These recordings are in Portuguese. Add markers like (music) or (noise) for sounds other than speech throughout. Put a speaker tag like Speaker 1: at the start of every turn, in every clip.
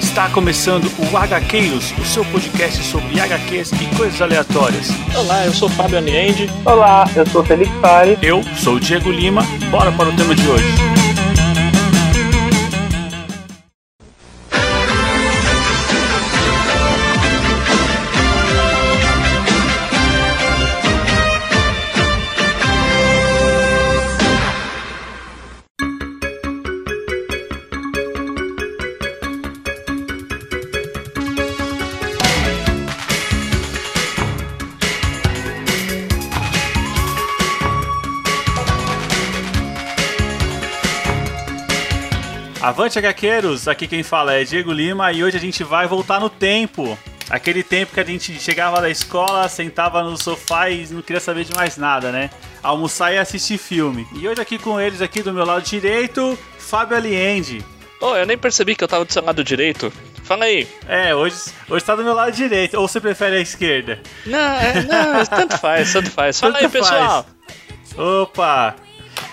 Speaker 1: Está começando o HQueiros, o seu podcast sobre HQs e coisas aleatórias.
Speaker 2: Olá, eu sou o Fábio Aniende.
Speaker 3: Olá, eu sou o Felipe Fari.
Speaker 1: Eu sou o Diego Lima, bora para o tema de hoje. Avante HQueiros, aqui quem fala é Diego Lima e hoje a gente vai voltar no tempo. Aquele tempo que a gente chegava da escola, sentava no sofá e não queria saber de mais nada, né? Almoçar e assistir filme. E hoje aqui com eles, aqui do meu lado direito, Fábio Aliende.
Speaker 2: Oh, eu nem percebi que eu tava do seu lado direito. Fala aí.
Speaker 1: É, hoje, hoje tá do meu lado direito, ou você prefere a esquerda?
Speaker 2: Não, é- não, (laughs) tanto faz, tanto faz. Fala
Speaker 1: Tanto
Speaker 2: aí, pessoal.
Speaker 1: faz. Opa!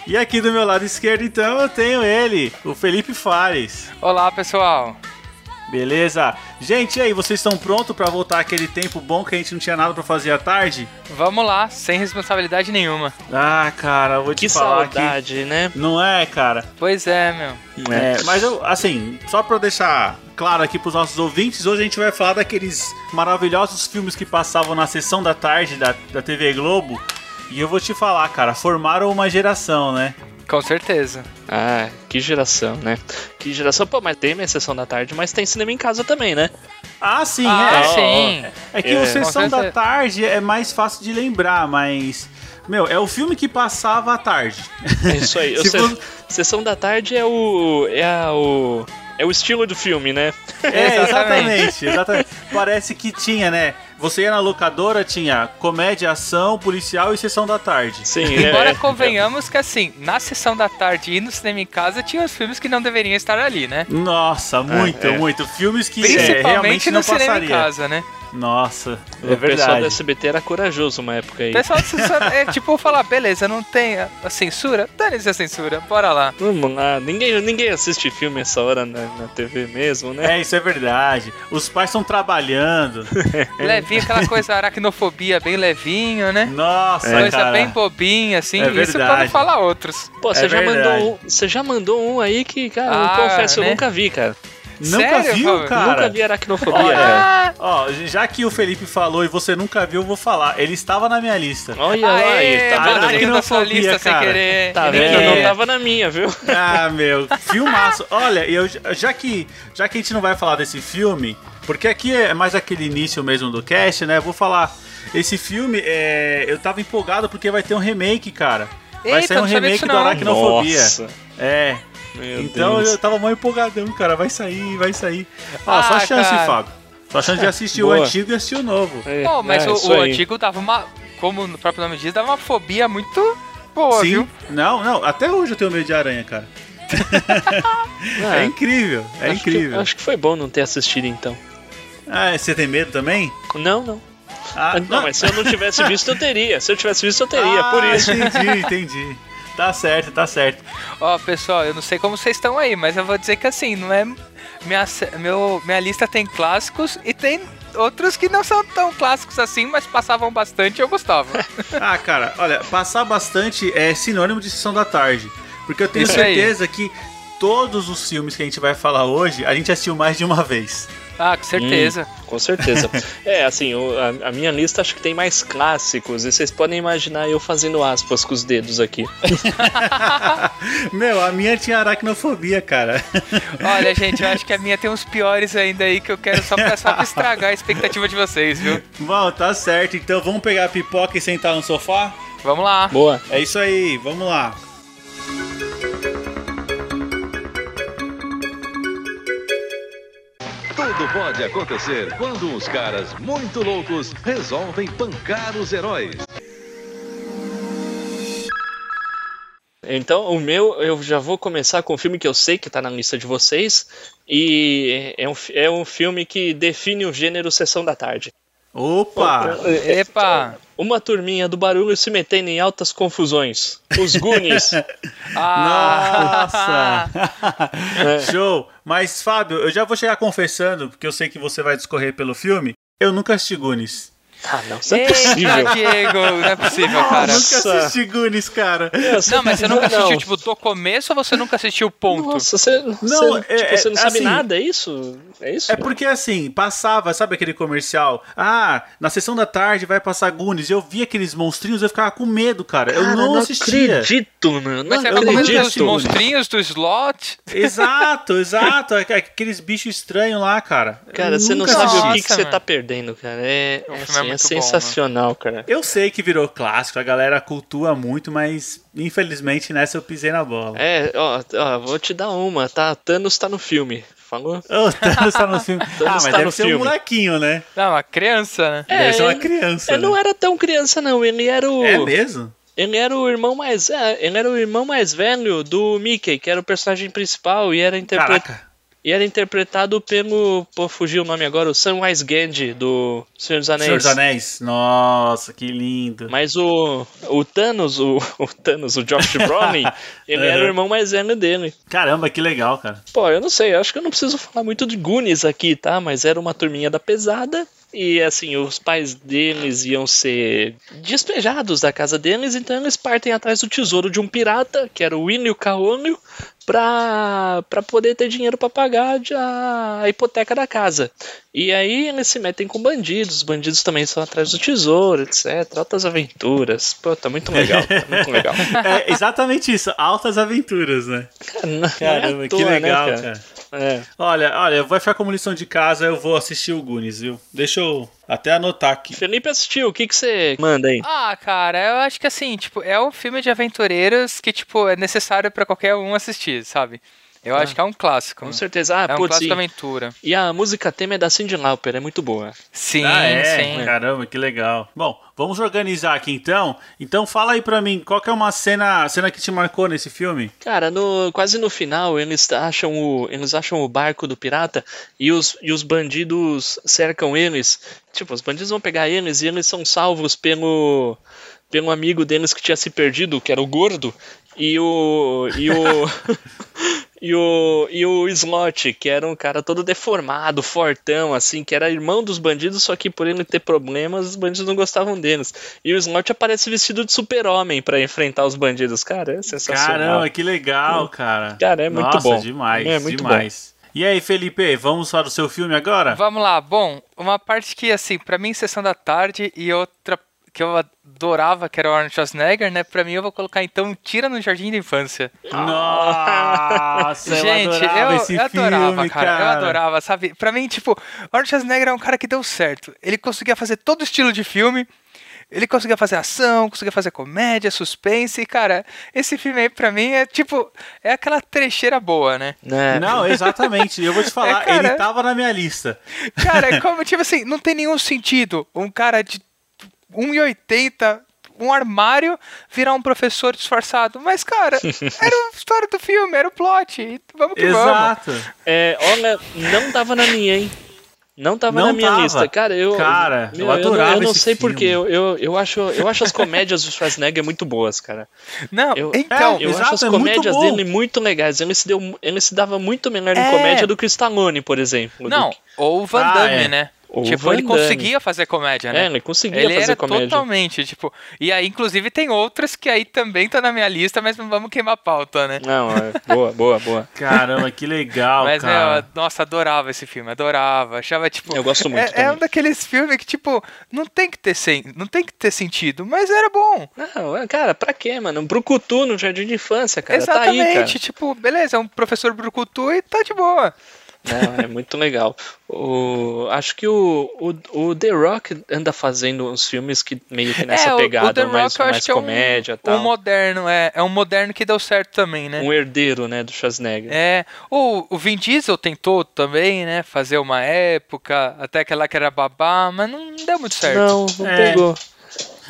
Speaker 1: E aqui do meu lado esquerdo, então, eu tenho ele, o Felipe Fares.
Speaker 4: Olá, pessoal.
Speaker 1: Beleza? Gente, e aí, vocês estão prontos pra voltar aquele tempo bom que a gente não tinha nada pra fazer à tarde?
Speaker 4: Vamos lá, sem responsabilidade nenhuma.
Speaker 1: Ah, cara, vou te
Speaker 2: Que
Speaker 1: falar
Speaker 2: saudade, né?
Speaker 1: que não é, cara.
Speaker 4: Pois é, meu.
Speaker 1: É, mas eu, assim, só pra eu deixar claro aqui pros nossos ouvintes, hoje a gente vai falar daqueles maravilhosos filmes que passavam na sessão da tarde da, da TV Globo. E eu vou te falar, cara, formaram uma geração, né?
Speaker 4: Com certeza.
Speaker 2: Ah, que geração, né? Que geração. Pô, mas tem minha sessão da tarde, mas tem cinema em casa também, né?
Speaker 1: Ah, sim,
Speaker 4: ah,
Speaker 1: é.
Speaker 4: sim.
Speaker 1: É que
Speaker 2: É.
Speaker 1: o Sessão
Speaker 4: Nossa,
Speaker 1: da
Speaker 4: essa-
Speaker 1: Tarde é mais fácil de lembrar, mas. Meu, é o filme que passava à tarde.
Speaker 2: É
Speaker 1: (laughs)
Speaker 2: isso aí. Eu
Speaker 1: Se
Speaker 2: sei-
Speaker 1: você-
Speaker 2: Sessão da tarde é o. É a- o. É o estilo do
Speaker 1: (laughs)
Speaker 2: filme, né?
Speaker 1: É, exatamente,
Speaker 4: Exatamente.
Speaker 1: exatamente. Parece que tinha, né? Você ia na locadora, tinha comédia, ação, policial e sessão da tarde.
Speaker 2: Sim,
Speaker 4: Embora
Speaker 2: é.
Speaker 4: convenhamos que, assim, na sessão da tarde e no cinema em casa, tinha os filmes que não deveriam estar ali, né?
Speaker 1: Nossa, muito,
Speaker 2: é.
Speaker 1: muito. Filmes que é,
Speaker 4: Principalmente
Speaker 1: realmente
Speaker 4: no
Speaker 1: não
Speaker 4: cinema
Speaker 1: passaria.
Speaker 4: em casa, né?
Speaker 1: Nossa, é
Speaker 2: O pessoal do
Speaker 1: verdade.
Speaker 2: SBT era corajoso uma época aí.
Speaker 4: O pessoal censura- é tipo falar, beleza, não tem a a censura? Dane-se a censura, bora lá.
Speaker 2: Vamos lá, ninguém, ninguém assiste filme essa hora na, na TV mesmo, né?
Speaker 1: É, isso é verdade. Os pais estão trabalhando. É.
Speaker 4: Levinho, aquela coisa aracnofobia bem levinho, né?
Speaker 1: Nossa,
Speaker 4: coisa
Speaker 1: É, cara.
Speaker 4: bem bobinha,
Speaker 1: É
Speaker 4: assim. isso pra não
Speaker 1: verdade.
Speaker 4: falar outros.
Speaker 2: Pô, você
Speaker 1: É
Speaker 2: já
Speaker 1: verdade.
Speaker 2: mandou um. Você já mandou um aí que, cara,
Speaker 4: Ah,
Speaker 2: eu confesso,
Speaker 4: né?
Speaker 2: eu nunca vi, cara.
Speaker 1: Nunca
Speaker 4: Sério,
Speaker 1: viu,
Speaker 4: Fábio?
Speaker 1: cara?
Speaker 2: Nunca vi aracnofobia, cara.
Speaker 4: Ah,
Speaker 1: Ó, já que o Felipe falou e você nunca viu, eu vou falar. Ele estava na minha lista.
Speaker 2: Olha lá aí, tá
Speaker 1: Caraca,
Speaker 2: vendo?
Speaker 1: que
Speaker 4: Aracnofobia, da sua
Speaker 1: aracnofobia,
Speaker 4: lista sem
Speaker 1: cara.
Speaker 4: querer.
Speaker 2: Tá
Speaker 4: Ele
Speaker 2: vendo?
Speaker 1: É.
Speaker 2: Não tava na minha, viu?
Speaker 1: Ah, meu, filmaço. Olha, eu, já, que, já que a gente não vai falar desse filme, porque aqui é mais aquele início mesmo do cast, né? Vou falar. Esse filme, é, eu tava empolgado porque vai ter um remake, cara. Vai
Speaker 4: Eita,
Speaker 1: sair um
Speaker 4: não sabia
Speaker 1: remake
Speaker 4: disso
Speaker 1: do
Speaker 4: não.
Speaker 1: Aracnofobia.
Speaker 2: Nossa,
Speaker 1: É.
Speaker 2: meu
Speaker 1: então
Speaker 2: Deus.
Speaker 1: eu tava mó empolgadão, cara. Vai sair, vai sair. Ó, só
Speaker 4: Ah,
Speaker 1: chance,
Speaker 4: cara.
Speaker 1: Fábio. Só chance de assistir o
Speaker 2: (laughs) Boa.
Speaker 1: antigo e assistir o novo.
Speaker 2: É,
Speaker 4: Pô, mas
Speaker 2: é,
Speaker 4: o,
Speaker 2: isso
Speaker 4: o
Speaker 2: aí.
Speaker 4: antigo dava uma. Como o próprio nome diz, dava uma fobia muito boa,
Speaker 1: Sim.
Speaker 4: viu?
Speaker 1: Não, não. Até hoje eu tenho medo de aranha, cara.
Speaker 2: Ah,
Speaker 1: É incrível, é
Speaker 2: acho que-
Speaker 1: incrível.
Speaker 2: acho que foi bom não ter assistido, então.
Speaker 1: Ah, você tem medo também?
Speaker 2: Não, não.
Speaker 1: Ah,
Speaker 2: Ah, Não, mas se eu não tivesse visto, eu teria. Se eu tivesse visto, eu teria.
Speaker 1: Ah,
Speaker 2: Por isso.
Speaker 1: Entendi, entendi. Tá certo, tá certo.
Speaker 4: Ó, pessoal, eu não sei como vocês estão aí, mas eu vou dizer que assim, não é. Minha, se- meu, minha lista tem clássicos e tem outros que não são tão clássicos assim, mas passavam bastante e eu
Speaker 2: (laughs)
Speaker 4: gostava.
Speaker 1: Ah, cara, olha, passar bastante é sinônimo de sessão da tarde. Porque eu tenho
Speaker 4: Isso aí.
Speaker 1: certeza que todos os filmes que a gente vai falar hoje, a gente assistiu mais de uma
Speaker 2: (laughs)
Speaker 1: vez.
Speaker 4: ah, com certeza.
Speaker 2: Hum, Com certeza. É, assim, o- a, a minha lista acho que tem mais clássicos. E vocês podem imaginar eu fazendo aspas com os dedos aqui.
Speaker 1: Meu, a minha tinha aracnofobia,
Speaker 2: (laughs)
Speaker 1: cara.
Speaker 2: Hum.
Speaker 4: Olha, gente, eu acho que a minha tem uns piores ainda aí que eu quero só pra, só
Speaker 2: (laughs)
Speaker 4: pra estragar a expectativa de vocês, viu?
Speaker 1: Bom, tá certo. Então vamos pegar a pipoca e sentar no sofá?
Speaker 4: Vamos lá.
Speaker 2: Boa.
Speaker 1: É isso aí, vamos lá.
Speaker 5: Tudo pode acontecer quando uns caras muito loucos resolvem pancar os heróis.
Speaker 2: Então, o meu, eu já vou começar com um filme que eu sei que tá na lista de vocês. E é um, fi- é um filme que define o gênero Sessão da Tarde.
Speaker 1: Opa!
Speaker 4: É, Epa!
Speaker 2: Uma turminha do barulho se metendo em altas confusões. Os
Speaker 4: (laughs)
Speaker 2: Goonies.
Speaker 4: Ah.
Speaker 1: Nossa!
Speaker 2: (laughs) É.
Speaker 1: Show! Mas, Fábio, eu já vou chegar confessando, porque eu sei que você vai discorrer pelo filme. Eu nunca assisti Goonies.
Speaker 2: ah, não, isso é possível.
Speaker 4: Eita, Diego! Não é possível, cara.
Speaker 1: Eu
Speaker 2: Nossa.
Speaker 1: nunca assisti Goonies, cara.
Speaker 4: Não, mas você nunca assistiu, tipo, do começo ou você nunca assistiu o ponto?
Speaker 2: Nossa, você não, você,
Speaker 1: é-
Speaker 2: tipo, você
Speaker 1: é-
Speaker 2: não sabe
Speaker 1: assim-
Speaker 2: nada, é isso? É isso?
Speaker 1: É porque assim, passava, sabe aquele comercial? Ah, na sessão da tarde vai passar Goonies. Eu vi aqueles monstrinhos, eu ficava com medo, cara. eu
Speaker 2: Cara,
Speaker 1: não,
Speaker 2: não
Speaker 1: assistia.
Speaker 2: acredito, mano. Não
Speaker 4: Mas é você
Speaker 1: eu
Speaker 4: acabou
Speaker 1: acredito.
Speaker 4: vendo os
Speaker 2: acredito.
Speaker 4: monstrinhos do slot?
Speaker 1: Exato, exato. Aqu- Aqueles bichos estranhos lá, cara.
Speaker 2: Cara, você não
Speaker 1: Nunca
Speaker 2: sabe
Speaker 1: assisti.
Speaker 2: o que, que
Speaker 4: Nossa,
Speaker 2: você
Speaker 4: mano.
Speaker 2: tá perdendo, cara. É,
Speaker 4: O
Speaker 2: é,
Speaker 4: filme é
Speaker 2: assim, é
Speaker 4: muito bom,
Speaker 2: sensacional, cara.
Speaker 1: Eu sei que virou clássico, a galera cultua muito, mas infelizmente nessa eu pisei na bola.
Speaker 2: É, ó, ó, vou te dar uma, tá? Thanos tá no filme, falou?
Speaker 1: Ô, (laughs) O Thanos tá no filme. ah, mas
Speaker 2: tá
Speaker 1: deve
Speaker 2: no
Speaker 1: ser um
Speaker 2: filme.
Speaker 1: molequinho, né?
Speaker 4: Não, a criança, né?
Speaker 1: deve ser uma
Speaker 2: ele-
Speaker 1: criança.
Speaker 2: Ele é, não
Speaker 1: né?
Speaker 2: era tão criança, não. Ele era o.
Speaker 1: É mesmo?
Speaker 2: Ele era o irmão mais. é, ele era o irmão mais velho do Mickey, que era o personagem principal, e era, interpre-
Speaker 1: Caraca.
Speaker 2: e era interpretado pelo. Pô, fugiu o nome agora, o Samwise Gandhi do Senhor dos Anéis.
Speaker 1: Senhor dos Anéis? Nossa, que lindo.
Speaker 2: Mas o, o Thanos, o, (laughs) o Thanos, o Josh
Speaker 1: (laughs)
Speaker 2: Brolin, ele era o
Speaker 1: Uhum.
Speaker 2: irmão mais velho dele.
Speaker 1: Caramba, que legal, cara.
Speaker 2: Pô, eu não sei, eu acho que eu não preciso falar muito de Goonies aqui, tá? Mas era uma turminha da pesada. E assim, os pais deles iam ser despejados da casa deles, então eles partem atrás do tesouro de um pirata, que era o Willy o Caolho, pra, pra poder ter dinheiro pra pagar de- a, a hipoteca da casa. E aí eles se metem com bandidos, os bandidos também são atrás do tesouro, etc. Altas aventuras. Pô, tá muito legal, tá
Speaker 1: (laughs)
Speaker 2: muito legal.
Speaker 1: É exatamente isso, altas aventuras, né?
Speaker 2: Cara, não é à
Speaker 1: Caramba, que
Speaker 2: toa, né,
Speaker 1: legal, cara.
Speaker 2: É.
Speaker 1: Olha, olha, vai ficar como lição de casa, eu vou assistir o Goonies, viu? Deixa eu até anotar aqui.
Speaker 2: Felipe assistiu, o que que você manda aí?
Speaker 4: Ah, cara, eu acho que assim, tipo, é um filme de aventureiros que, tipo, é necessário pra qualquer um assistir, sabe? Eu acho que é um clássico.
Speaker 2: Ah. Com
Speaker 4: né?
Speaker 2: certeza. Ah,
Speaker 4: é um
Speaker 2: putz,
Speaker 4: clássico
Speaker 2: e,
Speaker 4: da aventura.
Speaker 2: e a música tema é da Cindy Lauper, é muito boa.
Speaker 4: Sim,
Speaker 1: ah, é?
Speaker 4: sim.
Speaker 1: Caramba, que legal. Bom, vamos organizar aqui então. Então fala aí pra mim, qual que é uma cena, cena que te marcou nesse filme?
Speaker 2: Cara, no, quase no final eles acham o, eles acham o barco do pirata e os, e os bandidos cercam eles. Tipo, os bandidos vão pegar eles e eles são salvos pelo, pelo amigo deles que tinha se perdido, que era o gordo, e o. E o. E o, e o Slot, que era um cara todo deformado, fortão, assim, que era irmão dos bandidos, só que por ele ter problemas, os bandidos não gostavam deles. E o Slot aparece vestido de super-homem pra enfrentar os bandidos. Cara, é sensacional.
Speaker 1: Caramba, que legal, cara.
Speaker 2: Cara, é muito
Speaker 1: Nossa,
Speaker 2: bom.
Speaker 1: demais,
Speaker 2: É muito
Speaker 1: demais. E aí, Felipe, vamos falar do seu filme agora?
Speaker 4: Vamos lá, bom, uma parte que, assim, pra mim, Sessão da Tarde e outra que eu adorava, que era o Arnold Schwarzenegger, né? Pra mim, eu vou colocar, então, Tira no Jardim da Infância.
Speaker 1: (laughs) Nossa, eu
Speaker 4: Gente,
Speaker 1: adorava
Speaker 4: eu,
Speaker 1: esse
Speaker 4: eu adorava,
Speaker 1: filme,
Speaker 4: cara. Eu adorava, sabe? Pra mim, tipo, Arnold Schwarzenegger é um cara que deu certo. Ele conseguia fazer todo estilo de filme. Ele conseguia fazer ação, conseguia fazer comédia, suspense. E, cara, esse filme aí, pra mim, é tipo... É aquela trecheira boa, né?
Speaker 2: Né?
Speaker 1: Não, exatamente. Eu vou
Speaker 4: (laughs)
Speaker 1: te falar,
Speaker 4: É, cara.
Speaker 1: ele tava na minha lista.
Speaker 4: Cara, é como, tipo assim, não tem nenhum sentido um cara de 1,80, um armário, virar um professor disfarçado.
Speaker 1: (laughs)
Speaker 4: Mas, cara, era a história do filme, era o plot. e Vamos (laughs) que vamos.
Speaker 1: Exato.
Speaker 2: É, olha, não tava na minha, hein? Não tava
Speaker 1: Não
Speaker 2: na minha
Speaker 1: tava.
Speaker 2: lista, cara. Eu,
Speaker 1: Cara, eu
Speaker 2: não-
Speaker 1: adorava
Speaker 2: Eu não,
Speaker 1: esse
Speaker 2: sei
Speaker 1: filme.
Speaker 2: porquê. Eu, eu, eu acho, eu acho as comédias do Schwarzenegger muito boas, cara.
Speaker 4: Não,
Speaker 2: Eu,
Speaker 4: então...
Speaker 2: eu
Speaker 1: exato,
Speaker 2: acho as
Speaker 1: é muito
Speaker 2: comédias
Speaker 1: bom.
Speaker 2: dele muito legais. Ele se, deu, ele se dava muito melhor em
Speaker 4: É.
Speaker 2: comédia do que o Stallone, por exemplo. Do
Speaker 4: Não,
Speaker 2: que-
Speaker 4: ou o Van
Speaker 1: Ah,
Speaker 4: Damme,
Speaker 1: é.
Speaker 4: né?
Speaker 2: Ou o
Speaker 4: tipo,
Speaker 2: Van
Speaker 4: ele
Speaker 2: Damme.
Speaker 4: conseguia fazer comédia,
Speaker 2: É,
Speaker 4: né?
Speaker 2: ele conseguia
Speaker 4: Ele
Speaker 2: fazer
Speaker 4: era
Speaker 2: comédia.
Speaker 4: totalmente, tipo. E aí, inclusive, tem outras que aí também tá na minha lista, mas não vamos queimar a pauta, né?
Speaker 2: Não, é, boa, boa, boa.
Speaker 1: Caramba, que legal,
Speaker 4: mas, meu,
Speaker 1: cara.
Speaker 4: nossa, adorava esse filme, adorava. Achava, tipo.
Speaker 2: Eu gosto muito
Speaker 4: é- É,
Speaker 2: também.
Speaker 4: um daqueles filmes que, tipo, não tem que ter, sen... não tem que ter sentido, mas era bom.
Speaker 2: Não, é, cara, pra quê, mano? Um Brucutu no jardim de infância, cara.
Speaker 4: Exatamente.
Speaker 2: Tá aí, cara.
Speaker 4: Tipo, beleza, é um professor brucutu e tá de boa.
Speaker 2: Não, é muito legal. O, acho que o, o, o The Rock anda fazendo uns filmes que meio que nessa
Speaker 4: é, o-
Speaker 2: pegada,
Speaker 4: o The Rock
Speaker 2: mais,
Speaker 4: eu acho
Speaker 2: mais
Speaker 4: que é um-
Speaker 2: comédia e
Speaker 4: um,
Speaker 2: tal.
Speaker 4: moderno, é. É um moderno que deu certo também, né?
Speaker 2: Um herdeiro, né, do Schwarzenegger.
Speaker 4: É, o, o Vin Diesel tentou também, né, fazer uma época, até aquela que era babá, mas não deu muito certo.
Speaker 2: Não, não
Speaker 1: É.
Speaker 2: pegou.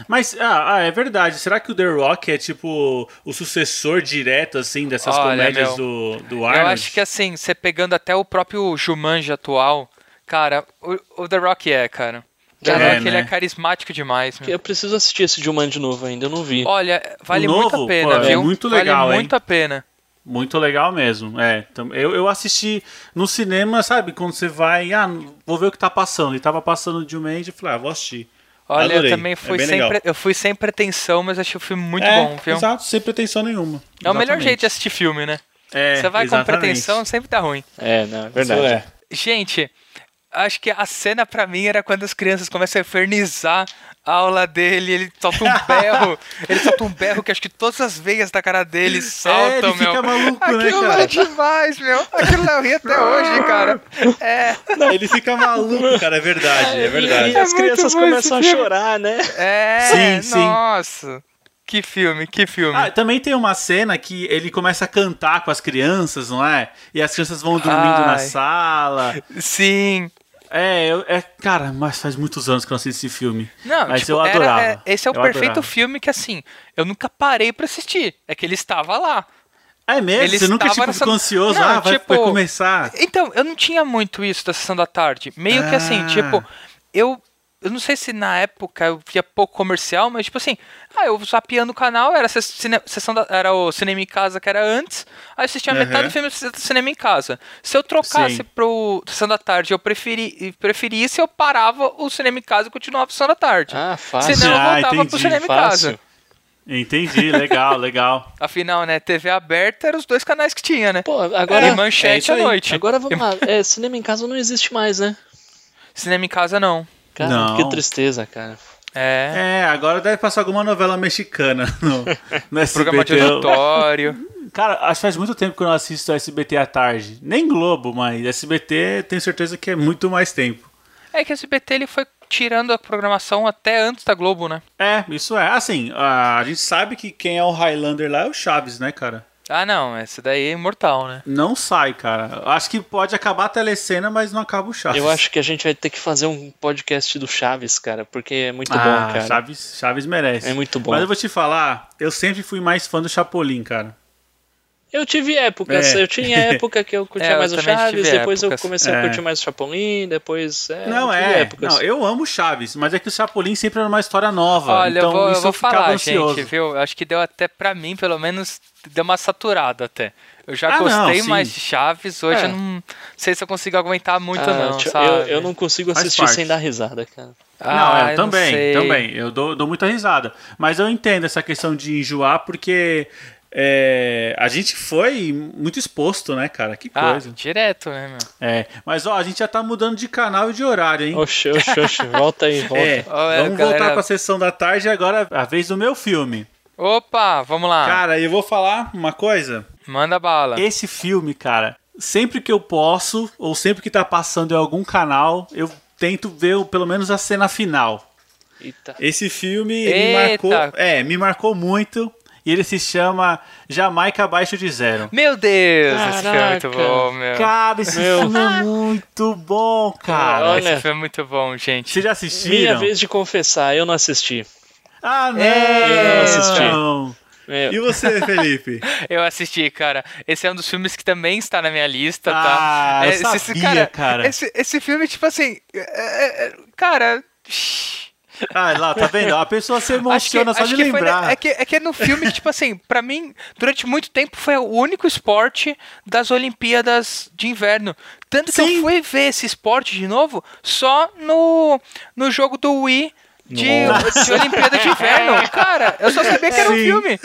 Speaker 1: Mas, ah, ah, é verdade. Será que o The Rock é tipo o sucessor direto, assim, dessas
Speaker 4: Olha,
Speaker 1: comédias
Speaker 4: meu,
Speaker 1: do, do
Speaker 4: Eu
Speaker 1: Arnold?
Speaker 4: acho que assim, você pegando até o próprio Jumanji atual, cara, o, o The Rock é, cara. Caraca,
Speaker 1: É, né?
Speaker 4: ele é carismático demais, meu.
Speaker 2: Eu preciso assistir esse Jumanji de novo ainda, eu não vi.
Speaker 4: Olha, vale
Speaker 1: O
Speaker 4: muito
Speaker 1: novo,
Speaker 4: a pena,
Speaker 1: pô, é
Speaker 4: viu?
Speaker 1: muito legal,
Speaker 4: vale
Speaker 1: hein?
Speaker 4: muito a pena.
Speaker 1: Muito legal mesmo. É, Tam- eu, eu assisti no cinema, sabe? Quando você vai, ah, vou ver o que tá passando. E tava passando de um mês e falei, ah, vou assistir.
Speaker 4: Olha,
Speaker 1: Adorei.
Speaker 4: eu também fui
Speaker 1: é bem
Speaker 4: sem
Speaker 1: legal.
Speaker 4: pre- eu fui sem pretensão, mas achei o filme muito
Speaker 1: É,
Speaker 4: bom, viu?
Speaker 1: Exato, sem pretensão nenhuma.
Speaker 4: É o melhor
Speaker 1: Exatamente.
Speaker 4: jeito de assistir filme, né?
Speaker 1: É,
Speaker 4: Você vai
Speaker 1: exatamente.
Speaker 4: com pretensão, sempre tá ruim.
Speaker 2: É, não, é
Speaker 1: Isso
Speaker 2: verdade.
Speaker 1: é.
Speaker 4: Gente, acho que a cena pra mim era quando as crianças começam a infernizar a aula dele, ele solta
Speaker 1: (laughs)
Speaker 4: um berro, ele solta um berro que acho que todas as veias da cara dele
Speaker 1: É,
Speaker 4: saltam,
Speaker 1: ele fica
Speaker 4: meu.
Speaker 1: maluco, né,
Speaker 4: (laughs) Aquilo é
Speaker 1: cara?
Speaker 4: demais, meu. Aquilo lá eu
Speaker 1: (laughs)
Speaker 4: ri até hoje, cara. É,
Speaker 1: Ele fica maluco, cara, é verdade, é
Speaker 2: E,
Speaker 4: (laughs)
Speaker 1: verdade.
Speaker 2: as
Speaker 4: É
Speaker 2: crianças
Speaker 4: muito bom
Speaker 2: começam a
Speaker 4: esse filme.
Speaker 2: chorar, né?
Speaker 1: Sim,
Speaker 4: é.
Speaker 1: sim.
Speaker 4: Nossa. Que filme, que filme.
Speaker 1: Ah, também tem uma cena que ele começa a cantar com as crianças, não é? E as crianças vão dormindo na
Speaker 4: Ai.
Speaker 1: sala.
Speaker 4: Sim.
Speaker 1: É, eu- é, cara, mas faz muitos anos que eu não assisto esse filme.
Speaker 4: Não,
Speaker 1: mas
Speaker 4: tipo,
Speaker 1: eu
Speaker 4: era-
Speaker 1: adorava.
Speaker 4: é- esse é o
Speaker 1: eu
Speaker 4: perfeito
Speaker 1: adorava.
Speaker 4: filme que, assim, eu nunca parei pra assistir. É que ele estava lá.
Speaker 1: É mesmo?
Speaker 4: Ele
Speaker 1: Você nunca
Speaker 4: estava
Speaker 1: tipo,
Speaker 4: nessa-
Speaker 1: ficou ansioso?
Speaker 4: Não,
Speaker 1: ah, vai,
Speaker 4: tipo,
Speaker 1: vai começar.
Speaker 4: Então, eu não tinha muito isso da sessão da tarde. Meio que assim,
Speaker 1: Ah.
Speaker 4: tipo, eu. Eu não sei se na época eu via pouco comercial, mas tipo assim, ah, eu zapeando o canal, era, se- cine- sessão da- era o Cinema em Casa que era antes, aí eu assistia
Speaker 1: Aham.
Speaker 4: metade do filme do Cinema em Casa. Se eu trocasse
Speaker 1: Sim.
Speaker 4: pro Sessão da Tarde eu preferi, e preferisse, eu parava o Cinema em Casa e continuava a Sessão da Tarde.
Speaker 2: Ah, fácil.
Speaker 4: Senão eu
Speaker 1: Ah,
Speaker 4: voltava pro
Speaker 1: entendi,
Speaker 4: Cinema em
Speaker 2: fácil.
Speaker 4: Casa.
Speaker 1: Entendi, legal, (laughs) legal.
Speaker 4: Afinal, né, TV aberta eram os dois canais que tinha, né?
Speaker 2: Pô, agora.
Speaker 4: e manchete
Speaker 2: é isso
Speaker 4: à
Speaker 2: aí.
Speaker 4: noite.
Speaker 2: Agora vamos lá. É, cinema em casa não existe mais, né?
Speaker 4: Cinema em Casa não.
Speaker 2: Cara,
Speaker 1: Não.
Speaker 2: que tristeza, cara.
Speaker 4: É.
Speaker 1: É, agora deve passar alguma novela mexicana (laughs) no, no
Speaker 4: Programa de
Speaker 1: SBT.
Speaker 4: auditório.
Speaker 1: Cara, acho que faz muito tempo que eu não assisto SBT à tarde. Nem Globo, mas SBT tenho certeza que é muito mais tempo.
Speaker 4: É que o SBT ele foi tirando a programação até antes da Globo, né?
Speaker 1: É, isso é. Assim, a, a gente sabe que quem é o Highlander lá é o Chaves, né, cara?
Speaker 4: Ah, não, esse daí é imortal, né?
Speaker 1: Não sai, cara. Acho que pode acabar a telecena, mas não acaba o Chaves.
Speaker 2: Eu acho que a gente vai ter que fazer um podcast do Chaves, cara, porque é muito
Speaker 1: ah,
Speaker 2: bom, cara.
Speaker 1: Chaves, Chaves merece.
Speaker 2: É muito bom.
Speaker 1: Mas eu vou te falar, eu sempre fui mais fã do Chapolin, cara.
Speaker 2: Eu tive épocas,
Speaker 1: É.
Speaker 2: eu tinha
Speaker 1: (laughs)
Speaker 2: época que eu curtia
Speaker 4: É, eu
Speaker 2: mais o
Speaker 4: também
Speaker 2: Chaves,
Speaker 4: tive
Speaker 2: depois eu
Speaker 4: épocas.
Speaker 2: comecei
Speaker 1: É.
Speaker 2: a curtir mais o Chapolin, depois. É,
Speaker 1: não
Speaker 2: eu tive
Speaker 1: é.
Speaker 2: Épocas.
Speaker 1: Não, eu amo o Chaves, mas é que o Chapolin sempre era uma história nova.
Speaker 4: Olha,
Speaker 1: então
Speaker 4: eu vou, eu
Speaker 1: isso
Speaker 4: vou
Speaker 1: ficava
Speaker 4: falar,
Speaker 1: ansioso.
Speaker 4: gente, viu? Eu Acho que deu até pra mim, pelo menos, deu uma saturada até. Eu já
Speaker 1: Ah, não,
Speaker 4: gostei
Speaker 1: sim.
Speaker 4: mais de Chaves, hoje
Speaker 2: É.
Speaker 4: eu não sei se eu consigo aguentar muito,
Speaker 2: Ah,
Speaker 4: não,
Speaker 2: tio,
Speaker 4: sabe?
Speaker 2: eu, eu não consigo
Speaker 1: Faz
Speaker 2: assistir
Speaker 1: parte.
Speaker 2: sem dar risada, cara.
Speaker 4: Ah,
Speaker 1: não, eu também,
Speaker 4: sei.
Speaker 1: também. Eu dou, dou muita risada. Mas eu entendo essa questão de enjoar, porque é, a gente foi muito exposto, né, cara? Que
Speaker 4: Ah,
Speaker 1: coisa.
Speaker 4: direto, né, meu?
Speaker 1: É. Mas, ó, a gente já tá mudando de canal e de horário, hein?
Speaker 2: Oxe, oxe, oxe,
Speaker 1: (laughs)
Speaker 2: volta aí, volta.
Speaker 1: É,
Speaker 4: Olha,
Speaker 1: vamos
Speaker 4: galera-
Speaker 1: voltar pra sessão da tarde e agora é a vez do meu filme.
Speaker 4: Opa, vamos lá.
Speaker 1: Cara, eu vou falar uma coisa.
Speaker 4: Manda bala.
Speaker 1: Esse filme, cara, sempre que eu posso, ou sempre que tá passando em algum canal, eu tento ver o- pelo menos a cena final.
Speaker 2: Eita.
Speaker 1: Esse filme me
Speaker 4: Eita.
Speaker 1: marcou, é, me marcou muito. E ele se chama Jamaica Abaixo de Zero.
Speaker 4: Meu Deus, esse filme é muito
Speaker 2: Caraca.
Speaker 4: bom, meu.
Speaker 1: Cara, esse filme é muito bom, cara.
Speaker 2: Olha.
Speaker 4: Esse filme é muito bom, gente.
Speaker 1: Vocês já
Speaker 2: Minha
Speaker 1: assistiram?
Speaker 2: vez de confessar, eu não assisti.
Speaker 1: Ah, não!
Speaker 4: Eu
Speaker 2: não assisti. É,
Speaker 1: E você,
Speaker 4: (laughs)
Speaker 1: Felipe?
Speaker 4: Eu assisti, cara. Esse é um dos filmes que também está na minha lista,
Speaker 1: Ah,
Speaker 4: tá?
Speaker 1: eu
Speaker 4: É, esse- esse-
Speaker 1: sabia, cara.
Speaker 4: Esse, esse filme, tipo assim. é- é- é- cara. shhh.
Speaker 1: Ah, lá, tá vendo? A pessoa se emociona só de
Speaker 4: que foi,
Speaker 1: lembrar.
Speaker 4: é, que, é que é no filme que, tipo assim, pra mim, durante muito tempo foi o único esporte das Olimpíadas de Inverno. Tanto que
Speaker 1: Sim.
Speaker 4: eu fui ver esse esporte de novo só no, no jogo do Wii. De, de Olimpíada
Speaker 1: (laughs)
Speaker 4: de Inverno. Cara, eu só sabia que era um
Speaker 1: É. Sim.
Speaker 4: filme.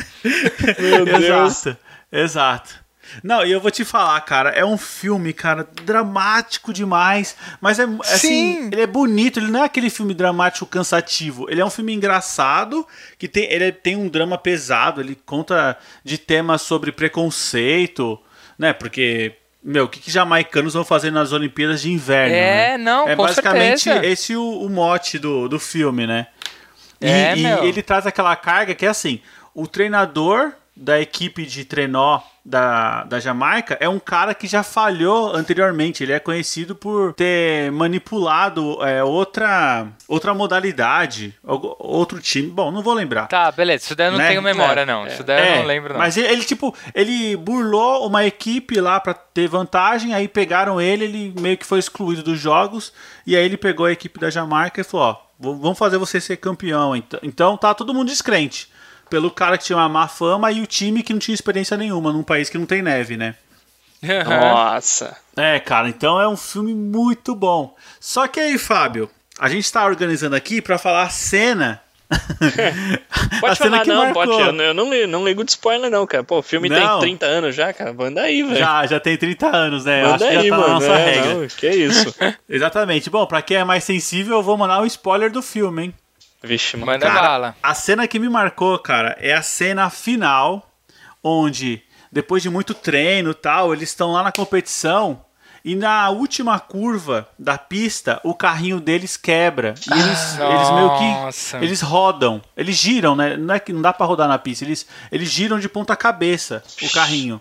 Speaker 2: meu Deus.
Speaker 1: Exato, exato. Não, e eu vou te falar, cara, é um filme, cara, dramático demais, mas é assim,
Speaker 4: Sim.
Speaker 1: ele é bonito, ele não é aquele filme dramático cansativo, ele é um filme engraçado, que tem, ele tem um drama pesado, ele conta de temas sobre preconceito, né, porque, meu, o que, que jamaicanos vão fazer nas Olimpíadas de Inverno,
Speaker 4: É,
Speaker 1: né?
Speaker 4: não,
Speaker 1: É
Speaker 4: com
Speaker 1: basicamente
Speaker 4: certeza.
Speaker 1: esse o, o mote do, do filme, né? E,
Speaker 4: É,
Speaker 1: e
Speaker 4: meu.
Speaker 1: ele traz aquela carga que é assim: o treinador da equipe de trenó da, da Jamaica é um cara que já falhou anteriormente. Ele é conhecido por ter manipulado é, outra, outra modalidade, algo- outro time. Bom, não vou lembrar.
Speaker 4: Tá, beleza. Isso daí eu não
Speaker 1: Né?
Speaker 4: tenho memória, não.
Speaker 2: É,
Speaker 4: Isso daí eu
Speaker 1: É,
Speaker 4: não lembro, não.
Speaker 1: Mas ele, ele, tipo, ele burlou uma equipe lá pra ter vantagem, aí pegaram ele, ele meio que foi excluído dos jogos, e aí ele pegou a equipe da Jamaica e falou, ó, v- vamos fazer você ser campeão. Então, então tá todo mundo descrente. Pelo cara que tinha uma má fama e o time que não tinha experiência nenhuma num país que não tem neve, né?
Speaker 2: Nossa.
Speaker 1: É, cara, então é um filme muito bom. Só que aí, Fábio, a gente tá organizando aqui pra falar a cena.
Speaker 2: (laughs) Pode
Speaker 1: a cena
Speaker 2: falar,
Speaker 1: que
Speaker 2: não,
Speaker 1: marcou.
Speaker 2: pode. Eu, eu não, li- não ligo de spoiler, não, cara. Pô, o filme
Speaker 1: Não.
Speaker 2: tem 30 anos já, cara. Manda aí,
Speaker 1: (laughs)
Speaker 2: velho.
Speaker 1: Já, já tem 30 anos, né?
Speaker 2: Manda
Speaker 1: Acho que
Speaker 2: aí,
Speaker 1: já tá na
Speaker 2: mano.
Speaker 1: nossa
Speaker 2: É,
Speaker 1: regra.
Speaker 2: não, que isso.
Speaker 1: (laughs) Exatamente. Bom, pra quem é mais sensível, eu vou mandar um spoiler do filme, hein?
Speaker 2: Vixe, mano.
Speaker 4: Manda
Speaker 1: Cara,
Speaker 4: bala.
Speaker 1: A cena que me marcou, cara, é a cena final, onde, depois de muito treino e tal, eles estão lá na competição. E na última curva da pista, o carrinho deles quebra. E eles,
Speaker 4: Ah,
Speaker 1: eles
Speaker 4: nossa.
Speaker 1: meio que. Eles rodam. Eles giram, né? Não é que não dá pra rodar na pista. Eles, eles giram de ponta cabeça o carrinho.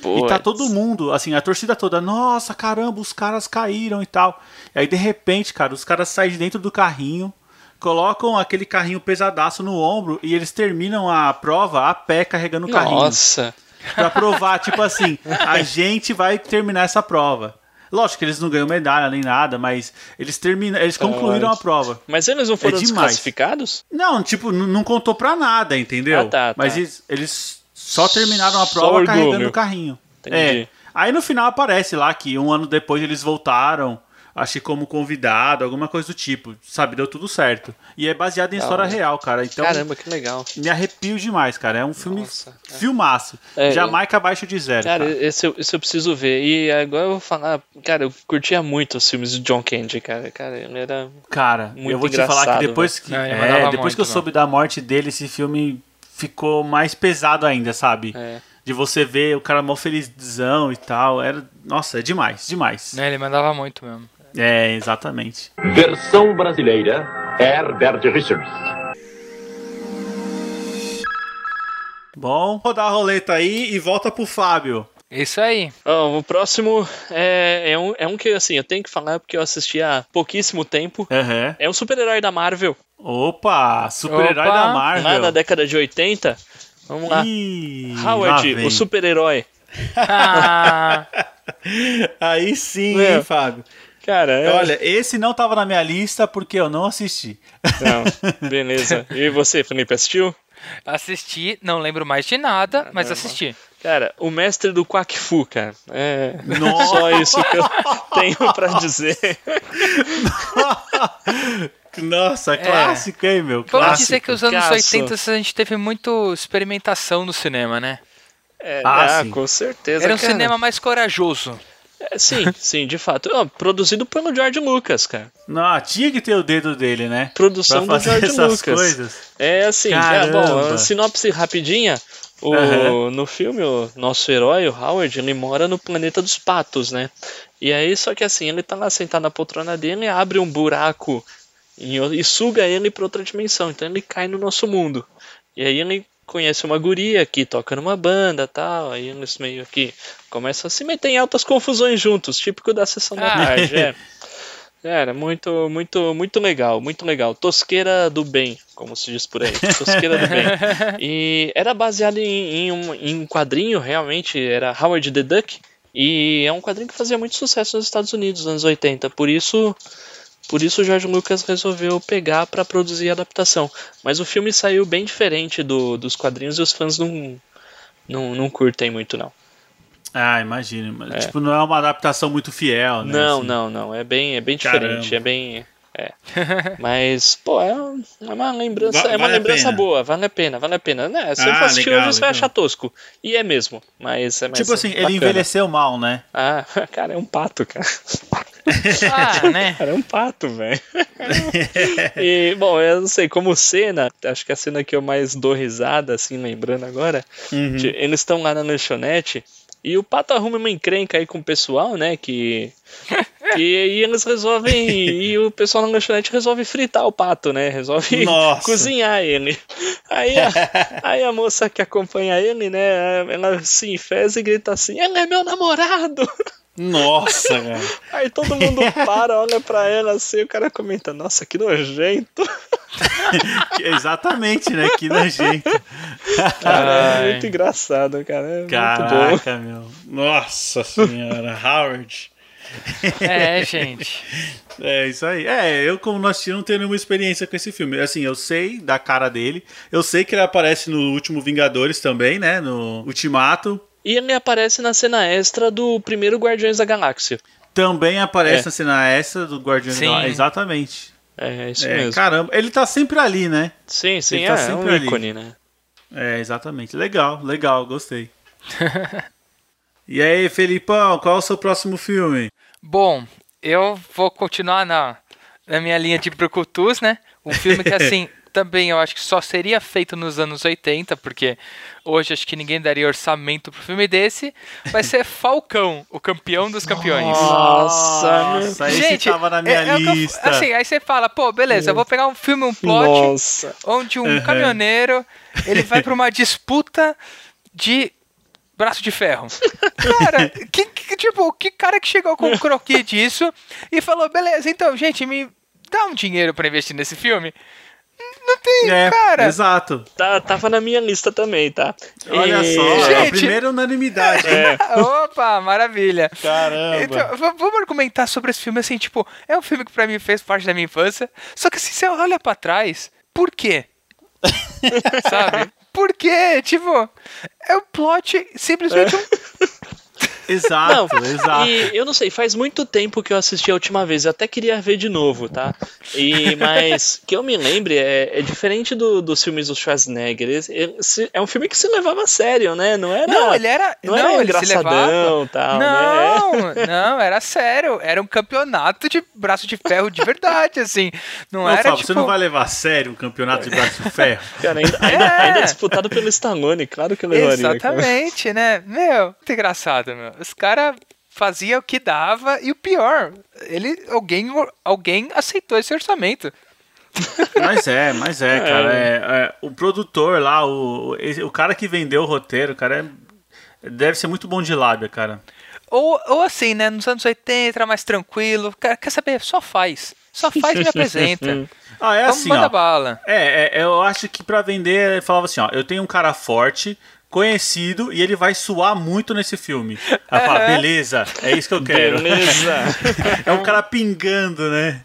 Speaker 1: E tá
Speaker 2: Puts.
Speaker 1: todo mundo, assim, a torcida toda, nossa, caramba, os caras caíram e tal. E aí, de repente, cara, os caras saem de dentro do carrinho, colocam aquele carrinho pesadaço no ombro e eles terminam a prova a pé carregando o
Speaker 2: (laughs)
Speaker 1: carrinho.
Speaker 2: Nossa.
Speaker 1: Pra provar, tipo assim, a gente vai terminar essa prova. Lógico que eles não ganham medalha nem nada, mas eles terminam, eles concluíram a prova.
Speaker 2: Mas eles não foram
Speaker 1: É demais.
Speaker 2: desclassificados?
Speaker 1: Não, tipo, n- não contou pra nada, entendeu?
Speaker 2: Ah, tá, tá.
Speaker 1: Mas eles, eles só terminaram a
Speaker 2: Só
Speaker 1: prova
Speaker 2: orgulho.
Speaker 1: carregando o carrinho.
Speaker 2: Entendi.
Speaker 1: É. Aí no final aparece lá que um ano depois eles voltaram, acho que como convidado, alguma coisa do tipo. Sabe, deu tudo certo. E é baseado em história
Speaker 2: mas-
Speaker 1: real, cara. Então
Speaker 2: Caramba, que legal.
Speaker 1: me arrepio demais, cara. É um filme
Speaker 2: Nossa, é.
Speaker 1: filmaço.
Speaker 2: É,
Speaker 1: Jamaica abaixo de zero.
Speaker 2: Cara,
Speaker 1: cara.
Speaker 2: esse, eu- esse eu preciso ver. E agora eu vou falar. Cara, eu curtia muito os filmes do John Candy, cara. Cara, ele era.
Speaker 1: Cara,
Speaker 2: Muito
Speaker 1: eu vou te falar
Speaker 2: engraçado, né?
Speaker 1: que depois que,
Speaker 4: Não, ele
Speaker 1: é,
Speaker 4: mandava
Speaker 1: depois
Speaker 4: muito,
Speaker 1: que eu
Speaker 4: né?
Speaker 1: soube da morte dele, esse filme ficou mais pesado ainda, sabe?
Speaker 2: É.
Speaker 1: De você ver o cara mó felizão e tal. Era, nossa, é demais, demais.
Speaker 4: Né, Ele mandava muito mesmo.
Speaker 1: É, exatamente.
Speaker 6: Versão brasileira, Herbert Richards.
Speaker 1: Bom, rodar a roleta aí e volta pro Fábio.
Speaker 4: Isso aí.
Speaker 2: Ó, o próximo é, é, um, é um que, assim, eu tenho que falar porque eu assisti há pouquíssimo tempo.
Speaker 1: Uhum.
Speaker 2: É um super-herói da Marvel,
Speaker 1: Opa, super-herói
Speaker 4: Opa.
Speaker 1: da
Speaker 2: lá
Speaker 1: Marvel.
Speaker 2: na década de 80. Vamos lá.
Speaker 1: Ih, lá
Speaker 2: Howard,
Speaker 1: vem.
Speaker 2: o super-herói.
Speaker 4: Ah,
Speaker 1: (laughs) Aí sim,
Speaker 2: Meu.
Speaker 1: hein, Fábio.
Speaker 2: Cara, é-
Speaker 1: Olha, esse não tava na minha lista porque eu não assisti.
Speaker 2: Não, beleza. E você, Felipe, assistiu?
Speaker 4: assisti, não lembro mais de nada, mas assisti.
Speaker 2: Cara, o mestre do Quack Fu, cara. É
Speaker 1: Nossa.
Speaker 2: só isso que eu (laughs) tenho pra dizer.
Speaker 1: (laughs) Nossa, clássico, hein, meu?
Speaker 4: Vamos
Speaker 1: Clássico.
Speaker 4: dizer que os anos
Speaker 2: clássico.
Speaker 4: 80 a gente teve muito experimentação no cinema, né?
Speaker 2: É,
Speaker 1: Ah,
Speaker 2: ah,
Speaker 1: sim.
Speaker 2: com certeza.
Speaker 4: Era um
Speaker 2: cara.
Speaker 4: cinema mais corajoso.
Speaker 2: É, sim, sim, de fato. Ó, produzido pelo George Lucas, cara.
Speaker 1: Não, tinha que ter o dedo dele, né?
Speaker 2: Produção
Speaker 1: Pra
Speaker 2: do
Speaker 1: fazer
Speaker 2: George
Speaker 1: essas
Speaker 2: Lucas.
Speaker 1: coisas.
Speaker 2: É assim, já,
Speaker 1: Caramba.
Speaker 2: bom, a sinopse rapidinha. O,
Speaker 1: Aham.
Speaker 2: No filme, o nosso herói, o Howard, ele mora no planeta dos patos, né? E aí, só que assim, ele tá lá sentado na poltrona dele, abre um buraco em o- e suga ele pra outra dimensão. Então ele cai no nosso mundo. E aí ele conhece uma guria que toca numa banda tal. Aí eles meio que começam a se meter em altas confusões juntos, típico da sessão da
Speaker 4: Ah.
Speaker 2: tarde, é. Era muito, muito, muito legal, muito legal. Tosqueira do bem, como se diz por aí. Tosqueira do bem. E era baseado em, em um, em um quadrinho, realmente, era Howard the Duck. E é um quadrinho que fazia muito sucesso nos Estados Unidos, nos anos 80. Por isso, por isso o George Lucas resolveu pegar para produzir a adaptação. Mas o filme saiu bem diferente do- dos quadrinhos e os fãs não, não, não curtem muito, não.
Speaker 1: Ah, imagino. mas, Tipo, não é uma adaptação muito fiel, né?
Speaker 2: Não,
Speaker 1: assim.
Speaker 2: não, não. É bem, é bem
Speaker 1: Caramba.
Speaker 2: diferente. É bem.
Speaker 1: (laughs)
Speaker 2: É. Mas, pô, é um- é uma lembrança,
Speaker 1: Va-
Speaker 2: é uma
Speaker 1: vale a
Speaker 2: lembrança
Speaker 1: pena.
Speaker 2: boa, vale a pena, vale a pena. Né? Se eu
Speaker 1: Ah,
Speaker 2: for assistir
Speaker 1: legal,
Speaker 2: hoje, você vai
Speaker 1: legal.
Speaker 2: achar tosco. E é mesmo, mas é mais
Speaker 1: Tipo assim,
Speaker 2: bacana.
Speaker 1: ele envelheceu mal,
Speaker 2: (laughs)
Speaker 1: né?
Speaker 2: Ah, cara, é um pato, cara. (laughs)
Speaker 4: Ah, né?
Speaker 2: Cara, é um pato, velho. e, bom, eu não sei, como cena, acho que a cena que eu mais dou risada, assim, lembrando agora, de- eles estão lá na lanchonete e o pato arruma uma encrenca aí com o pessoal, né, que... E aí eles resolvem. e o pessoal na lanchonete resolve fritar o pato, né? Resolve
Speaker 1: Nossa.
Speaker 2: cozinhar ele. Aí a, aí a moça que acompanha ele, né? Ela se enfesa e grita assim: Ele é meu namorado! (laughs)
Speaker 1: Nossa, cara.
Speaker 2: Aí todo mundo para, olha pra ela assim, o cara comenta, nossa, que nojento.
Speaker 1: Que- (laughs) Exatamente, né? Que nojento.
Speaker 2: Cara,
Speaker 4: Ai.
Speaker 2: é muito engraçado, cara. É muito bom.
Speaker 1: Caraca, meu. Nossa senhora, Howard.
Speaker 4: É, gente.
Speaker 1: É isso aí. É, eu, como nós não tenho nenhuma experiência com esse filme. Assim, eu sei da cara dele. Eu sei que ele aparece no último Vingadores também, né? No Ultimato.
Speaker 2: E ele aparece na cena extra do primeiro Guardiões da Galáxia.
Speaker 1: Também aparece
Speaker 2: É.
Speaker 1: na cena extra do Guardiões
Speaker 4: Sim.
Speaker 1: da Exatamente.
Speaker 2: É, é isso
Speaker 1: É,
Speaker 2: mesmo.
Speaker 1: caramba, ele tá sempre ali, né?
Speaker 2: Sim, sim,
Speaker 1: ele
Speaker 2: é,
Speaker 1: tá
Speaker 2: é um
Speaker 1: sempre ali.
Speaker 2: ícone, né?
Speaker 1: É, exatamente. Legal, legal, gostei. (laughs) e aí, Felipão, qual é o seu próximo filme?
Speaker 4: Bom, eu vou continuar na, na minha linha de brucutus, né? Um
Speaker 1: (laughs)
Speaker 4: filme que, assim, também eu acho que só seria feito nos anos 80, porque hoje acho que ninguém daria orçamento pro filme desse. Vai
Speaker 1: (laughs)
Speaker 4: ser Falcão, o campeão dos campeões.
Speaker 2: Nossa,
Speaker 1: Nossa esse tava na minha
Speaker 4: é- é o que eu-
Speaker 1: lista.
Speaker 4: assim, aí você fala, pô, beleza, eu vou pegar um filme, um plot,
Speaker 2: Nossa.
Speaker 4: onde um caminhoneiro ele vai pra uma disputa de braço de ferro. Cara, que, que- tipo, que cara que chegou com o croquis disso e falou, beleza, então, gente, me dá um dinheiro pra investir nesse filme? N- Não tem,
Speaker 1: é,
Speaker 4: cara.
Speaker 1: exato.
Speaker 2: Tá, tava na minha lista também, tá?
Speaker 1: Olha
Speaker 2: E- é.
Speaker 1: só, é a
Speaker 4: Gente.
Speaker 1: primeira unanimidade.
Speaker 4: (laughs) Opa, maravilha.
Speaker 1: Caramba.
Speaker 4: Então, v- vamos argumentar sobre esse filme, assim, tipo, é um filme que pra mim fez parte da minha infância, só que assim, você olha pra trás, por quê? Sabe? Por quê? Tipo, é o plot simplesmente um
Speaker 1: Exato, (laughs) exato.
Speaker 2: E eu não sei, faz muito tempo que eu assisti a última vez, eu até queria ver de novo, tá? E, mas que eu me lembre, é, é diferente do- dos filmes do Schwarzenegger. ele- ele se- é um filme que se levava a sério, né? Não era.
Speaker 4: Não, ele era.
Speaker 2: Não, era
Speaker 4: ele se
Speaker 2: engraçadão
Speaker 4: levava.
Speaker 2: e tal, né?
Speaker 4: não, não, era sério. Era um campeonato de braço de ferro de verdade, assim. Não,
Speaker 1: Não,
Speaker 4: era
Speaker 1: Fábio,
Speaker 4: tipo.
Speaker 1: você não vai levar a sério um campeonato de braço de ferro?
Speaker 2: Cara, ainda, ainda- ainda é disputado pelo Stallone, claro que eu levaria. cara.
Speaker 4: É. Exatamente, né? Meu, muito engraçado, meu. Os caras faziam o que dava e o pior, ele, alguém, alguém aceitou esse orçamento.
Speaker 1: Mas é, mas é, cara. é- é, o produtor lá, o, esse- o cara que vendeu o roteiro, o cara é- deve ser muito bom de lábia, cara.
Speaker 4: Ou, ou assim, né? Nos anos 80 era mais tranquilo. Cara, quer saber? Só faz. Só faz
Speaker 2: (laughs)
Speaker 4: e me apresenta.
Speaker 1: Ah, é
Speaker 4: Então
Speaker 1: assim,
Speaker 4: manda
Speaker 1: ó.
Speaker 4: bala.
Speaker 1: É, é, eu acho que pra vender, ele falava assim, ó, eu tenho um cara forte, conhecido, e ele vai suar muito nesse filme. Aí fala, beleza, é isso que eu quero.
Speaker 2: Beleza.
Speaker 1: (laughs) é um cara pingando, né?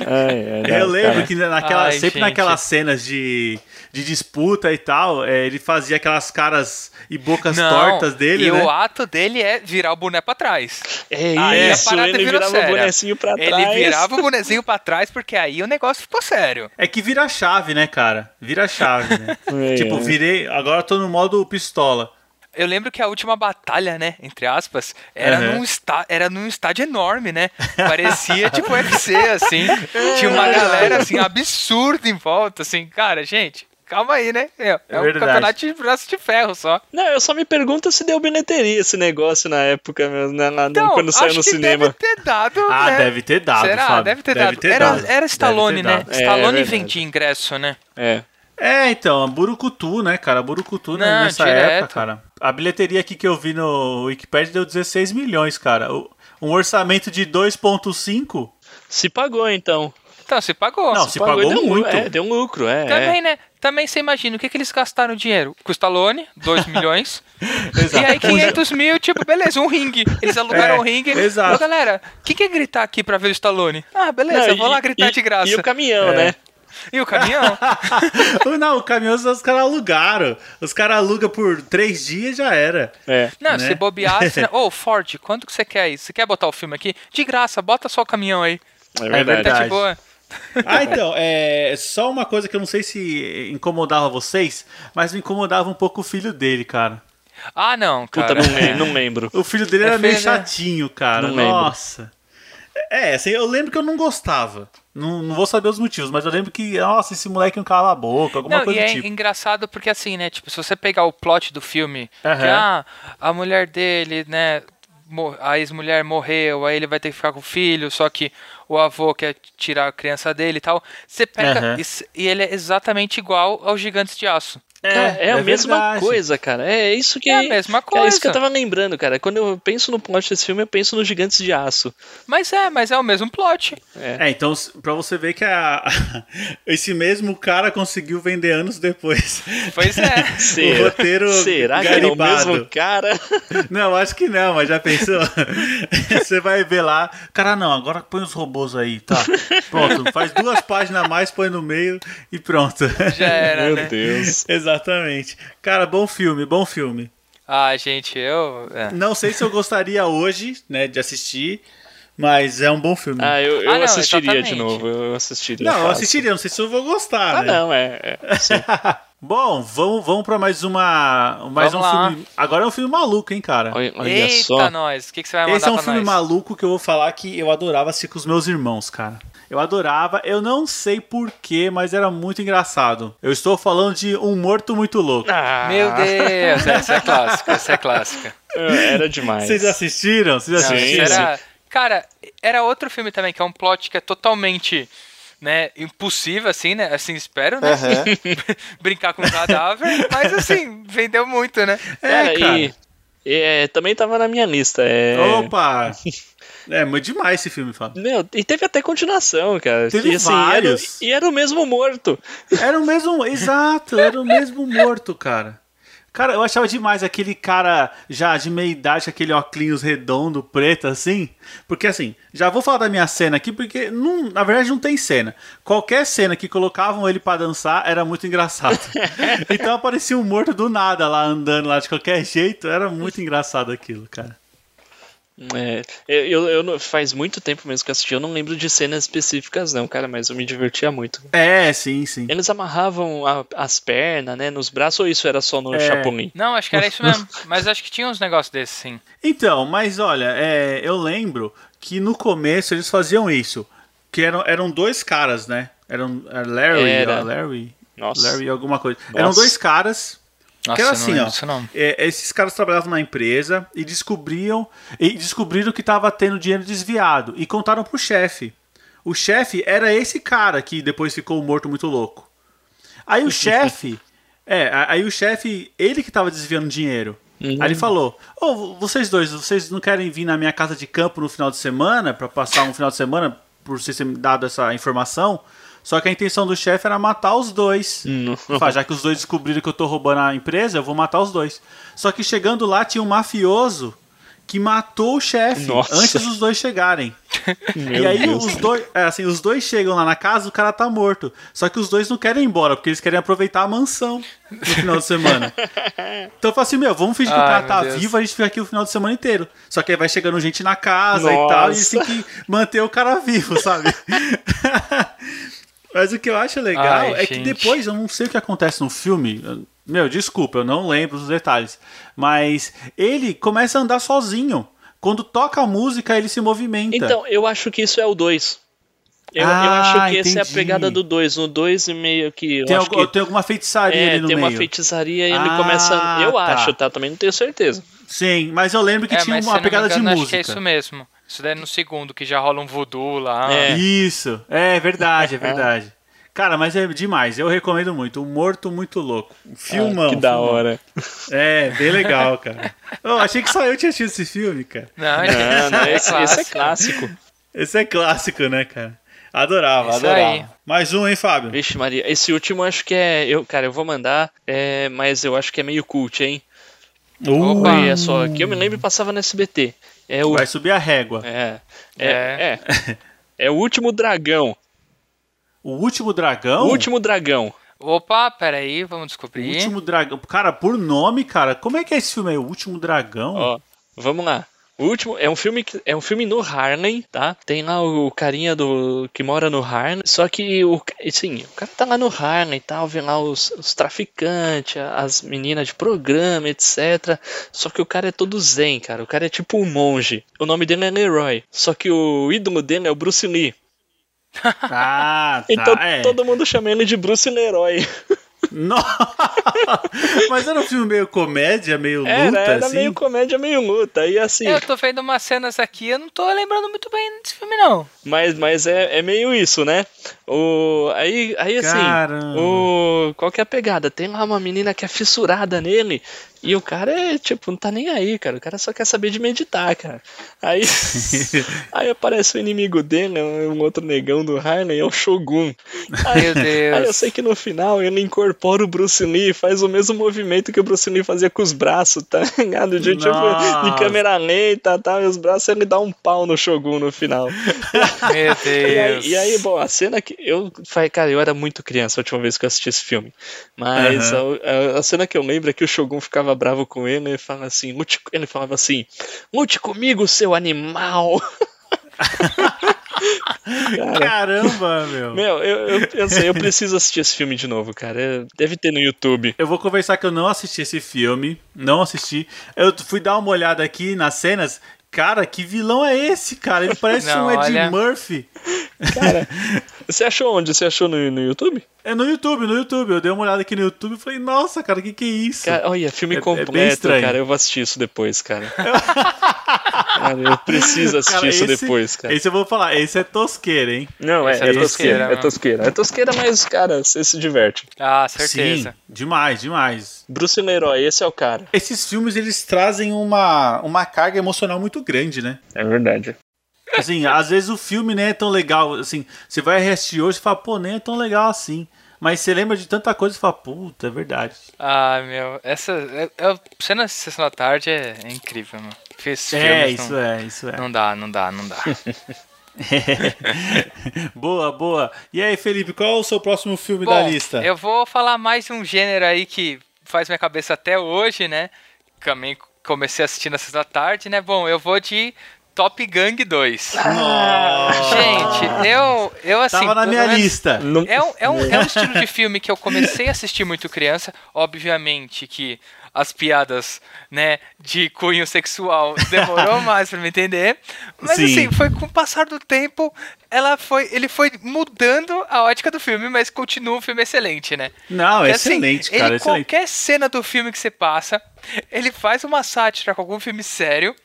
Speaker 2: Ai, ai, não,
Speaker 1: eu lembro
Speaker 2: É, cara.
Speaker 1: que naquela,
Speaker 4: Ai,
Speaker 1: sempre
Speaker 4: gente.
Speaker 1: naquelas cenas de, de disputa e tal, é, ele fazia aquelas caras e bocas tortas dele,
Speaker 4: e
Speaker 1: né?
Speaker 4: o ato dele é virar o boné pra trás.
Speaker 2: É
Speaker 4: Aí a
Speaker 2: isso,
Speaker 4: parada
Speaker 2: ele
Speaker 4: virou
Speaker 2: virava o
Speaker 4: séria.
Speaker 2: bonecinho pra
Speaker 4: Ele
Speaker 2: trás.
Speaker 4: virava um- o bonezinho pra trás porque aí o negócio ficou sério.
Speaker 1: É que vira chave, né, cara? Vira chave, né?
Speaker 2: (laughs) É,
Speaker 1: tipo,
Speaker 2: é.
Speaker 1: virei. Agora tô no modo pistola.
Speaker 4: Eu lembro que a última batalha, né, entre aspas, era,
Speaker 1: Uhum.
Speaker 4: num, está era num estádio enorme, né? Parecia tipo UFC, assim. Tinha
Speaker 2: É.
Speaker 4: uma galera, assim, absurda em volta, assim. Cara, gente, calma aí, né? É, é um
Speaker 1: Verdade.
Speaker 4: campeonato de braço de ferro só.
Speaker 2: Não, eu só me pergunto se deu bilheteria esse negócio na época mesmo, né, lá no-
Speaker 4: Então,
Speaker 2: quando saiu
Speaker 4: acho
Speaker 2: no
Speaker 4: que
Speaker 2: cinema.
Speaker 4: deve ter dado,
Speaker 1: Ah,
Speaker 4: né?
Speaker 1: deve ter dado,
Speaker 4: Será?
Speaker 1: Fábio.
Speaker 4: Deve ter dado.
Speaker 1: ter
Speaker 4: era,
Speaker 1: dado.
Speaker 4: era
Speaker 1: Deve
Speaker 4: Stallone,
Speaker 1: ter
Speaker 4: né?
Speaker 1: dado.
Speaker 2: É,
Speaker 4: Stallone
Speaker 2: é verdade.
Speaker 4: vendia ingresso, né?
Speaker 2: É.
Speaker 1: É, então, Burucutu, né, cara? Burucutu né,
Speaker 4: Não,
Speaker 1: nessa
Speaker 4: direto.
Speaker 1: época, cara. A bilheteria aqui que eu vi no Wikipedia deu 16 milhões, cara. O- Um orçamento de 2,5?
Speaker 2: Se pagou então.
Speaker 4: Então, se pagou.
Speaker 1: Não, se pagou
Speaker 2: e deu,
Speaker 1: muito.
Speaker 2: É, deu um lucro, é.
Speaker 4: Também, né? Também você imagina, o que, que eles gastaram o dinheiro? Com o Stallone,
Speaker 2: (laughs)
Speaker 4: 2 milhões. e aí 500 mil, tipo, beleza, um ringue. Eles alugaram
Speaker 1: É,
Speaker 4: um ringue.
Speaker 1: exato.
Speaker 4: Ô, galera, o que, que é gritar aqui pra ver o Stallone? Ah, beleza,
Speaker 2: Não,
Speaker 4: eu vou lá
Speaker 2: e-
Speaker 4: gritar
Speaker 2: e-
Speaker 4: de graça.
Speaker 2: E o
Speaker 1: É.
Speaker 2: caminhão, né?
Speaker 4: E o caminhão?
Speaker 2: (laughs)
Speaker 1: (laughs) Não, o caminhão os caras alugaram. Os caras alugam por três dias já era.
Speaker 2: É.
Speaker 4: Não,
Speaker 1: Né?
Speaker 4: se
Speaker 2: (laughs)
Speaker 4: bobear... se não- Ô, Ford, quanto que você quer isso? Você quer botar o filme aqui? De graça, bota só o caminhão aí.
Speaker 2: É
Speaker 1: verdade.
Speaker 2: verdade.
Speaker 4: Tá de boa.
Speaker 1: Ah, então, é só uma coisa que eu não sei se incomodava vocês, mas me incomodava um pouco o filho dele, cara.
Speaker 4: Ah, não, cara.
Speaker 2: Puta, não, lem- não lembro.
Speaker 1: O filho dele era
Speaker 4: É
Speaker 1: meio
Speaker 4: feio, né?
Speaker 1: chatinho, cara.
Speaker 2: Não lembro.
Speaker 1: Nossa. É, assim, eu lembro que eu não gostava. Não, não vou saber os motivos, mas eu lembro que, nossa, esse moleque não cala a boca, alguma
Speaker 4: Não,
Speaker 1: coisa
Speaker 4: e
Speaker 1: do
Speaker 4: é
Speaker 1: tipo.
Speaker 4: engraçado porque assim, né? Tipo, se você pegar o plot do filme, que
Speaker 1: Aham.
Speaker 4: ah, a mulher dele, né? mo- a ex-mulher morreu, aí ele vai ter que ficar com o filho, só que o avô quer tirar a criança dele e tal. Você pega.
Speaker 1: Aham.
Speaker 4: isso- e ele é exatamente igual aos gigantes de aço.
Speaker 2: É, é a mesma
Speaker 1: verdade.
Speaker 2: coisa, cara. É isso que
Speaker 4: É a mesma
Speaker 2: que É isso que eu
Speaker 4: coisa.
Speaker 2: tava lembrando, cara. Quando eu penso no plot desse filme, eu penso nos Gigantes de Aço.
Speaker 4: Mas é, mas é o mesmo plot.
Speaker 1: É, então, s- pra você ver que a- (laughs) esse mesmo cara conseguiu vender anos depois.
Speaker 4: Pois
Speaker 1: (laughs)
Speaker 4: é.
Speaker 1: O roteiro
Speaker 2: Será que é o
Speaker 1: garibado.
Speaker 2: mesmo cara?
Speaker 1: Não, acho que não, mas já pensou? (laughs) Você vai ver lá. Cara, não, agora põe os robôs aí, tá? Pronto, faz duas páginas a mais, põe no meio e pronto.
Speaker 4: Já era, né?
Speaker 2: Deus.
Speaker 1: (laughs) Exatamente. Cara, bom filme, bom filme.
Speaker 4: Ah, gente, eu. é.
Speaker 1: Não sei se eu gostaria hoje, né, de assistir, mas é um bom filme.
Speaker 2: Ah, eu, eu
Speaker 4: Ah, não,
Speaker 2: assistiria de
Speaker 4: exatamente.
Speaker 2: novo. Eu assistiria.
Speaker 1: não, eu
Speaker 2: fácil.
Speaker 1: assistiria, não sei se eu vou gostar,
Speaker 2: Ah,
Speaker 1: né?
Speaker 2: não, é. é,
Speaker 1: (laughs)
Speaker 2: sim.
Speaker 1: Bom, vamos, vamos pra mais uma. Mais
Speaker 4: Vamos
Speaker 1: um
Speaker 4: lá.
Speaker 1: filme. Agora é um filme maluco, hein, cara?
Speaker 2: Olha, olha
Speaker 4: Eita,
Speaker 2: só.
Speaker 4: nós. O que, que você vai mandar
Speaker 1: Esse é um
Speaker 4: pra
Speaker 1: filme
Speaker 4: nós?
Speaker 1: maluco que eu vou falar que eu adorava assistir com os meus irmãos, cara. Eu adorava, eu não sei porquê, mas era muito engraçado. Eu estou falando de Um Morto Muito Louco.
Speaker 2: Ah,
Speaker 4: Meu Deus, essa é clássica, essa é clássica.
Speaker 2: Era demais.
Speaker 1: Vocês assistiram? Vocês
Speaker 2: Não,
Speaker 1: assistiram?
Speaker 2: esse
Speaker 4: Ah, Era, cara, era outro filme também, que é um plot que é totalmente né, impossível, assim, né? Assim, espero, né? (laughs) Brincar com o cadáver, mas assim, vendeu muito, né?
Speaker 1: É,
Speaker 2: Cara,
Speaker 1: cara.
Speaker 2: e- e, é, também tava na minha lista. É...
Speaker 4: (laughs)
Speaker 1: Opa! É, mas demais esse filme, Fábio.
Speaker 2: Meu, e teve até continuação, cara.
Speaker 1: Teve
Speaker 2: e, assim,
Speaker 1: vários.
Speaker 2: Era, o- e era o mesmo morto.
Speaker 1: Era o mesmo, exato, era o mesmo morto, cara. Cara, eu achava demais aquele cara já de meia idade, com aquele óculos redondo, preto, assim. Porque assim, já vou falar da minha cena aqui, porque não, na verdade não tem cena. Qualquer cena que colocavam ele pra dançar era muito engraçado. então aparecia um morto do nada lá andando lá de qualquer jeito. Era muito engraçado aquilo, cara.
Speaker 2: É, eu, eu- eu não- faz muito tempo mesmo que eu assisti, eu não lembro de cenas específicas, não, cara, mas eu me divertia muito.
Speaker 1: É, sim, sim.
Speaker 2: Eles amarravam a- as pernas, né, nos braços, ou isso era só no
Speaker 1: É.
Speaker 2: Chapolin?
Speaker 4: Não, acho que era isso mesmo. Mas acho que tinha uns negócios desses, sim.
Speaker 1: Então, mas olha, é, eu lembro que no começo eles faziam isso. Que eram, eram dois caras, né? Eram era Larry,
Speaker 2: Era.
Speaker 1: ó, Larry.
Speaker 2: Nossa.
Speaker 1: Larry, alguma coisa.
Speaker 2: Nossa.
Speaker 1: Eram dois caras. que
Speaker 4: Nossa,
Speaker 1: era
Speaker 4: eu
Speaker 1: assim,
Speaker 4: não
Speaker 1: ó.
Speaker 4: lembro disso, não.
Speaker 1: é, esses caras trabalhavam na empresa e descobriam. E descobriram que tava tendo dinheiro desviado. E contaram pro chefe. O chefe era esse cara que depois ficou morto muito louco. Aí o chefe. É, a- aí o chefe, ele que tava desviando dinheiro. Aí ele falou: Ô, vocês dois, vocês não querem vir na minha casa de campo no final de semana pra passar um final de semana por vocês terem me dado essa informação? Só que a intenção do chefe era matar os dois. Ele fala, Já que os dois descobriram que eu tô roubando a empresa, eu vou matar os dois. Só que chegando lá tinha um mafioso que matou o chefe
Speaker 2: Nossa.
Speaker 1: antes dos dois chegarem.
Speaker 2: Meu
Speaker 1: e aí
Speaker 2: Deus.
Speaker 1: os dois, é, assim, os dois chegam lá na casa, o cara tá morto. Só que os dois não querem ir embora, porque eles querem aproveitar a mansão no final de semana. então eu falo assim, meu, vamos fingir que o
Speaker 4: Ai,
Speaker 1: cara
Speaker 4: meu
Speaker 1: tá
Speaker 4: Deus.
Speaker 1: vivo, a gente fica aqui o final de semana inteiro. Só que aí vai chegando gente na casa e tal, e eles têm
Speaker 2: Nossa.
Speaker 1: que manter o cara vivo, sabe? (laughs) Mas o que eu acho legal
Speaker 4: Ai,
Speaker 1: é que
Speaker 4: gente.
Speaker 1: depois, eu não sei o que acontece no filme. eu- Meu, desculpa, eu não lembro os detalhes. Mas ele começa a andar sozinho. Quando toca a música, ele se movimenta.
Speaker 2: Então, eu acho que isso é o 2. Eu, eu
Speaker 1: Ah,
Speaker 2: acho que essa é a
Speaker 1: entendi.
Speaker 2: pegada do 2. No 2 e meio que. Eu
Speaker 1: tem,
Speaker 2: acho
Speaker 1: algu-
Speaker 2: que
Speaker 1: tem alguma feitiçaria
Speaker 2: é,
Speaker 1: ali no
Speaker 2: tem uma
Speaker 1: meio.
Speaker 2: feitiçaria e ele
Speaker 1: Ah,
Speaker 2: começa. Eu
Speaker 1: tá.
Speaker 2: acho, tá? Também não tenho certeza.
Speaker 1: Sim, mas eu lembro que
Speaker 4: é,
Speaker 1: tinha
Speaker 4: mas se eu
Speaker 1: uma
Speaker 4: não me
Speaker 1: pegada de
Speaker 4: engano, acho
Speaker 1: música.
Speaker 4: que é isso mesmo. Isso daí é no segundo, que já rola um voodoo lá.
Speaker 2: É.
Speaker 1: Isso, é verdade, é verdade. Cara, mas é demais, eu recomendo muito. O Morto Muito Louco. Um Filmão.
Speaker 2: que da
Speaker 1: filmão. (laughs)
Speaker 2: hora.
Speaker 1: É, bem legal, cara. Eu achei que só eu tinha assistido esse filme, cara.
Speaker 4: Não,
Speaker 2: Não, não, esse, esse é
Speaker 4: clássico.
Speaker 2: clássico.
Speaker 1: Esse é clássico, né, cara? Adorava,
Speaker 4: Isso
Speaker 1: adorava.
Speaker 4: aí.
Speaker 1: Mais um, hein, Fábio?
Speaker 2: Vixe, Maria. Esse último eu acho que é. Eu, cara, eu vou mandar, é, mas eu acho que é meio cult, hein?
Speaker 1: Uh,
Speaker 4: Opa.
Speaker 2: Olha só, que eu me lembro e passava no SBT. É o.
Speaker 1: vai subir a régua.
Speaker 2: É. É. É. É o último dragão.
Speaker 1: O Último Dragão?
Speaker 2: O último dragão.
Speaker 4: Opa, peraí, vamos
Speaker 1: O
Speaker 4: descobrir.
Speaker 1: Último Dragão. Cara, por nome, cara, como é que é esse filme aí? O Último Dragão?
Speaker 2: Ó, vamos lá. O último é um filme que- é um filme no Harlem, tá? Tem lá o carinha do que mora no Harlem, só que o assim, o cara tá lá no Harlem e tal, vê lá os, os traficantes, as meninas de programa, etc. Só que o cara é todo zen, cara. O cara é tipo um monge. O nome dele é Leroy, só que o ídolo dele é o Bruce Lee.
Speaker 1: Ah, tá.
Speaker 2: (laughs) Então
Speaker 1: é.
Speaker 2: todo mundo chama ele de Bruce Leroy. (laughs)
Speaker 1: Nossa! (laughs) Mas era um filme meio comédia, meio luta,
Speaker 2: Era, era
Speaker 1: assim?
Speaker 2: meio comédia, meio luta. E assim,
Speaker 4: Eu tô vendo umas cenas aqui, eu não tô lembrando muito bem desse filme, não.
Speaker 2: mas, mas é, é meio isso, né? O, aí, aí assim,
Speaker 1: Caramba.
Speaker 2: o, qual que é a pegada? Tem lá uma menina que é fissurada nele e o cara é, tipo, não tá nem aí, cara. O cara só quer saber de meditar, cara.
Speaker 1: (laughs)
Speaker 2: Aí, aí aparece o inimigo dele, um outro negão do Harley, é o Shogun.
Speaker 1: (laughs)
Speaker 2: Aí,
Speaker 4: Meu Deus.
Speaker 2: Aí eu sei que no final ele incorpora o Bruce Lee, faz o mesmo movimento que o Bruce Lee fazia com os braços, tá (laughs) ligado? De, tipo,
Speaker 1: Nossa.
Speaker 2: de câmera lenta tá, e os braços ele dá um pau no Shogun no final.
Speaker 1: (laughs)
Speaker 4: Meu
Speaker 2: E aí,
Speaker 4: Deus.
Speaker 2: e aí, bom, a cena que eu. falei, Cara, eu era muito criança a última vez que eu assisti esse filme. Mas a- a, a cena que eu lembro é que o Shogun ficava bravo com ele e fala assim, "Lute- ele falava assim: lute comigo, seu animal! (laughs)
Speaker 1: Caramba, meu.
Speaker 2: Meu, eu, eu pensei, eu preciso assistir esse filme de novo, cara. É- Deve ter no YouTube.
Speaker 1: Eu vou conversar que eu não assisti esse filme. Não assisti. Eu fui dar uma olhada aqui nas cenas. Cara, que vilão é esse, cara? Ele parece
Speaker 4: Não,
Speaker 1: um Ed
Speaker 4: olha.
Speaker 1: Murphy.
Speaker 2: Você achou onde? Você achou no, no YouTube?
Speaker 1: É no YouTube, no YouTube. Eu dei uma olhada aqui no YouTube e falei, nossa, cara, o que, que é isso?
Speaker 2: Cara, olha, filme
Speaker 1: É- é bem
Speaker 2: completo,
Speaker 1: estranho.
Speaker 2: cara. Eu vou assistir isso
Speaker 1: (laughs)
Speaker 2: depois, cara. Cara, eu preciso assistir
Speaker 1: Cara,
Speaker 2: isso
Speaker 1: esse-
Speaker 2: depois, cara.
Speaker 1: Esse eu vou falar, esse é tosqueiro, hein?
Speaker 2: Não, é,
Speaker 4: esse é
Speaker 2: é tosqueira.
Speaker 1: né?
Speaker 4: tosqueira,
Speaker 2: É tosqueira. É tosqueira, mas, cara, você se diverte.
Speaker 4: Ah, certeza.
Speaker 1: Sim, demais, demais.
Speaker 2: Bruce Leroy, esse é o cara.
Speaker 1: Esses filmes, eles trazem uma, uma carga emocional muito grande, né?
Speaker 2: É verdade.
Speaker 1: Assim, às vezes o filme nem é tão legal, assim, você vai assistir hoje e fala, pô, nem é tão legal assim. Mas você lembra de tanta coisa e fala, puta, é verdade.
Speaker 4: Ah, meu. Essa. É, é, cena de sessão da tarde é, é incrível, mano. Esses
Speaker 1: é,
Speaker 4: filmes
Speaker 1: isso
Speaker 4: não,
Speaker 1: é, isso é.
Speaker 4: Não dá, não dá, não dá.
Speaker 1: (laughs) boa, boa. E aí, Felipe, qual é o seu próximo filme
Speaker 4: Bom,
Speaker 1: da lista?
Speaker 4: Eu vou falar mais de um gênero aí que faz minha cabeça até hoje, né? Também comecei assistindo essas da tarde, né? Bom, eu vou de Top Gang 2.
Speaker 1: Nossa.
Speaker 4: Gente, eu, eu assim.
Speaker 1: Ah. Tava na
Speaker 4: pelo
Speaker 1: minha
Speaker 4: menos-
Speaker 1: lista.
Speaker 2: Não-
Speaker 4: É um, é, um, é um estilo de filme que eu comecei a assistir muito criança. Obviamente que as piadas, né, de cunho sexual
Speaker 1: (laughs)
Speaker 4: demorou mais pra me entender. Mas
Speaker 1: Sim.
Speaker 4: assim, foi com o passar do tempo, ela foi, ele foi mudando a ótica do filme, mas continua um filme excelente, né?
Speaker 1: Não,
Speaker 4: Porque, assim,
Speaker 1: excelente, cara,
Speaker 4: ele,
Speaker 1: excelente.
Speaker 4: Qualquer cena do filme que você passa, ele faz uma sátira com algum filme sério,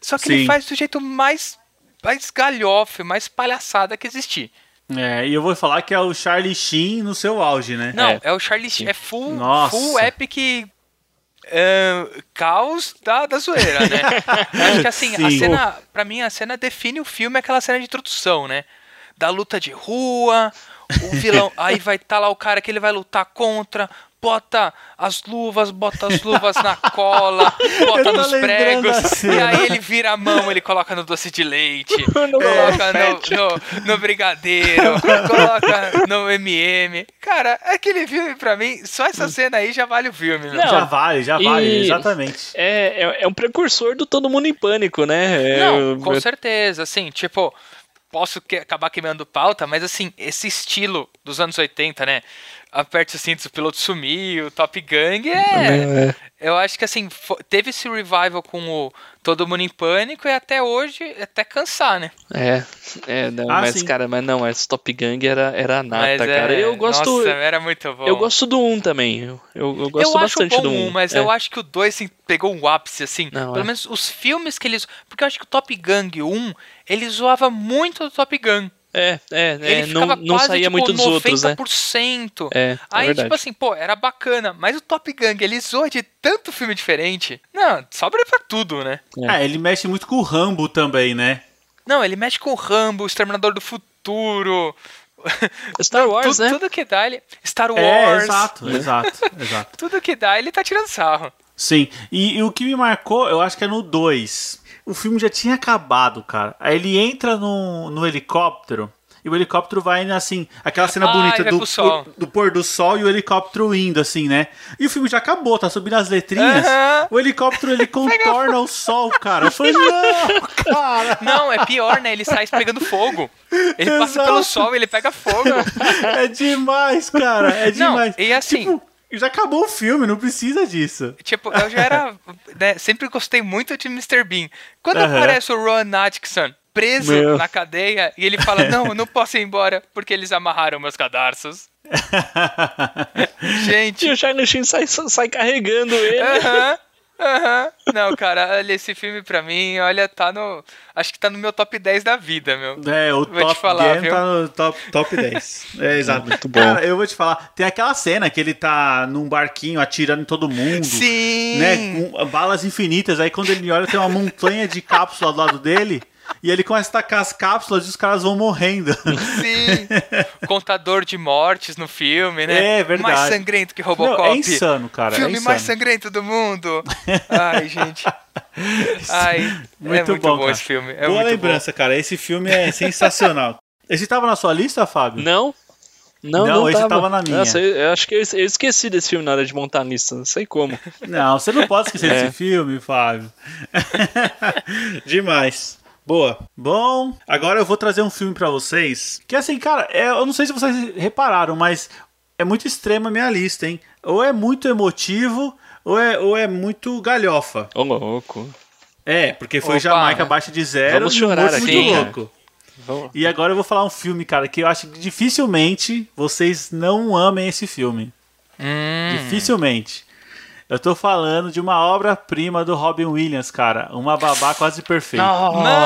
Speaker 4: só que ele
Speaker 1: Sim.
Speaker 4: faz do jeito mais, mais galhofe, mais palhaçada que existir.
Speaker 1: É, e eu vou falar que é o Charlie Sheen no seu auge, né?
Speaker 4: Não,
Speaker 2: É.
Speaker 4: é, o Charlie Sheen. É full,
Speaker 1: Nossa.
Speaker 4: full epic ahn, caos da, da zoeira, né?
Speaker 1: (laughs)
Speaker 4: Eu Acho que assim, a
Speaker 1: Sim.
Speaker 4: cena, pra mim, a cena define o filme, é aquela cena de introdução, né? Da luta de rua, o
Speaker 1: (laughs)
Speaker 4: vilão. aí vai estar lá o cara que ele vai lutar contra. Bota as luvas, bota as luvas na
Speaker 1: (laughs)
Speaker 4: cola, bota
Speaker 1: tô
Speaker 4: nos
Speaker 1: lembrando da
Speaker 4: pregos. E
Speaker 1: cena.
Speaker 4: aí ele vira a mão, ele coloca no doce
Speaker 1: (laughs)
Speaker 4: de leite
Speaker 2: (laughs) Não
Speaker 4: coloca
Speaker 2: é,
Speaker 4: no, no-
Speaker 2: (laughs)
Speaker 4: no brigadeiro, coloca no MM. Cara, aquele filme pra mim, só essa cena aí já vale o filme, meu.
Speaker 2: Não.
Speaker 1: É, Já vale, já vale,
Speaker 2: E-
Speaker 1: exatamente.
Speaker 2: é, é, é um precursor do Todo Mundo em Pânico, né? É,
Speaker 4: Não,
Speaker 2: é-
Speaker 4: com certeza, assim, tipo, posso que- acabar queimando pauta, mas assim, esse estilo dos anos 80, né? Aperte os cintos, o piloto sumiu, Top Gang, é. Eu acho que assim, fo- teve esse revival com o Todo Mundo em Pânico e até hoje, até cansar, né?
Speaker 2: É, é não,
Speaker 1: Ah,
Speaker 2: mas
Speaker 1: sim.
Speaker 2: cara, mas não, esse Top Gang era, era a nata,
Speaker 4: mas é,
Speaker 2: Ah, tá, cara. Eu gosto,
Speaker 4: Nossa, era muito bom.
Speaker 2: eu gosto do 1 um também. Eu, eu, eu gosto
Speaker 4: eu
Speaker 2: bastante
Speaker 4: acho
Speaker 2: do É,
Speaker 4: bom
Speaker 2: 1.
Speaker 4: um, mas eu acho que o 2 assim, pegou um ápice, assim.
Speaker 2: Não, é.
Speaker 4: Pelo menos os filmes que eles. Porque eu acho que o Top Gun 1, ele zoava muito do Top Gun.
Speaker 2: É, é, é,
Speaker 4: ele
Speaker 2: não,
Speaker 4: ficava
Speaker 2: não
Speaker 4: quase
Speaker 2: saía
Speaker 4: tipo,
Speaker 2: muito dos outros, né?
Speaker 4: 90%.
Speaker 2: É, é
Speaker 4: Aí,
Speaker 2: verdade.
Speaker 4: tipo assim, pô, era bacana, mas o Top Gun, ele zoa de tanto filme diferente. Não, sobra pra tudo, né?
Speaker 2: É.
Speaker 1: É, ele mexe muito com o Rambo também, né?
Speaker 4: Não, ele mexe com o Rambo, o Exterminador do Futuro.
Speaker 2: Star Wars,
Speaker 4: (laughs) tu-
Speaker 2: né?
Speaker 4: Tudo que dá, ele. Star Wars.
Speaker 1: É, exato, exato, exato.
Speaker 4: Tudo que dá, ele tá tirando sarro.
Speaker 1: Sim, e, e o que me marcou, eu acho que é no 2. O filme já tinha acabado, cara. Aí ele entra no, no helicóptero e o helicóptero vai indo assim, aquela cena
Speaker 4: Ah, e
Speaker 1: bonita
Speaker 4: vai
Speaker 1: do,
Speaker 4: pro sol.
Speaker 1: do pôr do sol e o helicóptero indo, assim, né? E o filme já acabou, tá subindo as letrinhas.
Speaker 4: Aham.
Speaker 1: O helicóptero
Speaker 4: (laughs)
Speaker 1: ele contorna o sol, cara. Eu falei, não, cara.
Speaker 4: Não, é pior, né? Ele sai pegando fogo. Ele passa
Speaker 1: Exato.
Speaker 4: pelo sol e ele pega fogo.
Speaker 1: É demais, cara. É
Speaker 4: Não,
Speaker 1: demais.
Speaker 4: e assim-
Speaker 1: Tipo, já acabou o filme, não precisa disso. (laughs)
Speaker 4: tipo, eu já era. né, sempre gostei muito de Mr. Bean. Quando
Speaker 1: Aham.
Speaker 4: aparece o Ron Atkinson preso
Speaker 2: Meu.
Speaker 4: na cadeia e ele fala: Não, eu não posso ir embora porque eles amarraram meus cadarços. Gente,
Speaker 1: (laughs)
Speaker 2: E o Charlie Sheen sai, sai carregando ele.
Speaker 4: Aham. Aham. Não, cara, olha, esse filme pra mim, olha, tá no. Acho que tá no meu top 10 da vida, meu.
Speaker 1: É, o
Speaker 4: Vou te
Speaker 1: Top
Speaker 4: falar,
Speaker 1: Gun
Speaker 4: viu?
Speaker 1: tá no top,
Speaker 4: (laughs)
Speaker 1: top 10. É, exato.
Speaker 2: Muito bom.
Speaker 1: Cara, eu vou te falar. Tem aquela cena que ele tá num barquinho atirando em todo mundo.
Speaker 4: Sim!
Speaker 1: Né, com balas infinitas. Aí quando ele olha, tem uma montanha de cápsula do lado dele. E ele começa a tacar as cápsulas e os caras vão morrendo.
Speaker 4: Sim! (laughs) Contador de mortes no filme, né?
Speaker 1: É, verdade.
Speaker 4: Mais sangrento que (laughs) Robocop.
Speaker 1: Não, é insano, cara.
Speaker 4: Filme
Speaker 1: é insano. (laughs)
Speaker 4: mais sangrento do mundo. Ai, gente. Ai, é muito bom,
Speaker 1: cara.
Speaker 4: esse filme. É
Speaker 1: Boa
Speaker 4: muito
Speaker 1: lembrança, cara. Esse filme é
Speaker 4: (laughs)
Speaker 1: sensacional. Esse tava na sua lista, Fábio?
Speaker 2: Não. Não,
Speaker 1: Não,
Speaker 2: não,
Speaker 1: esse tava na minha.
Speaker 2: Nossa, eu, eu acho que eu, eu esqueci desse filme na hora de montar a lista, não sei como.
Speaker 1: Não, você não pode esquecer
Speaker 2: É.
Speaker 1: desse filme, Fábio. (laughs) Demais. Boa. Bom, agora eu vou trazer um filme pra vocês. Que assim, cara, é- eu não sei se vocês repararam, mas é muito extrema a minha lista, hein? Ou é muito emotivo, ou é, ou é muito galhofa.
Speaker 2: Ô, louco.
Speaker 1: É, porque foi
Speaker 4: Opa.
Speaker 1: Jamaica abaixo de zero.
Speaker 2: Vamos
Speaker 1: e
Speaker 2: chorar
Speaker 1: Morto
Speaker 2: aqui,
Speaker 1: Muito
Speaker 2: hein,
Speaker 1: louco.
Speaker 2: Vamos.
Speaker 1: E agora eu vou falar um filme, cara, que eu acho que dificilmente vocês não amem esse filme.
Speaker 4: bom. Hum,
Speaker 1: Dificilmente. Eu tô falando de uma obra-prima do Robin Williams, cara. Uma babá quase perfeita.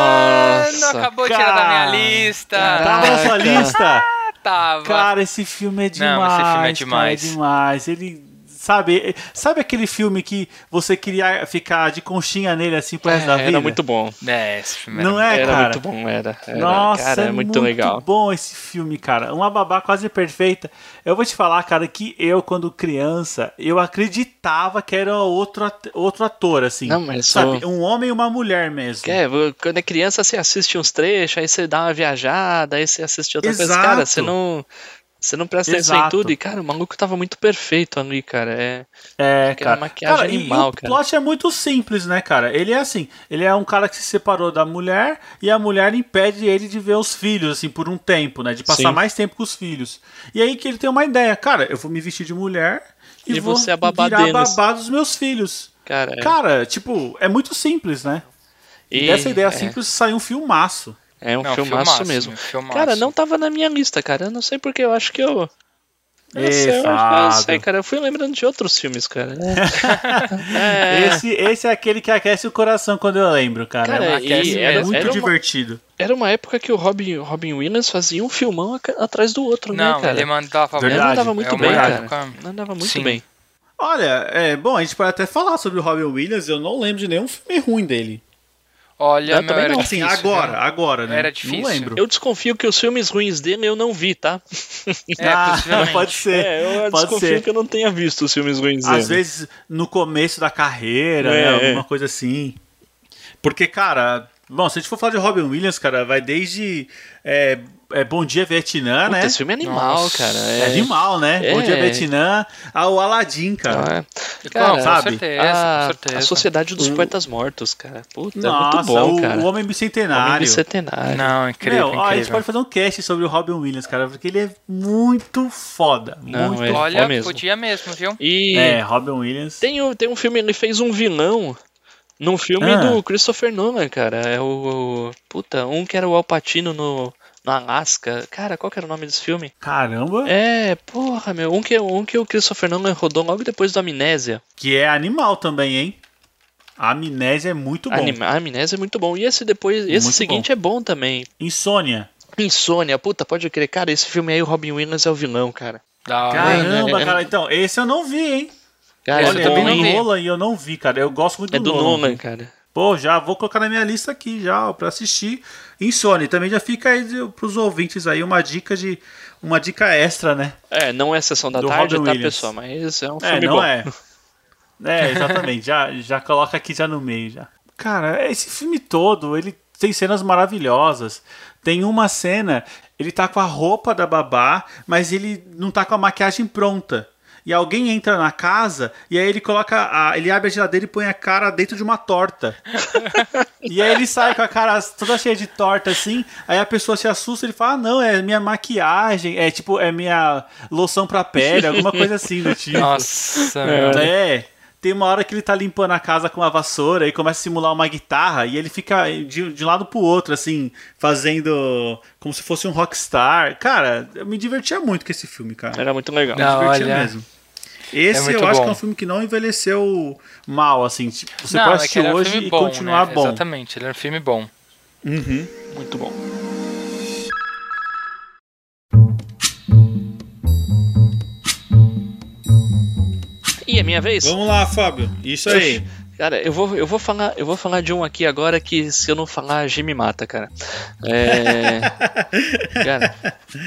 Speaker 4: mano, acabou de tirar da minha
Speaker 1: Cara.
Speaker 4: lista.
Speaker 1: Tá na sua lista?
Speaker 4: Tava.
Speaker 1: Cara, esse filme é
Speaker 4: filme é
Speaker 1: demais. cara,
Speaker 4: demais.
Speaker 1: é demais. Ele. Sabe, sabe aquele filme que você queria ficar de conchinha nele assim pro resto da vida?
Speaker 2: Era muito bom.
Speaker 4: É, esse filme
Speaker 1: Não é,
Speaker 2: Era
Speaker 1: cara?
Speaker 2: muito bom, era. era.
Speaker 1: Nossa,
Speaker 2: cara,
Speaker 1: é
Speaker 2: é muito, legal.
Speaker 1: bom esse filme, cara. Uma babá quase perfeita. Eu vou te falar, cara, que eu, quando criança, eu acreditava que era outro, at- outro ator, assim.
Speaker 2: Não, mas
Speaker 1: sabe?
Speaker 2: o-
Speaker 1: Um homem e uma mulher mesmo.
Speaker 2: É, vo- quando é criança, você assiste uns trechos, aí você dá uma viajada, aí você assiste outra coisa.
Speaker 1: Exato.
Speaker 2: Cara, você não. Você não presta atenção em
Speaker 1: Exato.
Speaker 2: tudo. E, cara, o maluco tava muito perfeito ali, cara. É,
Speaker 1: É,
Speaker 2: que era
Speaker 1: cara.
Speaker 2: maquiagem
Speaker 1: Cara, e- e
Speaker 2: animal,
Speaker 1: o
Speaker 2: cara.
Speaker 1: plot é muito simples, né, cara? Ele é assim, ele é um cara que se separou da mulher e a mulher impede ele de ver os filhos, assim, por um tempo, né? De passar
Speaker 2: Sim.
Speaker 1: mais tempo com os filhos. E aí que ele tem uma ideia, cara, eu vou me vestir de mulher e,
Speaker 2: E
Speaker 1: vou
Speaker 2: você é a babá
Speaker 1: virar a
Speaker 2: deles.
Speaker 1: babá dos meus filhos.
Speaker 2: cara, é.
Speaker 1: Cara, tipo, é muito simples, né? E,
Speaker 2: E-
Speaker 1: dessa ideia
Speaker 2: é.
Speaker 1: simples saiu um filmaço.
Speaker 2: É um
Speaker 4: Não,
Speaker 2: filmaço,
Speaker 4: filmaço,
Speaker 2: mesmo.
Speaker 4: meu, filmaço.
Speaker 2: Cara, não tava na minha lista, cara. Eu não sei porque eu acho que eu. Eu não sei, eu acho- eu não
Speaker 1: Exato.
Speaker 2: sei, cara. Eu fui lembrando de outros filmes,
Speaker 1: (laughs)
Speaker 2: cara. É.
Speaker 1: Esse, esse é aquele que aquece o coração quando eu lembro, cara.
Speaker 2: Cara,
Speaker 1: É, aquece,
Speaker 2: e
Speaker 1: é
Speaker 2: era-
Speaker 1: muito
Speaker 2: era uma-
Speaker 1: divertido.
Speaker 2: Era uma época que o Robin, Robin Williams fazia um filmão aca- atrás do outro, né,
Speaker 4: Não,
Speaker 2: cara?
Speaker 4: ele mandava
Speaker 2: Ele
Speaker 1: Verdade,
Speaker 2: andava
Speaker 1: é
Speaker 2: muito
Speaker 1: uma
Speaker 2: bem,
Speaker 1: época-
Speaker 2: cara. Ele andava muito
Speaker 4: Sim.
Speaker 2: bem.
Speaker 1: Olha, é bom, a gente pode até falar sobre o Robin Williams, eu não lembro de nenhum filme ruim dele.
Speaker 4: Olha,
Speaker 2: Eu
Speaker 4: meu,
Speaker 2: também
Speaker 4: era
Speaker 2: não,
Speaker 1: Assim,
Speaker 4: difícil,
Speaker 1: agora,
Speaker 4: viu?
Speaker 1: agora, né?
Speaker 4: Era difícil.
Speaker 1: Não lembro.
Speaker 2: Eu desconfio que os filmes ruins dele eu não vi, tá?
Speaker 4: É, possivelmente.
Speaker 1: Ah, (laughs) pode ser.
Speaker 2: (laughs) É, eu
Speaker 1: pode
Speaker 2: desconfio
Speaker 1: ser.
Speaker 2: que eu não tenha visto os filmes ruins dele.
Speaker 1: Às vezes no começo da carreira,
Speaker 2: É,
Speaker 1: né,
Speaker 2: é.
Speaker 1: alguma coisa assim. Porque, cara, bom, se a gente for falar de Robin Williams, cara, vai desde é, é, Bom Dia Vietnã,
Speaker 2: Puta,
Speaker 1: né?
Speaker 2: esse filme é animal,
Speaker 4: Nossa,
Speaker 2: cara.
Speaker 1: É animal, né?
Speaker 2: É.
Speaker 1: Bom Dia Vietnã, ao Aladdin, cara.
Speaker 2: Ah, é.
Speaker 4: Não,
Speaker 2: Cara,
Speaker 4: com
Speaker 1: sabe?
Speaker 4: certeza,
Speaker 2: a,
Speaker 4: com certeza.
Speaker 2: a Sociedade dos Poetas Mortos, cara. Puta,
Speaker 1: Nossa,
Speaker 2: é muito bom,
Speaker 1: o,
Speaker 2: cara.
Speaker 1: o
Speaker 2: Homem
Speaker 1: Homem Bicentenário.
Speaker 2: Bicentenário.
Speaker 4: Não, incrível,
Speaker 1: Meu, ó, a gente
Speaker 4: incrível.
Speaker 1: pode fazer um cast sobre o Robin Williams, cara, porque ele é muito foda.
Speaker 2: Não,
Speaker 1: muito
Speaker 2: é.
Speaker 1: foda.
Speaker 4: Olha,
Speaker 2: É mesmo.
Speaker 4: podia mesmo, viu?
Speaker 2: E
Speaker 1: É, Robin Williams.
Speaker 2: tem, o- tem um filme, ele fez um vilão num filme
Speaker 1: Ah.
Speaker 2: do Christopher Nolan, cara. É o, o- Puta, um que era o Alpatino no, no Alasca. Cara, qual que era o nome desse filme?
Speaker 1: Caramba,
Speaker 2: É, porra, meu. Um que, um que o Christopher Nolan rodou logo depois do Amnésia.
Speaker 1: que é animal também, hein? A amnésia é muito bom.
Speaker 2: Anima- a Amnésia é muito bom. E esse depois, esse
Speaker 1: Muito
Speaker 2: seguinte é bom também.
Speaker 1: Insônia.
Speaker 2: Insônia, puta, pode crer. Cara, esse filme aí, o Robin Williams é o vilão, cara.
Speaker 4: Da hora, hein?
Speaker 1: Caramba,
Speaker 2: é-
Speaker 1: cara. Então, esse eu não vi, hein?
Speaker 2: Cara,
Speaker 1: Olha,
Speaker 2: é
Speaker 1: eu
Speaker 2: bom,
Speaker 1: vi
Speaker 4: não
Speaker 2: hein?
Speaker 1: no
Speaker 4: vi.
Speaker 1: Nolan e eu não vi, cara. Eu gosto muito
Speaker 2: É do
Speaker 1: Nolan.
Speaker 2: Nolan, cara.
Speaker 1: Pô, já vou colocar na minha lista aqui já, ó, pra assistir. Insônia. Também já fica aí de- pros ouvintes aí uma dica de. Uma dica extra, né?
Speaker 2: É, não é Sessão da
Speaker 1: Do
Speaker 2: Tarde,
Speaker 1: Robin
Speaker 2: tá,
Speaker 1: Williams.
Speaker 2: pessoal? Mas é um
Speaker 1: É,
Speaker 2: filme
Speaker 1: não
Speaker 2: bom.
Speaker 1: é. É, exatamente. já, já coloca aqui já no meio já. Cara, esse filme todo, ele tem cenas maravilhosas. Tem uma cena, ele tá com a roupa da babá, mas ele não tá com a maquiagem pronta. E alguém entra na casa e aí ele coloca. A, ele abre a geladeira e põe a cara dentro de uma torta.
Speaker 2: (laughs)
Speaker 1: E aí ele sai com a cara toda cheia de torta, assim. Aí a pessoa se assusta e ele fala: ah, não, é minha maquiagem, é
Speaker 2: (laughs)
Speaker 1: tipo, é minha loção pra pele, alguma coisa assim do tipo.
Speaker 4: Nossa, meu.
Speaker 1: É. Tem uma hora que ele tá limpando a casa com uma vassoura e começa a simular uma guitarra e ele fica de, de um lado pro outro, assim, fazendo como se fosse um rockstar. Cara, eu me divertia muito com esse filme, cara.
Speaker 2: Era muito legal.
Speaker 1: Me
Speaker 4: Não,
Speaker 1: divertia
Speaker 4: É, olha.
Speaker 1: mesmo. Esse
Speaker 4: muito
Speaker 1: eu acho
Speaker 4: bom.
Speaker 1: que é um filme que não envelheceu mal, assim. Tipo, você
Speaker 4: Não,
Speaker 1: pode
Speaker 4: é
Speaker 1: assistir
Speaker 4: que ele era um
Speaker 1: hoje
Speaker 4: filme
Speaker 1: e
Speaker 4: bom,
Speaker 1: continuar
Speaker 4: né?
Speaker 1: bom.
Speaker 4: Exatamente, ele era um filme bom.
Speaker 1: Uhum.
Speaker 2: Muito bom. E é minha vez?
Speaker 1: Vamos lá, Fábio. Isso aí.
Speaker 2: Cara, eu vou, eu, vou falar, eu vou falar de um aqui agora que se eu não falar, a G me mata, cara. É, cara,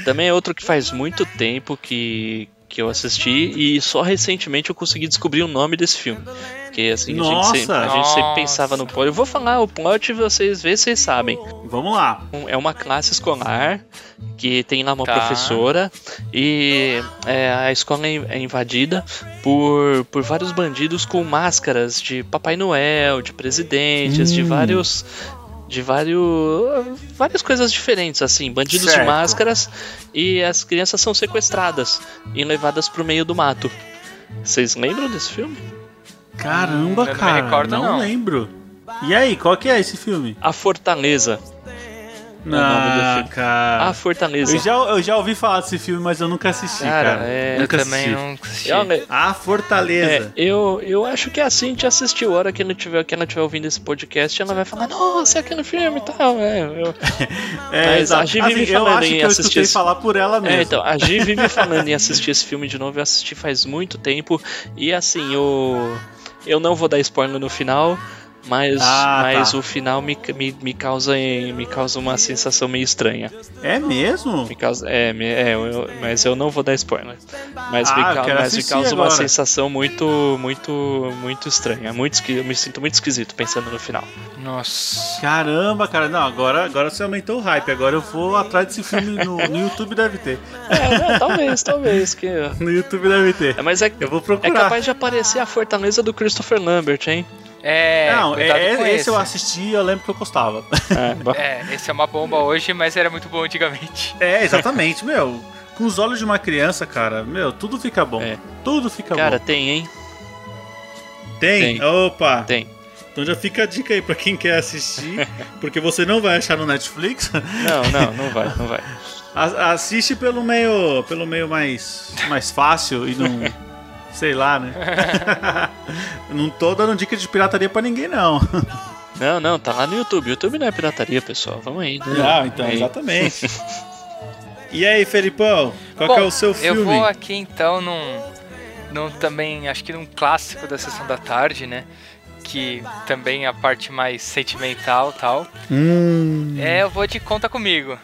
Speaker 2: também é outro que faz muito tempo que, que eu assisti e só recentemente eu consegui descobrir o nome desse filme. Porque assim, a
Speaker 1: Nossa!
Speaker 2: gente sempre, a gente sempre
Speaker 4: Nossa!
Speaker 2: pensava no plot. Eu vou falar o plot e vocês vê se vocês sabem.
Speaker 1: Vamos lá.
Speaker 2: Um- É uma classe escolar que tem lá uma
Speaker 4: Tá.
Speaker 2: professora e é, a escola é in- é invadida por, por vários bandidos com máscaras de Papai Noel, de presidentes, de
Speaker 1: Hum.
Speaker 2: vários. De vários. várias coisas diferentes, assim, bandidos de
Speaker 1: Certo.
Speaker 2: máscaras e as crianças são sequestradas e levadas pro meio do mato. Vocês lembram desse filme?
Speaker 1: Caramba,
Speaker 4: eu não me
Speaker 1: cara.
Speaker 4: recordo,
Speaker 1: não,
Speaker 4: não.
Speaker 1: lembro. E aí, qual que é esse filme? Ah,
Speaker 2: A Fortaleza.
Speaker 4: É
Speaker 2: o nome do filme.
Speaker 1: cara.
Speaker 4: Ah,
Speaker 2: A Fortaleza.
Speaker 1: eu, já, eu já ouvi falar desse filme, mas eu nunca assisti,
Speaker 2: Cara,
Speaker 1: cara.
Speaker 2: é,
Speaker 4: Eu
Speaker 1: nunca
Speaker 4: também
Speaker 1: assisti.
Speaker 4: não assisti.
Speaker 2: Eu É le-
Speaker 1: A Fortaleza.
Speaker 2: É, eu, eu acho que assim te assistiu. A hora que ela tiver, que ela tiver ouvindo esse podcast, ela vai falar, nossa, é aquele filme e tal. É, eu-
Speaker 1: É,
Speaker 2: mas a
Speaker 1: exato.
Speaker 2: Gi vive
Speaker 1: Assim, eu
Speaker 2: falando
Speaker 1: acho que
Speaker 2: em
Speaker 1: eu
Speaker 2: assistir
Speaker 1: escutei
Speaker 2: esse-
Speaker 1: falar por ela mesmo.
Speaker 2: É, então, a Gi vive falando em assistir esse filme de novo, eu assisti faz muito tempo. E assim, eu, eu não vou dar spoiler no final. Mas,
Speaker 1: Ah,
Speaker 2: mas
Speaker 1: tá.
Speaker 2: o final me, me, me causa, me causa uma sensação meio estranha.
Speaker 1: É mesmo?
Speaker 2: Me causa, é, me- é, eu- mas eu não vou dar spoiler. Mas, me,
Speaker 1: Ah, eu
Speaker 2: cau-
Speaker 1: quero
Speaker 2: mas me
Speaker 1: assistir
Speaker 2: causa uma
Speaker 1: agora.
Speaker 2: sensação muito, muito, muito estranha. Muito, esqui- eu me sinto muito esquisito pensando no final.
Speaker 4: Nossa.
Speaker 1: Caramba, cara. Não, agora, agora você aumentou o hype. Agora eu vou atrás desse filme no, no YouTube deve ter. (laughs)
Speaker 2: É, não, talvez, talvez. Que...
Speaker 1: No YouTube deve ter.
Speaker 2: É, Mas é,
Speaker 1: Eu vou
Speaker 2: é
Speaker 1: procurar.
Speaker 2: capaz de aparecer a fortaleza do Christopher Lambert, hein?
Speaker 4: É,
Speaker 1: Não, é,
Speaker 4: cuidado com
Speaker 1: esse,
Speaker 4: esse.
Speaker 1: eu assisti e eu lembro que eu gostava. (laughs)
Speaker 2: É, ba-
Speaker 4: É, esse é uma bomba hoje, mas era muito bom antigamente.
Speaker 1: É, exatamente, meu. Com os olhos de uma criança, cara, meu, tudo fica bom.
Speaker 2: É.
Speaker 1: Tudo fica
Speaker 2: cara,
Speaker 1: bom.
Speaker 2: tem, hein?
Speaker 1: Tem?
Speaker 2: tem.
Speaker 1: Opa!
Speaker 2: Tem.
Speaker 1: Então já fica a dica aí pra quem quer
Speaker 4: (laughs)
Speaker 1: assistir, porque você não vai achar no Netflix.
Speaker 2: Não, não, não vai, não vai.
Speaker 1: A- assiste pelo meio, pelo meio mais, mais fácil
Speaker 4: (laughs)
Speaker 1: e não. sei lá, né? não tô dando dica de pirataria pra ninguém, não. (laughs)
Speaker 2: Não, não, tá lá no YouTube. YouTube não é pirataria, pessoal. Vamos aí. né?
Speaker 1: Não, então,
Speaker 2: Aí.
Speaker 1: exatamente. (laughs) E aí, Felipão, qual
Speaker 4: Bom,
Speaker 1: que é o seu filme?
Speaker 4: Eu vou aqui então num, num também, acho que num clássico da sessão da tarde, né? Que também é a parte mais sentimental e tal.
Speaker 1: Hum.
Speaker 4: É, eu vou de conta comigo.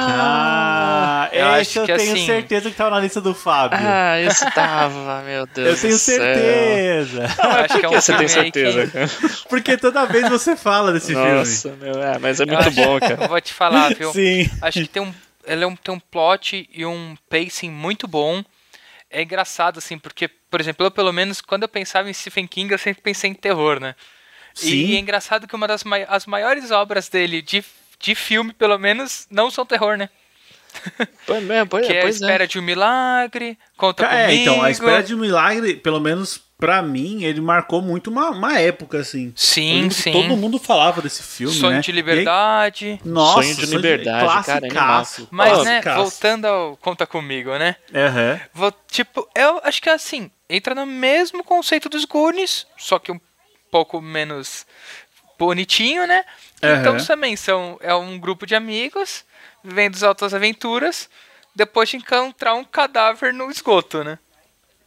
Speaker 2: Ah!
Speaker 1: Ah,
Speaker 4: eu
Speaker 1: esse
Speaker 4: acho
Speaker 1: eu
Speaker 4: que
Speaker 1: tenho
Speaker 4: assim-
Speaker 1: certeza que tava na lista do Fábio.
Speaker 2: Ah, estava, meu Deus.
Speaker 1: eu tenho
Speaker 2: do céu.
Speaker 1: certeza.
Speaker 4: Eu acho que é um
Speaker 2: Você tem
Speaker 4: filme aí
Speaker 2: certeza,
Speaker 1: (laughs)
Speaker 2: cara?
Speaker 1: Porque toda vez você fala desse
Speaker 2: Nossa, meu, é, mas é
Speaker 4: Eu
Speaker 2: muito
Speaker 4: acho-
Speaker 2: bom, cara.
Speaker 4: (laughs) que, eu vou te falar, viu?
Speaker 1: filme. (laughs) Sim.
Speaker 4: Acho que tem um, ele é um, tem um plot e um pacing muito bom. É engraçado, assim, porque, por exemplo, eu pelo menos quando eu pensava em Stephen King, eu sempre pensei em terror, né? E,
Speaker 1: Sim.
Speaker 4: é engraçado que uma das mai- as maiores obras dele, de, de filme pelo menos, não são terror, né?
Speaker 2: Pois, é, pois,
Speaker 4: que é a
Speaker 2: pois é.
Speaker 4: espera de um milagre, conta
Speaker 1: Ca- É,
Speaker 4: comigo.
Speaker 1: então, a espera de um milagre, pelo menos pra mim, ele marcou muito uma, uma época, assim. Eu
Speaker 4: Sim,
Speaker 1: lembro que
Speaker 4: sim.
Speaker 1: Todo mundo falava desse filme,
Speaker 4: Sonho
Speaker 1: né?
Speaker 4: de liberdade.
Speaker 1: E aí- nossa,
Speaker 2: Sonho de liberdade, cara, é animal.
Speaker 1: classicaço,
Speaker 4: Mas,
Speaker 2: Ó,
Speaker 4: né,
Speaker 1: classicaço.
Speaker 4: voltando ao conta comigo, né?
Speaker 1: Aham.
Speaker 4: Vou- tipo, eu acho que é assim, entra no mesmo conceito dos Goonies, só que um pouco menos bonitinho, né?
Speaker 1: Aham.
Speaker 4: Então também são é um grupo de amigos vendo as altas aventuras depois de encontrar um cadáver no esgoto, né?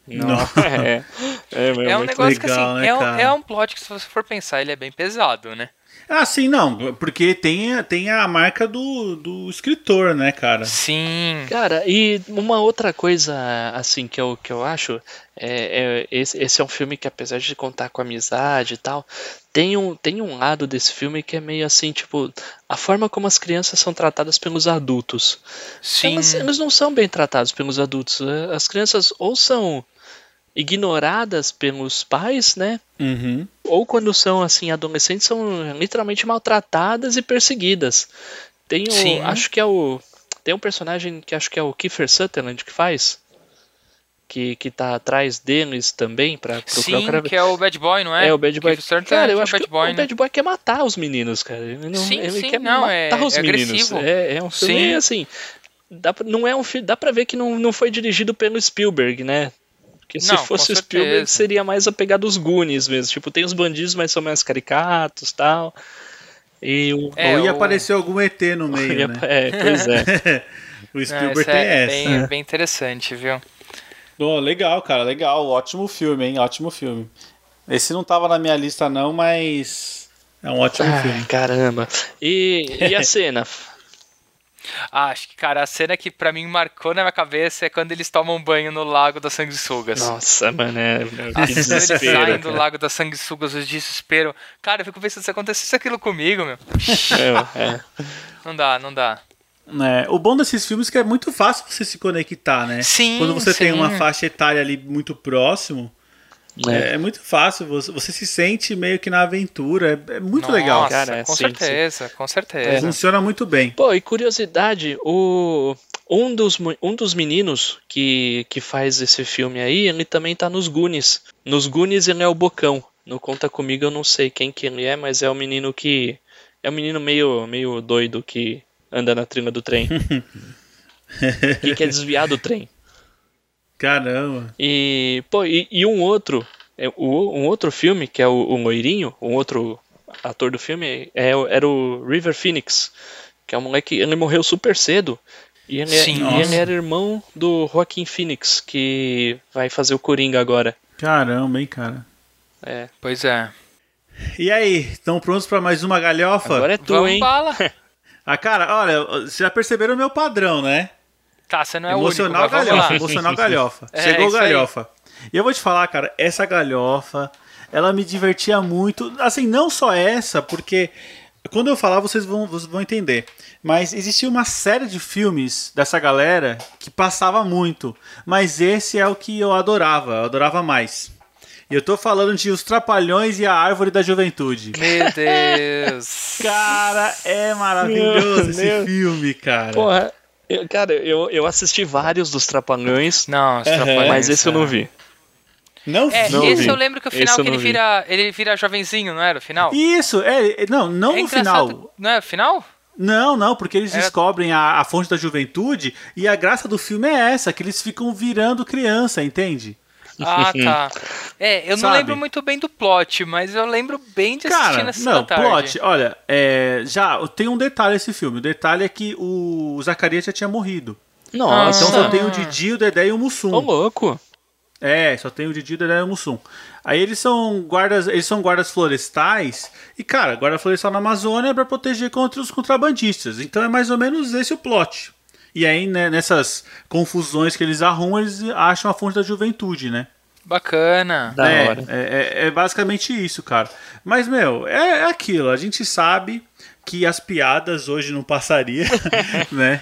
Speaker 2: Não. (laughs) É, é, meu,
Speaker 4: É, um
Speaker 2: muito-
Speaker 4: negócio que
Speaker 1: legal,
Speaker 4: assim,
Speaker 1: né,
Speaker 4: é, um,
Speaker 1: cara?
Speaker 4: é um plot que se você for pensar, ele é bem pesado, né?
Speaker 1: Ah, sim, não. Porque tem, tem a marca do, do escritor, né, cara?
Speaker 4: Sim.
Speaker 2: Cara, e uma outra coisa, assim, que eu, que eu acho, é, é- esse, esse é um filme que, apesar de contar com amizade e tal, tem um, tem um lado desse filme que é meio assim, tipo, a forma como as crianças são tratadas pelos adultos.
Speaker 4: Sim.
Speaker 2: Elas, elas não são bem tratadas pelos adultos. né? As crianças ou são ignoradas pelos pais, né?
Speaker 1: Uhum.
Speaker 2: ou quando são assim adolescentes são literalmente maltratadas e perseguidas. Tem o,
Speaker 4: Sim.
Speaker 2: acho que é o tem um personagem que acho que é o Kiefer Sutherland que faz que, que tá atrás deles também pra procurar o
Speaker 7: Sim,
Speaker 2: cara.
Speaker 7: que é o Bad Boy, não é?
Speaker 2: É, o Bad Boy.
Speaker 7: Que o certo
Speaker 2: cara,
Speaker 7: é
Speaker 2: eu
Speaker 7: o
Speaker 2: acho
Speaker 7: Bad
Speaker 2: que
Speaker 7: Boy,
Speaker 2: o
Speaker 7: né?
Speaker 2: Bad Boy quer matar os meninos, cara. Ele, não,
Speaker 7: Sim,
Speaker 2: ele
Speaker 7: sim,
Speaker 2: quer
Speaker 7: não, é-
Speaker 2: matar os
Speaker 7: é
Speaker 2: meninos.
Speaker 7: agressivo.
Speaker 2: É, é um filme
Speaker 7: Sim.
Speaker 2: assim. Dá pra, não é um filme. Dá pra ver que não, não foi dirigido pelo Spielberg, né? Porque se
Speaker 7: Não, com
Speaker 2: fosse o Spielberg,
Speaker 7: certeza.
Speaker 2: seria mais a pegada dos Goonies mesmo. Tipo, tem os bandidos, mas são mais caricatos e tal. E o.
Speaker 7: É,
Speaker 1: Ou ia
Speaker 7: o-
Speaker 1: aparecer algum ET no meio, né?
Speaker 2: É,
Speaker 7: (laughs)
Speaker 2: pois é.
Speaker 1: o
Speaker 7: Não,
Speaker 1: Spielberg
Speaker 7: essa
Speaker 1: tem
Speaker 7: é
Speaker 1: essa.
Speaker 7: Bem, bem interessante, viu?
Speaker 1: Pô, legal, cara, legal. Ótimo filme, hein? Ótimo filme. Esse não tava na minha lista, não, mas. É um ótimo
Speaker 2: Ai,
Speaker 1: filme.
Speaker 2: Ah, caramba. E,
Speaker 7: (laughs)
Speaker 2: e a cena?
Speaker 7: Ah, acho que, cara, a cena que pra mim marcou na minha cabeça é quando eles tomam banho no Lago das Sanguessugas.
Speaker 2: Nossa, mano, é.
Speaker 7: A
Speaker 2: Que
Speaker 7: cena eles
Speaker 2: desespero.
Speaker 7: saem do
Speaker 2: cara.
Speaker 7: Lago das Sanguessugas, o desespero. Cara, eu fico pensando se acontecesse aquilo comigo,
Speaker 2: (laughs)
Speaker 7: meu. (laughs)
Speaker 2: É, é.
Speaker 7: Não dá, não dá.
Speaker 1: É, o bom desses filmes é que é muito fácil você se conectar,
Speaker 2: É.
Speaker 1: né?
Speaker 7: Sim,
Speaker 1: Quando você tem
Speaker 7: sim.
Speaker 1: uma faixa etária ali muito próximo,
Speaker 2: É.
Speaker 1: é, é muito fácil. Você, você se sente meio que na aventura. É, é muito
Speaker 7: Nossa,
Speaker 1: legal. É.
Speaker 2: Cara, é,
Speaker 7: com
Speaker 2: sim,
Speaker 7: certeza, com
Speaker 4: é.
Speaker 7: certeza.
Speaker 1: Funciona muito bem.
Speaker 2: Pô, e curiosidade, o, um, dos, mu- um dos meninos que, que faz esse filme aí, ele também tá nos Goonies. Nos Goonies ele é o Bocão. No Conta Comigo eu não sei quem que ele é, mas é o menino que... É um menino meio, meio doido que anda na trilha do trem. que quer desviar do trem.
Speaker 1: Caramba.
Speaker 2: E, pô, e, e um outro, é, o- um outro filme, que é o, o Moirinho, um outro ator do filme, é, o- era o River Phoenix, que é um moleque, ele morreu super cedo. E ele, é-
Speaker 7: Sim.
Speaker 2: e
Speaker 1: Nossa.
Speaker 2: ele era irmão do Joaquim Phoenix, que vai fazer o Coringa agora.
Speaker 1: Caramba, hein, cara.
Speaker 2: É,
Speaker 7: Pois é.
Speaker 1: E aí, estão prontos pra mais uma galhofa?
Speaker 2: agora é tu,
Speaker 7: Vamos
Speaker 2: hein? (laughs)
Speaker 7: bala.
Speaker 1: Ah, cara, olha, vocês já perceberam o meu padrão, né?
Speaker 7: Tá, você não é o único,
Speaker 1: emocional
Speaker 7: mas vamos
Speaker 1: galhofa,
Speaker 7: lá.
Speaker 1: emocional galhofa.
Speaker 7: É,
Speaker 1: Chegou
Speaker 7: isso aí.
Speaker 1: galhofa. E eu vou te falar, cara, essa galhofa, ela me divertia muito. Assim, não só essa, porque quando eu falar vocês vão, vocês vão entender. Mas existia uma série de filmes dessa galera que passava muito. Mas esse é o que eu adorava, eu adorava mais. E eu tô falando de Os Trapalhões e a Árvore da Juventude.
Speaker 7: Meu Deus.
Speaker 1: Cara, é maravilhoso esse
Speaker 2: Meu Deus.
Speaker 1: filme, cara.
Speaker 2: Porra, eu- cara, eu, eu assisti vários dos Trapalhões,
Speaker 7: Não, os Trapalhões,
Speaker 2: mas esse eu
Speaker 7: é.
Speaker 2: não vi.
Speaker 1: não
Speaker 7: É,
Speaker 1: vi.
Speaker 7: esse
Speaker 2: vi.
Speaker 7: eu lembro que o
Speaker 2: Esse
Speaker 7: final
Speaker 2: eu
Speaker 7: que ele
Speaker 2: não vi.
Speaker 7: vira, ele vira jovenzinho, não era o final?
Speaker 1: Isso, é, é, não, não
Speaker 7: é
Speaker 1: no final.
Speaker 7: engraçado, Não é o final?
Speaker 1: Não, não, porque eles
Speaker 7: Era-
Speaker 1: descobrem a, a fonte da juventude e a graça do filme é essa, que eles ficam virando criança, entende?
Speaker 7: Ah,
Speaker 1: (laughs)
Speaker 7: tá. É, eu não
Speaker 1: Sabe?
Speaker 7: lembro muito bem do plot, mas eu lembro bem de assistir
Speaker 1: Cara,
Speaker 7: nessa
Speaker 1: não,
Speaker 7: tarde.
Speaker 1: plot, olha, é, já tem um detalhe esse filme. O detalhe é que o Zacarias já tinha morrido.
Speaker 2: Nossa,
Speaker 1: Então só tem um. o Didi, o Dedé e o Mussum.
Speaker 2: ô louco.
Speaker 1: É, só tem o Didi, o Dedé e o Mussum. Aí eles são guardas, eles são guardas florestais e cara, guarda florestal na Amazônia é para proteger contra os contrabandistas. Então é mais ou menos esse o plot. E aí né, nessas confusões que eles arrumam, eles acham a fonte da juventude, né?
Speaker 7: Bacana.
Speaker 2: Da
Speaker 1: é,
Speaker 2: hora.
Speaker 1: É, é- é basicamente isso, cara. Mas, meu, é, é aquilo. A gente sabe que as piadas hoje não passaria, (laughs) né?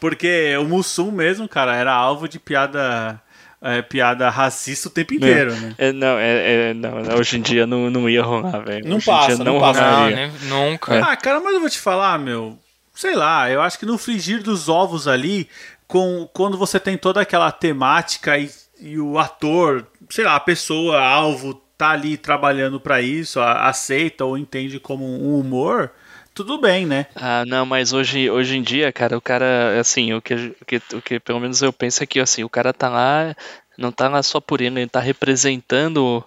Speaker 1: Porque o Mussum mesmo, cara, era alvo de piada. é, piada racista o tempo inteiro, né?
Speaker 2: É, não, é, é, não, não, hoje em dia não, não ia rolar, velho.
Speaker 1: Não
Speaker 2: hoje em dia
Speaker 1: passa, não né? passa.
Speaker 7: Não,
Speaker 2: rolaria.
Speaker 7: nem-
Speaker 2: É.
Speaker 7: nunca.
Speaker 1: Ah, cara, mas eu vou te falar, meu. Sei lá, eu acho que no frigir dos ovos ali, com, quando você tem toda aquela temática e, e o ator, sei lá, a pessoa, alvo, tá ali trabalhando pra isso, a- aceita ou entende como um humor, tudo bem, né?
Speaker 2: Ah, não, mas hoje, hoje em dia, cara, o cara, assim, o que, o que, o que pelo menos eu penso é que, assim, o cara tá lá, não tá lá só por ele, ele tá representando,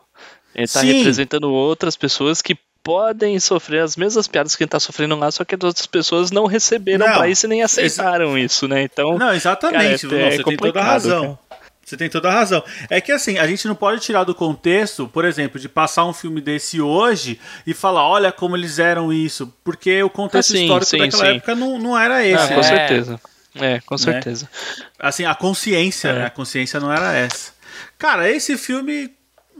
Speaker 2: ele tá
Speaker 1: Sim.
Speaker 2: representando outras pessoas que podem sofrer as mesmas piadas que ele tá sofrendo lá, só que as outras pessoas não receberam
Speaker 1: Não,
Speaker 2: pra isso e nem
Speaker 1: exa-
Speaker 2: aceitaram isso, né? Então,
Speaker 1: Não, exatamente.
Speaker 2: Cara, é-
Speaker 1: Não,
Speaker 2: é
Speaker 1: você tem toda a
Speaker 2: complicado,
Speaker 1: razão. Você tem toda a razão. É que assim, a gente não pode tirar do contexto, por exemplo, de passar um filme desse hoje e falar, olha como eles eram isso, porque o contexto
Speaker 2: Ah, sim,
Speaker 1: histórico
Speaker 2: sim,
Speaker 1: daquela
Speaker 2: sim.
Speaker 1: época não, não era
Speaker 2: ah,
Speaker 1: esse.
Speaker 2: com
Speaker 1: né?
Speaker 2: certeza. É, com certeza.
Speaker 1: Assim, a consciência, né? A consciência não era essa. Cara, esse filme.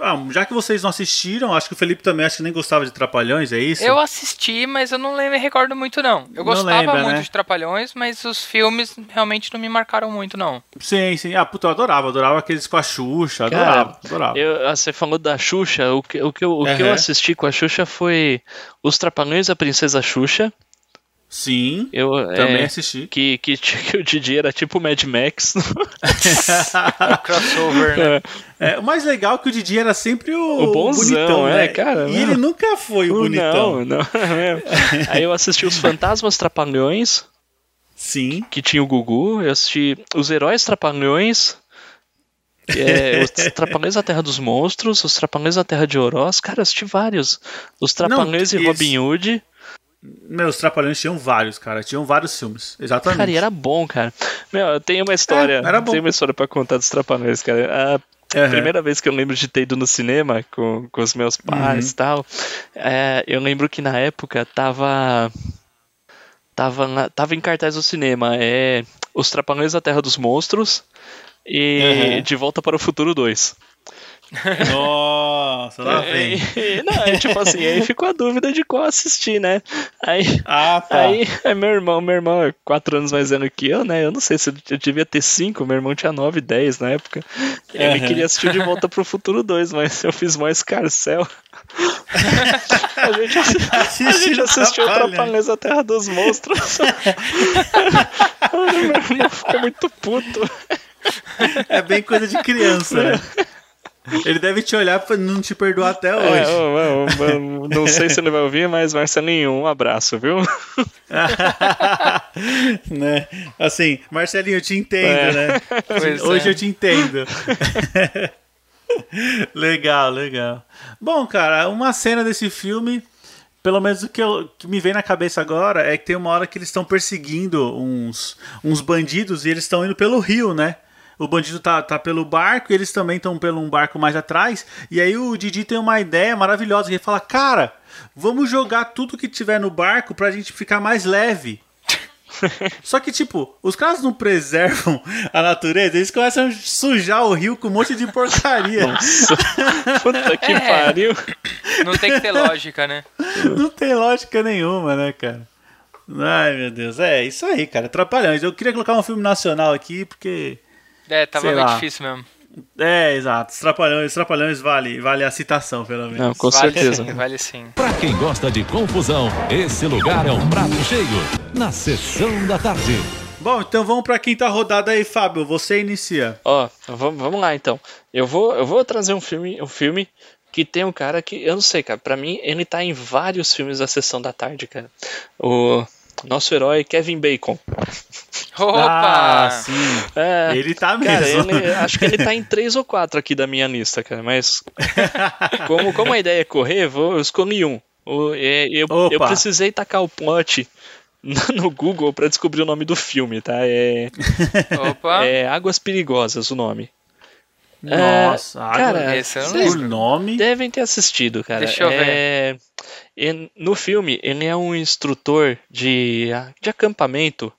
Speaker 1: ah, já que vocês não assistiram, acho que o Felipe também acho que nem gostava de Trapalhões, é isso?
Speaker 7: Eu assisti, mas eu não lembro, recordo muito, não. Eu
Speaker 1: Não
Speaker 7: gostava
Speaker 1: lembra,
Speaker 7: muito
Speaker 1: né?
Speaker 7: de Trapalhões, mas os filmes realmente não me marcaram muito,
Speaker 1: (laughs)
Speaker 7: não.
Speaker 1: Sim, sim. Ah, puta, eu adorava, adorava aqueles com a Xuxa, adorava, adorava.
Speaker 2: Eu- ah, você falou da Xuxa, o que, o que, eu, o que eu
Speaker 1: Aham.
Speaker 2: assisti com a Xuxa foi Os Trapalhões e a Princesa Xuxa,
Speaker 1: Sim.
Speaker 2: Eu, é,
Speaker 1: Também assisti. (laughs)
Speaker 2: que, que, (laughs) que o Didi era tipo o Mad Max. (laughs)
Speaker 7: Crossover, né?
Speaker 1: É, o mais legal é que o Didi era sempre o,
Speaker 2: O bonzão,
Speaker 1: bonitão,
Speaker 2: é,
Speaker 1: né?
Speaker 2: cara,
Speaker 1: e
Speaker 2: não.
Speaker 1: ele nunca foi o bonitão.
Speaker 2: Não, não. é. Aí eu assisti Os Fantasmas Trapalhões,
Speaker 1: Sim.
Speaker 2: que tinha o Gugu. Eu assisti Os Heróis Trapalhões. que é, os Trapalhões da Terra dos Monstros, Os Trapalhões da Terra de Oroz. Cara, eu assisti vários. Os Trapalhões e
Speaker 1: isso.
Speaker 2: Robin Hood.
Speaker 1: Meu, os Trapalhões tinham vários, cara. Tinham vários filmes. Exatamente.
Speaker 2: Cara, e era bom, cara. Meu, eu tenho uma história.
Speaker 1: É, era bom.
Speaker 2: Tenho uma história pra contar dos Trapalhões, cara. A
Speaker 1: Aham.
Speaker 2: primeira vez que eu lembro de ter ido no cinema com, com os meus
Speaker 1: Uhum.
Speaker 2: pais e tal, é, eu lembro que na época tava. Tava, na- tava em cartaz do cinema. É. Os Trapalhões da Terra dos Monstros e
Speaker 1: Aham.
Speaker 2: De Volta para o
Speaker 1: (laughs)
Speaker 2: Futuro 2.
Speaker 1: Nossa, lá vem.
Speaker 2: E- não, é tipo assim, aí ficou a dúvida de qual assistir, né? Aí.
Speaker 1: Ah, tá. (laughs)
Speaker 2: Aí, (laughs) é meu irmão, meu irmão é quatro anos mais velho que eu, né? Eu não sei se eu, eu devia ter cinco, meu irmão tinha nove, dez na época. Ele
Speaker 1: Aham.
Speaker 2: queria assistir De Volta pro Futuro 2, mas eu fiz
Speaker 1: (laughs)
Speaker 2: mó escarcel. a gente,
Speaker 1: Tá
Speaker 2: a gente assistiu Trapalhões da Terra
Speaker 1: (laughs)
Speaker 2: dos Monstros. meu irmão ficou muito puto.
Speaker 1: É bem coisa de criança,
Speaker 2: (laughs)
Speaker 1: né? Ele deve te olhar pra não te perdoar até
Speaker 2: É,
Speaker 1: hoje.
Speaker 2: ô, ô, ô, não sei se ele vai ouvir, mas Marcelinho, um abraço, viu?
Speaker 1: (laughs)
Speaker 2: (laughs)
Speaker 1: né? Assim, Marcelinho, eu te entendo,
Speaker 2: É. (laughs)
Speaker 1: né?
Speaker 7: Pois
Speaker 1: Hoje
Speaker 7: é.
Speaker 1: eu
Speaker 7: (laughs)
Speaker 1: te entendo. legal, legal. Bom, cara, uma cena desse filme, pelo menos o que, eu- que me vem na cabeça agora, é que tem uma hora que eles estão perseguindo uns, uns bandidos e eles estão indo pelo rio, né? O bandido tá, tá pelo barco e eles também estão pelo um barco mais atrás. E aí o Didi tem uma ideia maravilhosa. Ele fala, cara, vamos jogar tudo que tiver no barco pra gente ficar mais leve. Só que, tipo, os caras não preservam a natureza, eles começam a sujar o rio com um monte de
Speaker 2: (laughs)
Speaker 1: porcaria.
Speaker 2: Puta
Speaker 1: É.
Speaker 2: que pariu.
Speaker 7: Não tem que ter lógica, né?
Speaker 1: não tem lógica nenhuma, né, cara? Ai, meu Deus. É, isso aí, cara. Trapalhões. Eu queria colocar um filme nacional aqui, porque.
Speaker 7: É, tava
Speaker 1: Sei
Speaker 7: meio
Speaker 1: lá.
Speaker 7: difícil mesmo.
Speaker 1: É, exato. Os Trapalhões, os Trapalhões vale, vale a citação, pelo menos.
Speaker 2: Não, com
Speaker 7: vale
Speaker 2: certeza.
Speaker 7: sim, vale sim.
Speaker 8: Para quem gosta de confusão, esse lugar é um prato cheio. Na sessão da tarde.
Speaker 1: Bom, então vamos pra quinta rodada aí, Fábio. Você inicia.
Speaker 2: Ó, vamos, vamos lá então. Eu vou, eu vou trazer um filme, um filme que tem um cara que, eu não sei, cara, pra mim ele tá em vários filmes da sessão da tarde, cara. O nosso herói Kevin Bacon.
Speaker 7: Opa!
Speaker 1: Ah, sim.
Speaker 2: É,
Speaker 1: Ele tá
Speaker 2: cara,
Speaker 1: mesmo.
Speaker 2: ele- acho que ele tá em três ou quatro aqui da minha lista,
Speaker 1: (laughs)
Speaker 2: cara, mas como, como a ideia é correr, vou, eu escolhi um. O- é, eu, eu
Speaker 1: Opa.
Speaker 2: precisei tacar o plot no- no Google pra descobrir o nome do filme, tá? É,
Speaker 7: Opa!
Speaker 2: é Águas Perigosas o nome.
Speaker 1: Nossa,
Speaker 2: é, cara,
Speaker 7: esse eu não
Speaker 2: vocês
Speaker 1: por nome.
Speaker 2: devem ter assistido, cara.
Speaker 7: Deixa eu ver.
Speaker 2: É, e No filme, ele é um instrutor de, de acampamento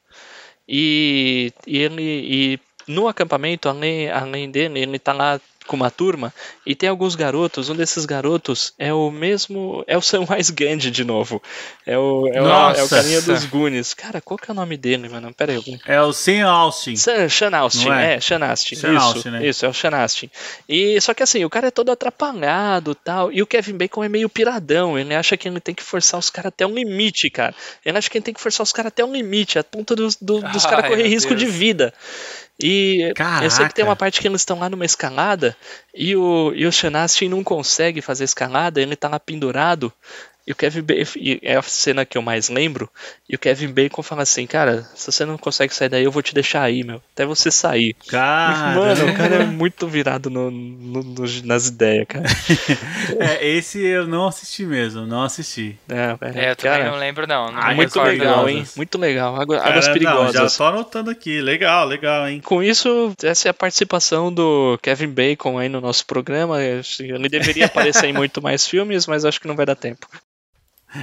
Speaker 2: e, e ele e no acampamento, além, além dele, ele tá lá com uma turma e tem alguns garotos. Um desses garotos é o mesmo, é o (laughs) Samwise Gandhi de novo. É o, é o, é o
Speaker 1: Nossa.
Speaker 2: carinha dos Goonies. Cara, qual que é o nome dele, mano? Pera aí, eu
Speaker 1: É o Sam Austin.
Speaker 2: Sam, Sean Austin,
Speaker 1: Não é?
Speaker 2: é, Sean Austin,
Speaker 1: Sean
Speaker 2: isso,
Speaker 1: Austin, né?
Speaker 2: isso, é o Sean Austin. E, só que assim, o cara é todo atrapalhado tal, e o Kevin Bacon é meio piradão, ele acha que ele tem que forçar os caras até um limite, cara. Ele acha que ele tem que forçar os caras até um limite, a ponto dos, do- dos
Speaker 7: (laughs)
Speaker 2: caras
Speaker 7: Ai,
Speaker 2: correr
Speaker 7: meu
Speaker 2: risco de
Speaker 7: Deus.
Speaker 2: vida. E eu sei que tem
Speaker 1: Caraca.
Speaker 2: uma parte que eles estão lá numa escalada, e o, e o Sean Austin não consegue fazer escalada, ele tá lá pendurado, e o Kevin Bacon, e é a cena que eu mais lembro, e o Kevin Bacon fala assim, cara, se você não consegue sair daí, eu vou te deixar aí, meu, até você sair.
Speaker 1: (laughs) Cara,
Speaker 2: Mano, o cara é muito virado no- no- no- nas ideias,
Speaker 1: (laughs)
Speaker 2: cara.
Speaker 1: É, esse eu não assisti mesmo, não assisti.
Speaker 2: É,
Speaker 7: É, eu também não lembro, não. não
Speaker 1: Ah,
Speaker 2: muito
Speaker 7: recordo,
Speaker 2: legal,
Speaker 7: não.
Speaker 2: hein? Muito legal. Água- Águas
Speaker 1: Cara,
Speaker 2: perigosas.
Speaker 1: Não, já tô anotando aqui. Legal, legal, hein?
Speaker 2: Com isso, essa é a participação do Kevin Bacon aí no nosso programa. Assim, Ele deveria aparecer em muito mais filmes, mas acho que não vai dar tempo.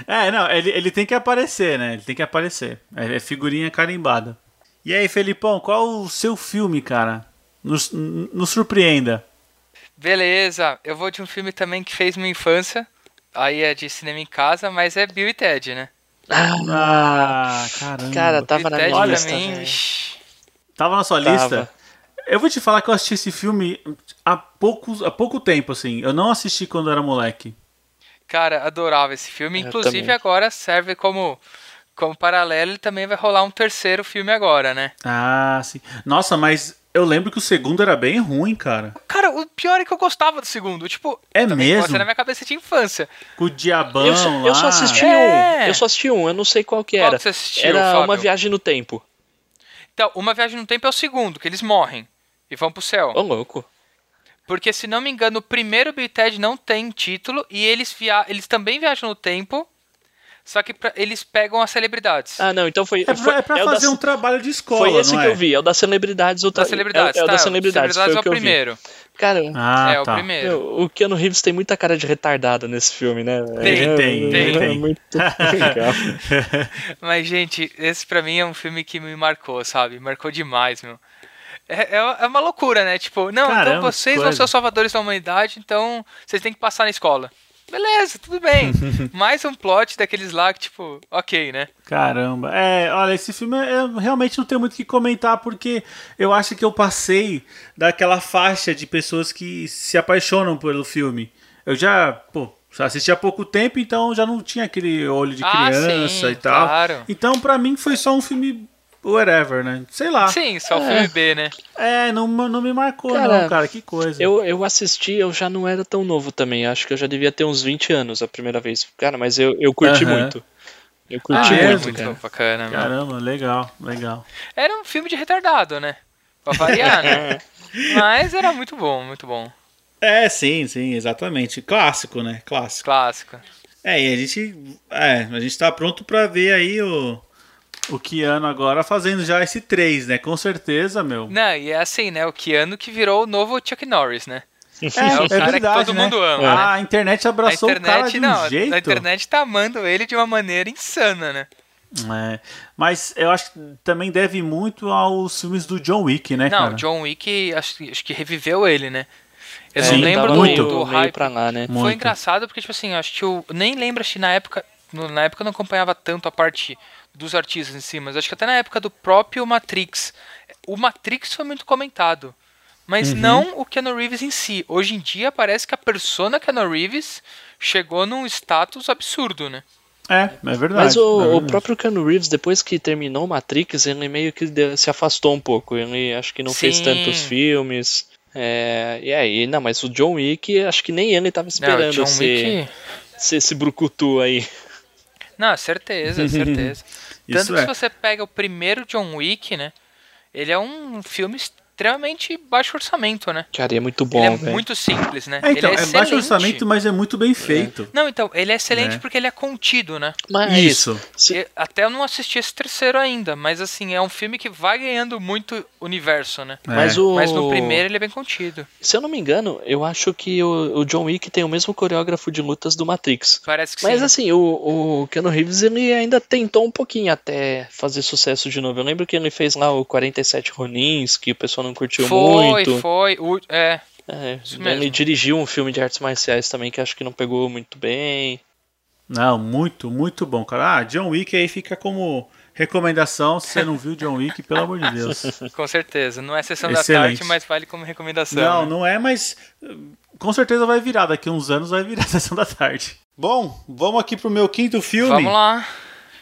Speaker 1: É, não, ele, ele tem que aparecer, né? Ele tem que aparecer. É, é figurinha carimbada. E aí, Felipão, qual o seu filme, cara? Nos, n- nos surpreenda.
Speaker 7: Beleza, eu vou de um filme também que fez minha infância. Aí é de cinema em casa, mas é Bill e Ted, né?
Speaker 1: Ah, caramba.
Speaker 2: Cara, tava na
Speaker 7: Bill e
Speaker 2: minha
Speaker 7: Ted
Speaker 2: lista.
Speaker 7: pra mim,
Speaker 2: velho.
Speaker 7: vixi,
Speaker 1: Tava na sua
Speaker 2: Tava.
Speaker 1: lista? Eu vou te falar que eu assisti esse filme há, poucos, há pouco tempo, assim. Eu não assisti quando era moleque.
Speaker 7: cara, adorava esse filme.
Speaker 2: Eu
Speaker 7: Inclusive
Speaker 2: também.
Speaker 7: agora serve como
Speaker 4: como paralelo, ele também vai rolar um terceiro filme agora, né?
Speaker 1: Ah, sim. Nossa, mas eu lembro que o segundo era bem ruim, cara.
Speaker 4: Cara, o pior é que eu gostava do segundo. Tipo,
Speaker 1: É
Speaker 4: também
Speaker 1: mesmo?
Speaker 4: gosta na minha cabeça de infância.
Speaker 1: Com o diabão
Speaker 2: Eu, só-
Speaker 1: lá.
Speaker 2: eu só assisti
Speaker 4: É.
Speaker 2: um. Eu só assisti um, eu não sei qual que
Speaker 4: Qual
Speaker 2: era.
Speaker 4: que você assistiu,
Speaker 2: era
Speaker 4: Fábio?
Speaker 2: uma viagem no tempo.
Speaker 4: Então, Uma Viagem no Tempo é o segundo, que eles morrem e vão pro céu.
Speaker 2: Ô, louco.
Speaker 4: Porque, se não me engano, o primeiro Bill e Ted não tem título e eles, via eles também viajam no tempo, só que pra- eles pegam as celebridades.
Speaker 2: Ah, não, então foi.
Speaker 1: É
Speaker 2: foi-
Speaker 1: pra, é pra
Speaker 2: é o da-
Speaker 1: fazer um trabalho de escola,
Speaker 2: Foi esse
Speaker 1: não
Speaker 2: que
Speaker 1: é?
Speaker 2: eu vi, é o das celebridades. O tra-
Speaker 4: das celebridades,
Speaker 2: é, é o
Speaker 4: tá?
Speaker 2: das celebridades, foi
Speaker 4: é
Speaker 2: o
Speaker 4: o
Speaker 2: que eu vi.
Speaker 4: primeiro.
Speaker 2: Cara,
Speaker 1: Ah,
Speaker 4: é
Speaker 1: tá.
Speaker 4: o primeiro.
Speaker 2: meu, o Keanu Reeves tem muita cara de retardado nesse filme, né?
Speaker 1: Tem,
Speaker 2: É,
Speaker 1: tem,
Speaker 2: é,
Speaker 1: tem,
Speaker 2: é
Speaker 1: tem.
Speaker 2: muito
Speaker 1: (laughs)
Speaker 2: legal.
Speaker 4: Mas, gente, esse pra mim é um filme que me marcou, sabe? Marcou demais, meu. É, é- é uma loucura, né? Tipo, não, então
Speaker 1: Caramba,
Speaker 4: vocês vão
Speaker 1: coisa.
Speaker 4: ser os salvadores da humanidade, então vocês têm que passar na escola. Beleza, tudo
Speaker 1: (laughs)
Speaker 4: bem. Mais um plot daqueles lá que, tipo, ok, né?
Speaker 1: (laughs) Caramba. É, olha, esse filme eu realmente não tenho muito o que comentar, porque eu acho que eu passei daquela faixa de pessoas que se apaixonam pelo filme. Eu já, pô, já assisti há pouco tempo, então já não tinha aquele olho de
Speaker 4: Ah,
Speaker 1: criança
Speaker 4: sim,
Speaker 1: e tal.
Speaker 4: claro.
Speaker 1: Então, pra mim, foi só um filme whatever, né? Sei lá.
Speaker 4: Sim, só o filme B, né?
Speaker 1: É, não, não me marcou,
Speaker 2: Cara,
Speaker 1: não, cara. Que coisa.
Speaker 2: Eu, eu assisti, eu já não era tão novo também. Acho que eu já devia ter uns 20 anos a primeira vez. Cara, mas eu, eu curti
Speaker 1: Aham.
Speaker 2: muito. Eu curti
Speaker 1: Ah, é?
Speaker 2: muito,
Speaker 1: Muito
Speaker 2: cara.
Speaker 4: bacana, mano.
Speaker 1: Caramba, legal, legal.
Speaker 4: Era um filme de retardado, né? Pra variar, né? Mas era muito bom, muito bom.
Speaker 1: É, sim, sim, exatamente. Clássico, né? Clássico.
Speaker 4: Clássico.
Speaker 1: É, e a gente, é, a gente tá pronto pra ver aí o o Keanu agora fazendo já esse 3, né? Com certeza, meu.
Speaker 4: Não, e é assim, né? O Keanu que virou o novo Chuck Norris, né? (laughs) é o cara que todo mundo ama, né?
Speaker 1: É. A internet abraçou
Speaker 4: a
Speaker 1: o cara
Speaker 4: internet,
Speaker 1: de um
Speaker 4: não,
Speaker 1: jeito.
Speaker 4: A internet tá amando ele de uma maneira insana, né?
Speaker 1: É, mas eu acho que também deve muito aos filmes do John Wick, né,
Speaker 4: não,
Speaker 1: cara?
Speaker 4: o John Wick acho, que- acho que reviveu ele, né? Eu
Speaker 1: É,
Speaker 4: não
Speaker 1: ele
Speaker 4: lembro
Speaker 1: tava
Speaker 4: do,
Speaker 1: muito.
Speaker 4: do
Speaker 2: meio
Speaker 4: hype.
Speaker 2: pra lá, né?
Speaker 1: Muito.
Speaker 4: Foi engraçado porque, tipo assim, acho que eu nem lembro, acho que na época. no- Na época eu não acompanhava tanto a parte dos artistas em si, mas acho que até na época do próprio Matrix. O Matrix foi muito comentado. Mas
Speaker 1: Uhum.
Speaker 4: não o Keanu Reeves em si. Hoje em dia parece que a persona Keanu Reeves chegou num status absurdo, né?
Speaker 1: É, é verdade.
Speaker 2: Mas
Speaker 1: é
Speaker 2: o, o
Speaker 1: verdade.
Speaker 2: próprio Keanu Reeves, depois que terminou Matrix, ele meio que de- se afastou um pouco. Ele acho que não fez
Speaker 4: Sim.
Speaker 2: tantos filmes. É, e aí, não, mas o John Wick, acho que nem ele tava
Speaker 4: Não,
Speaker 2: esperando
Speaker 4: o Ah, John
Speaker 2: ser,
Speaker 4: Wick.
Speaker 2: ser esse brucutu aí.
Speaker 4: Não,
Speaker 1: (laughs)
Speaker 4: certeza, certeza. Tanto
Speaker 1: Isso
Speaker 4: que
Speaker 1: é.
Speaker 4: se você pega o primeiro John Wick, né? Ele é um filme extremamente baixo orçamento, né?
Speaker 2: Cara, e é muito bom,
Speaker 4: ele é
Speaker 2: velho.
Speaker 4: muito simples, né?
Speaker 1: É, então,
Speaker 4: ele
Speaker 1: é,
Speaker 4: excelente.
Speaker 1: baixo orçamento, mas é muito bem feito.
Speaker 4: Não, então, ele é excelente
Speaker 1: Né?
Speaker 4: porque ele é contido, né?
Speaker 2: Mas,
Speaker 1: Isso.
Speaker 2: se-
Speaker 4: E até eu não assisti esse terceiro ainda, mas assim, é um filme que vai ganhando muito universo, né?
Speaker 2: mas
Speaker 1: É.
Speaker 2: o...
Speaker 4: Mas no primeiro ele é bem contido.
Speaker 2: Se eu não me engano, eu acho que o, o John Wick tem o mesmo coreógrafo de lutas do Matrix.
Speaker 4: Parece que
Speaker 2: Mas
Speaker 4: sim. né?
Speaker 2: assim, o, o Keanu Reeves ele ainda tentou um pouquinho até fazer sucesso de novo. Eu lembro que ele fez lá o 47 Ronins, que o pessoal não curtiu
Speaker 4: foi,
Speaker 2: muito.
Speaker 4: foi. o- é,
Speaker 2: É,
Speaker 4: Isso
Speaker 2: ele
Speaker 4: mesmo.
Speaker 2: dirigiu um filme de artes marciais também que acho que não pegou muito bem.
Speaker 1: Não, muito, muito bom, cara. Ah, John Wick aí fica como recomendação. Se você não viu John Wick, pelo amor de
Speaker 4: (laughs)
Speaker 1: Deus.
Speaker 4: com certeza. Não é sessão da
Speaker 1: Excelente.
Speaker 4: tarde, mas vale como recomendação.
Speaker 1: Não,
Speaker 4: né?
Speaker 1: não é, mas eh, com certeza vai virar. Daqui uns anos vai virar (laughs) a sessão da tarde. Bom, vamos aqui pro meu quinto filme.
Speaker 4: Vamos lá.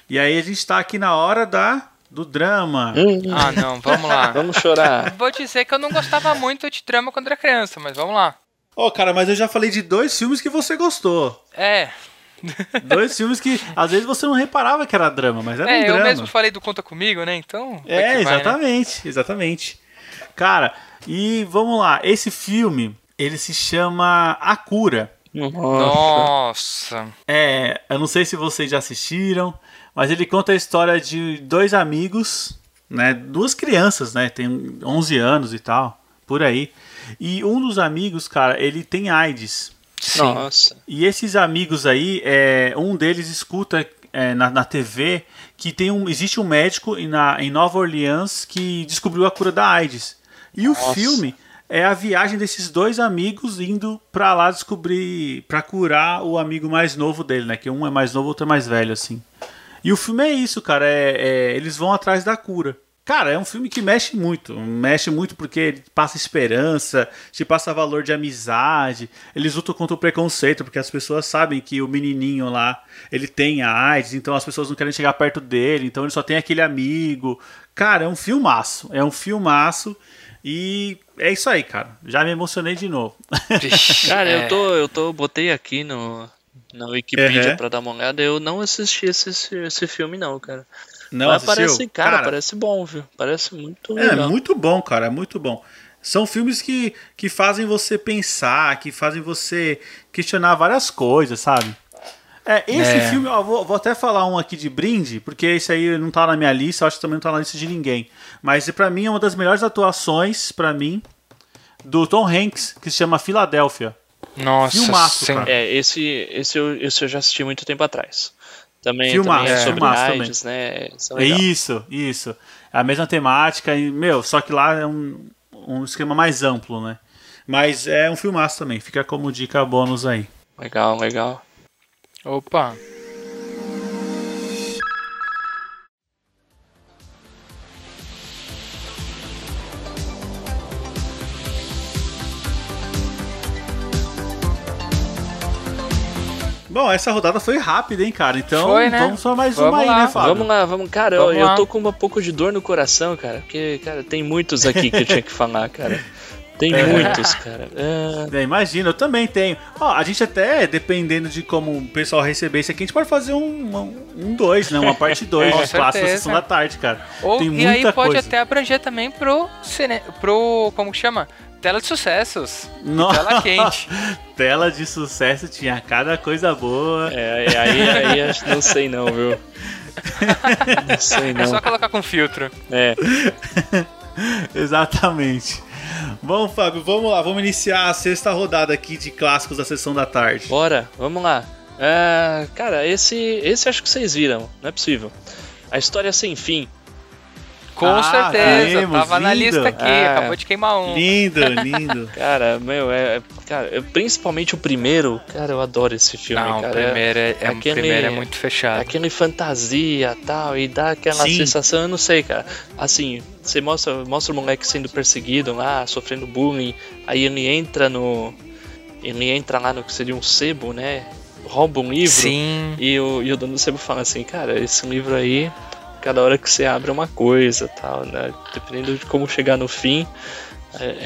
Speaker 1: E aí a gente tá aqui na hora da do drama.
Speaker 4: Ah, não, vamos lá.
Speaker 2: Hum. (laughs) Vamos
Speaker 4: (laughs)
Speaker 2: chorar.
Speaker 4: Vou dizer que eu não gostava muito de drama quando era criança, mas vamos lá.
Speaker 1: Ô, cara, mas eu já falei de dois filmes que você gostou.
Speaker 4: É,
Speaker 1: Dois filmes que às vezes você não reparava que era drama, mas era um
Speaker 4: é eu
Speaker 1: drama.
Speaker 4: mesmo falei do Conta Comigo, né? Então. vai
Speaker 1: É,
Speaker 4: que vai, né?
Speaker 1: exatamente, exatamente. Cara, e vamos lá, esse filme, ele se chama A Cura.
Speaker 2: Nossa.
Speaker 4: Nossa.
Speaker 1: É, eu não sei se vocês já assistiram, mas ele conta a história de dois amigos, né? Duas crianças, né? Tem 11 anos e tal, por aí. E um dos amigos, cara, ele tem AIDS.
Speaker 2: Nossa.
Speaker 1: E esses amigos aí, é, um deles escuta é, na, na TV que tem um, existe um médico em, na- em Nova Orleans que descobriu a cura da AIDS. E o filme é a viagem desses dois amigos indo pra lá descobrir, pra curar o amigo mais novo dele, né? Que um é mais novo, outro é mais velho, assim. E o filme é isso, cara. é- é, eles vão atrás da cura. Cara, é um filme que mexe muito. Mexe muito porque ele passa esperança, te passa valor de amizade. Eles lutam contra o preconceito, porque as pessoas sabem que o menininho lá, ele tem a AIDS, então as pessoas não querem chegar perto dele, então ele só tem aquele amigo. Cara, é um filmaço. É um filmaço. E é isso aí, cara. Já me emocionei de novo.
Speaker 7: (laughs)
Speaker 2: Cara,
Speaker 1: É.
Speaker 7: É.
Speaker 2: eu tô, eu tô, botei aqui no, na Wikipedia
Speaker 1: Uhum.
Speaker 2: pra dar uma olhada. Eu não assisti esse, esse filme, não, cara.
Speaker 1: Não
Speaker 2: Mas
Speaker 1: assistiu?
Speaker 2: parece, cara, parece bom, viu? Parece muito
Speaker 1: É,
Speaker 2: legal.
Speaker 1: muito bom, cara, é muito bom. São filmes que, que fazem você pensar, que fazem você questionar várias coisas, sabe? É, esse filme, ó, vou, vou até falar um aqui de brinde, porque esse aí não tá na minha lista, eu acho que também não tá na lista de ninguém. Mas pra mim é uma das melhores atuações, pra mim, do Tom Hanks, que se chama Filadélfia.
Speaker 7: Nossa,
Speaker 1: Filmaço,
Speaker 7: sen-
Speaker 1: cara.
Speaker 2: É, esse, esse, eu, esse eu já assisti muito tempo atrás. Também,
Speaker 1: Filmaço,
Speaker 2: também é
Speaker 1: é,
Speaker 2: sobre
Speaker 1: filmaço também.
Speaker 2: AIDS, né? Isso é
Speaker 1: É
Speaker 2: legal.
Speaker 1: isso, isso. É a mesma temática, e, meu, só que lá é um, um esquema mais amplo, né? Mas é um filmaço também, fica como dica bônus aí.
Speaker 2: Legal, legal.
Speaker 7: Opa.
Speaker 1: Bom, essa rodada foi rápida, hein, cara? Então
Speaker 7: Foi, né?
Speaker 1: vamos só mais
Speaker 7: Vamos
Speaker 1: uma aí,
Speaker 7: lá.
Speaker 1: né, Fábio?
Speaker 2: Vamos lá, vamos. Cara, eu-
Speaker 7: Vamos
Speaker 2: eu,
Speaker 7: lá.
Speaker 2: tô com um pouco de dor no coração, cara. Porque, cara, tem muitos aqui que eu tinha que falar, cara. Tem muitos, cara. É,
Speaker 1: É, imagina, eu também tenho. Ó, a gente até, dependendo de como o pessoal receber isso aqui, a gente pode fazer um 2, um, dois, né?
Speaker 7: (laughs)
Speaker 1: Uma parte
Speaker 7: Com
Speaker 1: 2 do clássico da
Speaker 7: certeza.
Speaker 1: Sessão da Tarde, cara.
Speaker 7: Ou,
Speaker 1: Tem
Speaker 7: e aí
Speaker 1: muita
Speaker 7: pode
Speaker 1: coisa.
Speaker 7: até abranger também pro, cine, pro. Como que chama? Tela de sucessos.
Speaker 1: Nossa,
Speaker 7: tela quente.
Speaker 1: (laughs) Tela de sucesso tinha cada coisa boa.
Speaker 2: é, é, aí, aí acho que não sei não, viu? Não sei
Speaker 7: É
Speaker 2: não.
Speaker 7: só colocar com filtro.
Speaker 2: É,
Speaker 1: (laughs) Exatamente. Bom, Fábio, vamos lá. Vamos iniciar a sexta rodada aqui de clássicos da Sessão da Tarde.
Speaker 2: bora, vamos lá. Ah, cara, esse, esse acho que vocês viram, não é possível. A história é sem fim.
Speaker 7: Com
Speaker 1: Ah,
Speaker 7: certeza.
Speaker 1: temos,
Speaker 7: tava na
Speaker 1: lindo.
Speaker 7: lista aqui,
Speaker 2: Ah.
Speaker 7: acabou de queimar um.
Speaker 1: Lindo,
Speaker 2: (laughs)
Speaker 1: lindo.
Speaker 2: Cara, meu, é. é- Cara, eu- principalmente o primeiro, cara, eu adoro esse filme,
Speaker 7: Não,
Speaker 2: cara.
Speaker 7: o primeiro é, é- o
Speaker 2: aquele-
Speaker 7: primeiro é muito
Speaker 2: É
Speaker 7: fechado.
Speaker 2: aquele fantasia tal, e dá aquela
Speaker 1: Sim.
Speaker 2: sensação, eu não sei, cara. Assim, você mostra, mostra o moleque sendo perseguido lá, sofrendo bullying, aí ele entra no. Ele entra lá no que seria um sebo, né? Rouba um livro.
Speaker 7: Sim.
Speaker 2: E o, e o dono do sebo fala assim, cara, esse livro aí, cada hora que você abre é uma coisa tal, né? Dependendo de como chegar no fim, é,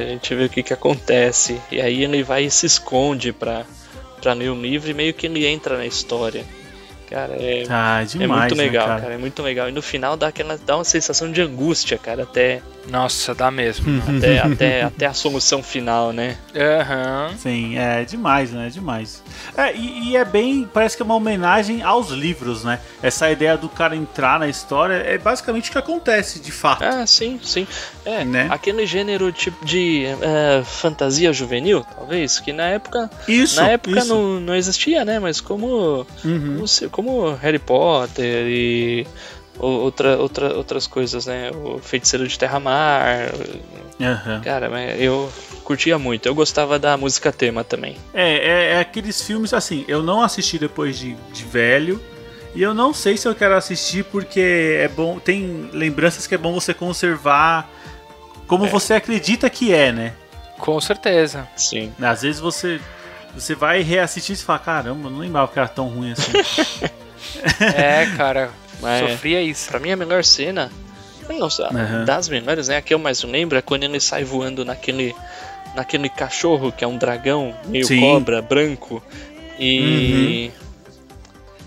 Speaker 2: é, a gente vê o que, que acontece. E aí ele vai e se esconde pra, pra ler o livro e meio que ele entra na história. Cara, é,
Speaker 1: Ah,
Speaker 2: é
Speaker 1: demais,
Speaker 2: muito
Speaker 1: né,
Speaker 2: legal,
Speaker 1: cara?
Speaker 2: cara? É muito legal. E no final dá, aquela, dá uma sensação de angústia, cara, até,
Speaker 7: Nossa, dá mesmo.
Speaker 1: (laughs)
Speaker 2: até, até, até a solução final, né?
Speaker 7: Aham.
Speaker 1: Sim, é demais, né? É demais. É, e, e é bem. Parece que é uma homenagem aos livros, né? Essa ideia do cara entrar na história é basicamente o que acontece, de fato.
Speaker 2: Ah, sim, sim. É,
Speaker 1: Né?
Speaker 2: aquele gênero tipo de eh, fantasia juvenil, talvez, que na época,
Speaker 1: Isso.
Speaker 2: na época
Speaker 1: isso.
Speaker 2: não, não existia, né? Mas como,
Speaker 1: Uhum.
Speaker 2: como, se- como Harry Potter e o- outra, outra, outras coisas, né? O Feiticeiro de Terra-Mar.
Speaker 1: Aham.
Speaker 2: Cara, mas eu curtia muito. Eu gostava da música tema também.
Speaker 1: É, é, é aqueles filmes assim, eu não assisti depois de, de velho. E eu não sei se eu quero assistir porque é bom. Tem lembranças que é bom você conservar
Speaker 2: É.
Speaker 1: como você acredita que é, né?
Speaker 7: Com
Speaker 2: (laughs)
Speaker 7: certeza.
Speaker 2: Sim.
Speaker 1: Às vezes você. Você vai reassistir e você fala, caramba, eu não lembrava que era tão ruim
Speaker 2: (laughs)
Speaker 1: assim.
Speaker 7: É, cara.
Speaker 2: Mas-
Speaker 7: Sofria isso.
Speaker 2: Pra mim, a melhor cena. Nossa,
Speaker 1: Aham.
Speaker 2: das melhores, né? A que eu mais lembro é quando ele sai voando naquele, naquele cachorro que é um dragão, meio
Speaker 1: Sim. Uhum.
Speaker 2: cobra, branco. E.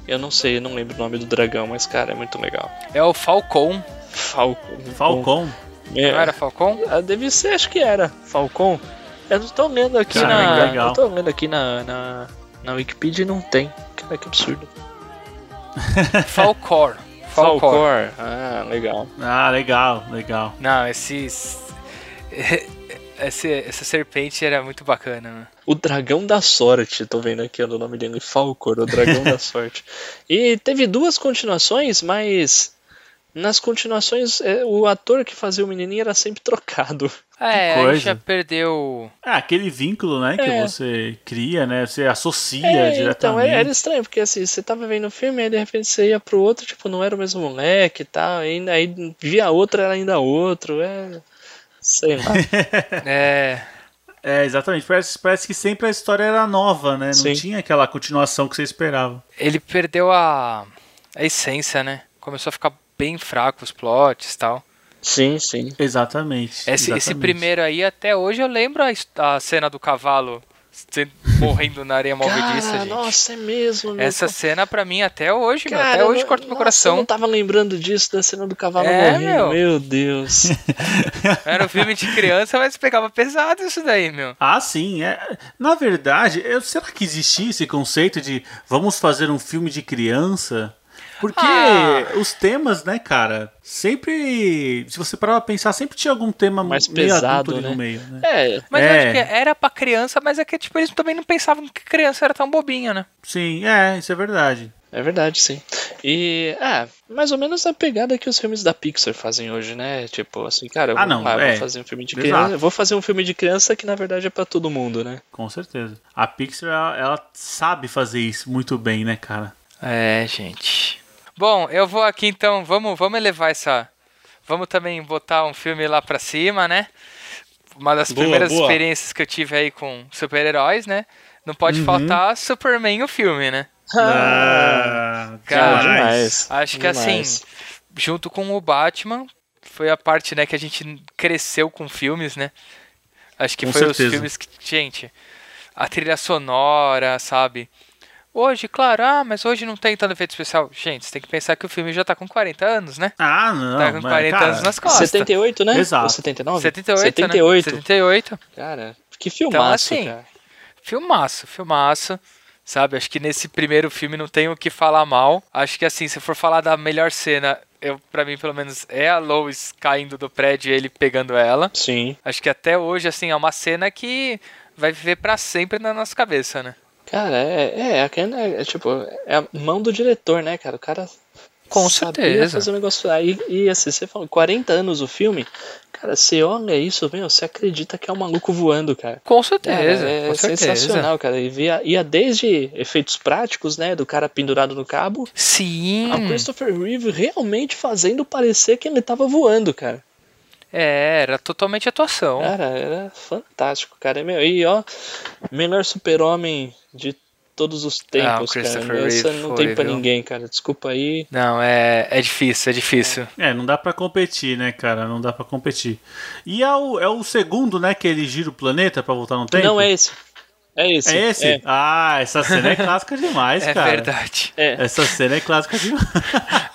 Speaker 2: Eu não sei, eu não lembro o nome do dragão, mas cara, é muito legal.
Speaker 7: É o Falcon.
Speaker 2: Falcon.
Speaker 1: Falcon.
Speaker 2: É,
Speaker 7: Não era Falcon?
Speaker 2: ah, Deve ser, acho que era. Falcon. Eu não tô lendo aqui
Speaker 1: Cara, é
Speaker 2: na.
Speaker 1: legal.
Speaker 2: Eu tô lendo aqui na, na, na Wikipedia e não tem. Cara, que absurdo.
Speaker 7: Falcor. Falcor.
Speaker 2: Falcor. Ah, legal.
Speaker 1: Ah, legal, legal.
Speaker 7: Não, esses. (laughs) Esse, essa serpente era muito bacana, mano.
Speaker 2: O Dragão da Sorte, tô vendo aqui ó, o nome dele, Falcor, o Dragão (laughs) da Sorte. E teve duas continuações, mas nas continuações é, o ator que fazia o menininho era sempre trocado.
Speaker 4: É,
Speaker 1: Que
Speaker 4: aí
Speaker 1: coisa.
Speaker 7: (laughs)
Speaker 4: já perdeu.
Speaker 1: É aquele vínculo, né, que
Speaker 2: É.
Speaker 1: você cria, né? Você associa
Speaker 2: (laughs) É, então, é-
Speaker 1: diretamente.
Speaker 2: era estranho, porque assim, você tava vendo o filme, aí de repente você ia pro outro, tipo, não era o mesmo moleque e tal, aí, aí via outro, era ainda outro, é. Sei lá.
Speaker 4: É.
Speaker 1: É, exatamente. Parece, parece que sempre a história era nova, né? Não
Speaker 2: Sim.
Speaker 1: tinha aquela continuação que você esperava.
Speaker 4: Ele perdeu a. a essência, né? Começou a ficar bem fraco os plots e tal.
Speaker 2: Sim, sim.
Speaker 1: Exatamente.
Speaker 4: Esse, esse
Speaker 1: exatamente. (laughs)
Speaker 4: primeiro aí, até hoje eu lembro a, his- a cena do cavalo se- morrendo na areia movediça,
Speaker 2: Cara,
Speaker 4: gente.
Speaker 2: nossa, é mesmo, meu.
Speaker 4: Essa cena pra mim até hoje, meu,
Speaker 2: Cara,
Speaker 4: até
Speaker 2: eu
Speaker 4: hoje
Speaker 2: não-
Speaker 4: corta meu
Speaker 2: nossa, Eu
Speaker 4: coração.
Speaker 2: não tava lembrando disso, da cena do cavalo
Speaker 4: É,
Speaker 2: morrendo.
Speaker 4: meu.
Speaker 2: Meu Deus.
Speaker 4: (laughs) Era um filme de criança, mas pegava pesado isso daí, meu.
Speaker 1: Ah, sim. É. Na verdade, eu, será que existia esse conceito de vamos fazer um filme de criança? Porque
Speaker 4: Ah.
Speaker 1: os temas, né, cara, sempre. Se você parar pra pensar, sempre tinha algum tema
Speaker 2: Mais
Speaker 1: meio adulto
Speaker 2: pesado,
Speaker 1: ali
Speaker 2: né?
Speaker 1: no meio, né?
Speaker 2: É,
Speaker 4: Mas eu acho
Speaker 1: É.
Speaker 4: que era pra criança, mas é que tipo, eles também não pensavam que criança era tão bobinha, né?
Speaker 1: Sim, é, isso é verdade.
Speaker 2: é verdade, sim. E, é, mais ou menos a pegada que os filmes da Pixar fazem hoje, né? Tipo, assim, cara,
Speaker 1: Ah,
Speaker 2: vou,
Speaker 1: não,
Speaker 2: vou
Speaker 1: é.
Speaker 2: fazer um filme de
Speaker 1: Exato.
Speaker 2: criança. Vou fazer um filme de criança que na verdade é pra todo mundo, né?
Speaker 1: Com certeza. A Pixar, ela, ela sabe fazer isso muito bem, né, cara?
Speaker 4: É, gente. Bom, eu vou aqui então, vamos, vamos elevar essa. Vamos também botar um filme lá pra cima, né? Uma das
Speaker 2: Boa,
Speaker 4: primeiras
Speaker 2: boa.
Speaker 4: experiências que eu tive aí com super-heróis, né? Não pode faltar Superman o filme, né?
Speaker 1: Ah,
Speaker 4: cara,
Speaker 1: demais.
Speaker 4: Acho que assim, junto com o Batman, foi a parte, né, que a gente cresceu com filmes, né? Acho que
Speaker 1: Com
Speaker 4: foi
Speaker 1: certeza.
Speaker 4: os filmes que, gente, a trilha sonora, sabe? Hoje, claro, ah, mas hoje não tem tanto efeito especial. Gente, você tem que pensar que o filme já tá com 40 anos, né?
Speaker 1: Ah, não.
Speaker 4: tá com
Speaker 1: mas,
Speaker 4: 40
Speaker 1: cara,
Speaker 4: anos nas costas.
Speaker 2: 78, né?
Speaker 1: Exato.
Speaker 2: Ou 79?
Speaker 4: 78,
Speaker 2: 78.
Speaker 4: né? 78.
Speaker 2: Cara, que filmaço,
Speaker 4: assim,
Speaker 2: cara.
Speaker 4: Filmaço, filmaço. Sabe, acho que nesse primeiro filme não tem o que falar mal. Acho que assim, se for falar da melhor cena, eu para mim pelo menos é a Lois caindo do prédio e ele pegando ela.
Speaker 2: Sim.
Speaker 4: Acho que até hoje assim é uma cena que vai viver pra sempre na nossa cabeça, né?
Speaker 2: Cara, é, é, é, é, é, tipo, é a mão do diretor, né, cara? O cara
Speaker 4: Com
Speaker 2: sabia
Speaker 4: certeza.
Speaker 2: fazer um negócio aí e assim, você falou 40 anos o filme, cara, você olha isso, meu, você acredita que é um maluco voando, cara.
Speaker 4: Com
Speaker 2: Cara, é sensacional, cara. E via, ia desde efeitos práticos, né, do cara pendurado no cabo,
Speaker 4: Sim.
Speaker 2: a Christopher Reeve realmente fazendo parecer que ele tava voando, cara.
Speaker 4: É, era totalmente atuação.
Speaker 2: Cara, era fantástico, cara. E, meu, e ó, melhor super-homem de todos os tempos, cara.
Speaker 4: Christopher
Speaker 2: Essa
Speaker 4: Reeve
Speaker 2: não
Speaker 4: foi,
Speaker 2: tem pra
Speaker 4: viu?
Speaker 2: ninguém, cara. Desculpa aí.
Speaker 4: Não, é, é difícil, é difícil.
Speaker 1: É, não dá pra competir, né, cara? Não dá pra competir. E é o, é o segundo, né, que ele gira o planeta pra voltar no tempo?
Speaker 2: Não, é esse. É esse.
Speaker 1: É esse?
Speaker 2: É.
Speaker 1: Ah, essa cena é
Speaker 2: (laughs)
Speaker 1: clássica demais,
Speaker 4: É
Speaker 1: cara.
Speaker 4: verdade.
Speaker 2: É.
Speaker 1: Essa cena é
Speaker 2: (laughs)
Speaker 1: clássica demais.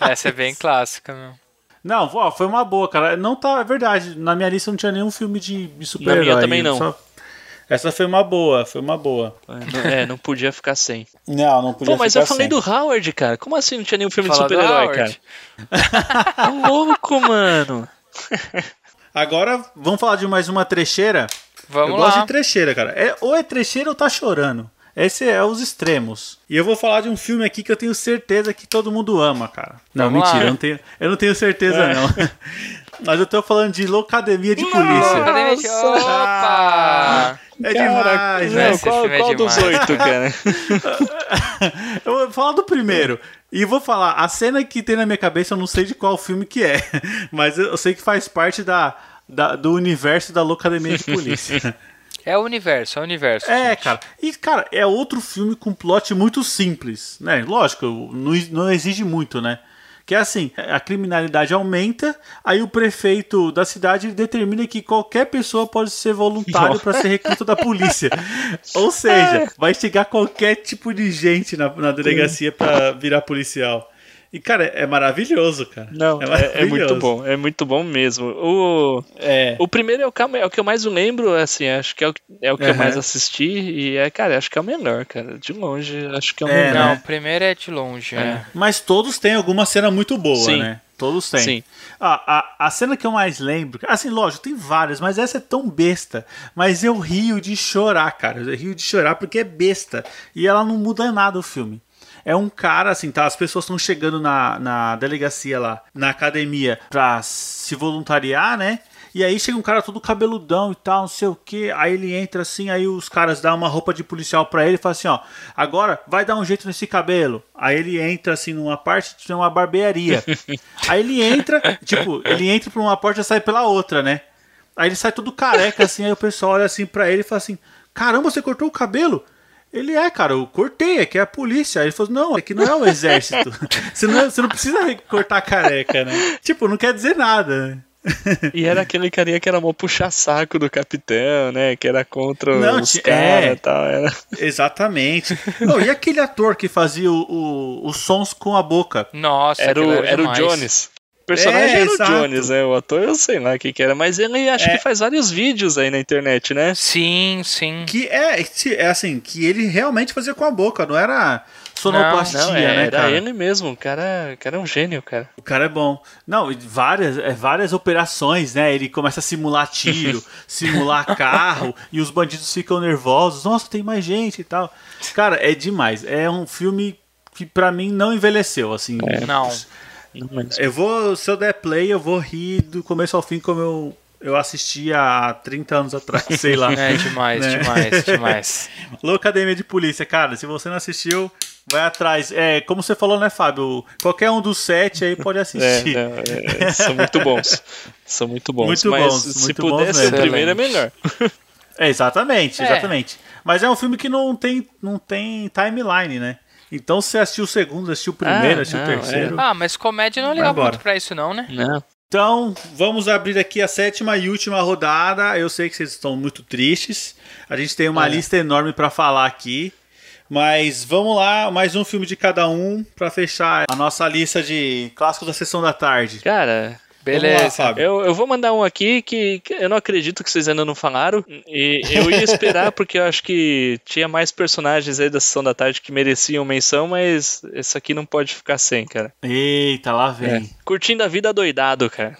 Speaker 4: Essa é bem clássica, meu.
Speaker 1: Não, ó, foi uma boa, cara. Não tá, é verdade. Na minha lista não tinha nenhum filme de de super-herói.
Speaker 2: Na minha também não.
Speaker 1: Só- Essa foi uma boa, foi uma boa.
Speaker 2: Não, é, não podia ficar sem.
Speaker 1: Não, não podia
Speaker 2: Pô, mas eu falei do Howard, cara. Como assim não tinha nenhum filme de
Speaker 4: Falar do
Speaker 2: super-herói, cara?
Speaker 4: Howard.
Speaker 2: Tá louco, mano.
Speaker 1: Agora, vamos falar de mais uma trecheira?
Speaker 4: Vamos
Speaker 1: eu
Speaker 4: lá.
Speaker 1: gosto de trecheira, cara. É, ou é trecheira ou tá chorando. Esse é os extremos. E eu vou falar de um filme aqui que eu tenho certeza que todo mundo ama, cara. Não,
Speaker 4: Vamos
Speaker 1: mentira,
Speaker 4: lá. É.
Speaker 1: eu não tenho, eu não tenho certeza, não. (laughs) Mas eu tô falando de Locademia de Polícia.
Speaker 4: Cadê meu-
Speaker 2: Nossa!
Speaker 4: Opa!
Speaker 1: É
Speaker 2: Cara,
Speaker 1: demais,
Speaker 2: não,
Speaker 4: né?
Speaker 1: velho. (laughs)
Speaker 4: Esse
Speaker 2: qual
Speaker 4: filme é
Speaker 2: qual dos
Speaker 4: demais.
Speaker 2: oito, cara?
Speaker 1: Eu vou falar do primeiro. E vou falar, a cena que tem na minha cabeça, eu não sei de qual filme que é. (laughs) Mas eu eu sei que faz parte da, da- do universo da Locademia de
Speaker 4: (laughs)
Speaker 1: Polícia.
Speaker 4: É o universo, é o universo.
Speaker 1: É,
Speaker 4: gente.
Speaker 1: cara. E, cara, é outro filme com plot muito simples, né? Lógico, não, não exige muito, né? Que é assim, a criminalidade aumenta, aí o prefeito da cidade determina que qualquer pessoa pode ser voluntário para ser recruta da polícia.
Speaker 2: (laughs)
Speaker 1: Ou
Speaker 2: É.
Speaker 1: seja, vai chegar qualquer tipo de gente na, na delegacia para virar policial. E, cara, é maravilhoso, cara.
Speaker 2: Não, é, é muito
Speaker 1: maravilhoso.
Speaker 2: bom. É muito bom mesmo. O,
Speaker 1: É.
Speaker 2: o primeiro é o, cam- é o que eu mais lembro, assim, acho que é o, é o que eu
Speaker 1: Aham.
Speaker 2: mais assisti. E é, cara, acho que é o melhor, cara. De longe, acho que é o
Speaker 1: É,
Speaker 2: melhor.
Speaker 4: Não,
Speaker 1: né?
Speaker 4: o primeiro é de longe, né?
Speaker 1: Mas todos têm alguma cena muito boa,
Speaker 2: Sim.
Speaker 1: né? Todos têm.
Speaker 2: Sim.
Speaker 1: A, a, a cena que eu mais lembro, assim, lógico, tem várias, mas essa é tão besta. Mas eu rio de chorar, cara. Eu rio de chorar porque é besta. E ela não muda nada o filme. É um cara, assim, tá? As pessoas estão chegando na, na delegacia lá, na academia, pra se voluntariar, né? E aí chega um cara todo cabeludão e tal, não sei o que. Aí ele entra assim, aí os caras dão uma roupa de policial pra ele e fala assim, ó, agora vai dar um jeito nesse cabelo. Aí ele entra assim numa parte, tem uma barbearia. aí ele entra, tipo, ele entra por uma porta e sai pela outra, né? Aí ele sai todo careca assim, aí o pessoal olha assim pra ele e fala assim: "Caramba, você cortou o cabelo?" Ele é, cara, eu cortei, é que é a polícia. Aí ele falou: não, é que não é o exército. Você não, você não precisa cortar a careca, né? Tipo, não quer dizer nada. né? (laughs)
Speaker 2: E era aquele carinha que era mó puxa-saco do capitão, né? Que era contra
Speaker 1: Não,
Speaker 2: os
Speaker 1: ti-
Speaker 2: caras
Speaker 1: é.
Speaker 2: e tal. Era...
Speaker 1: Exatamente. Não, e aquele ator que fazia o- o- os sons com a boca?
Speaker 4: Nossa,
Speaker 2: Era o,
Speaker 4: aquilo
Speaker 2: era o
Speaker 4: é demais.
Speaker 2: Jones. O personagem
Speaker 1: É,
Speaker 2: era o
Speaker 1: exato.
Speaker 2: Jones, né? O ator eu sei lá quem que era, mas ele acho
Speaker 1: É.
Speaker 2: que faz vários vídeos aí na internet, né?
Speaker 4: Sim, sim.
Speaker 1: Que é, esse- é assim, que ele realmente fazia com a boca, não era sonoplastia,
Speaker 2: Não, é,
Speaker 1: né,
Speaker 2: era
Speaker 1: cara?
Speaker 2: ele mesmo, o cara, o cara é um gênio, cara.
Speaker 1: O cara é bom. Não, e várias, é, várias operações, né? Ele começa a simular
Speaker 2: (laughs)
Speaker 1: tiro, simular carro, e os bandidos ficam nervosos. Nossa, tem mais gente e tal. Cara, é demais. É um filme que pra mim não envelheceu, assim.
Speaker 4: Não.
Speaker 1: Eu vou, se eu der play, eu vou rir do começo ao fim como eu, eu assisti há 30 anos
Speaker 4: (laughs)
Speaker 1: atrás, sei lá.
Speaker 4: É demais,
Speaker 1: Né?
Speaker 4: demais, demais.
Speaker 1: Loucademia de Polícia, cara, se você não assistiu, vai atrás. É, como você falou, né, Fábio? Qualquer um dos sete aí pode
Speaker 2: É,
Speaker 1: assistir.
Speaker 2: não, é, são muito bons. São muito bons.
Speaker 1: Muito
Speaker 2: mas
Speaker 1: bons,
Speaker 2: se
Speaker 1: muito bons
Speaker 2: puder ser o
Speaker 1: mesmo.
Speaker 2: primeiro é melhor.
Speaker 1: É, exatamente,
Speaker 4: É.
Speaker 1: exatamente. Mas é um filme que não tem, não tem timeline, né? Então se você assistiu o segundo, assistiu o primeiro,
Speaker 2: Ah,
Speaker 1: assistiu
Speaker 2: não,
Speaker 1: o terceiro.
Speaker 4: Ah, mas comédia não é
Speaker 1: Vai
Speaker 4: legal
Speaker 1: embora.
Speaker 4: muito pra isso, não, né?
Speaker 2: Não.
Speaker 1: Então, vamos abrir aqui a sétima e última rodada. Eu sei que vocês estão muito tristes. A gente tem
Speaker 2: É.
Speaker 1: uma lista enorme para falar aqui. Mas vamos lá, mais um filme de cada um para fechar a nossa lista de clássicos da sessão da tarde.
Speaker 2: Cara,
Speaker 1: Vamos lá, Fábio.
Speaker 2: Eu, eu vou mandar um aqui que, que eu não acredito que vocês ainda não falaram. E eu ia esperar porque eu acho que tinha mais personagens aí da Sessão da Tarde que mereciam menção, mas esse aqui não pode ficar sem, cara.
Speaker 1: Eita, lá
Speaker 2: É.
Speaker 1: vem.
Speaker 2: Curtindo a vida doidado, cara.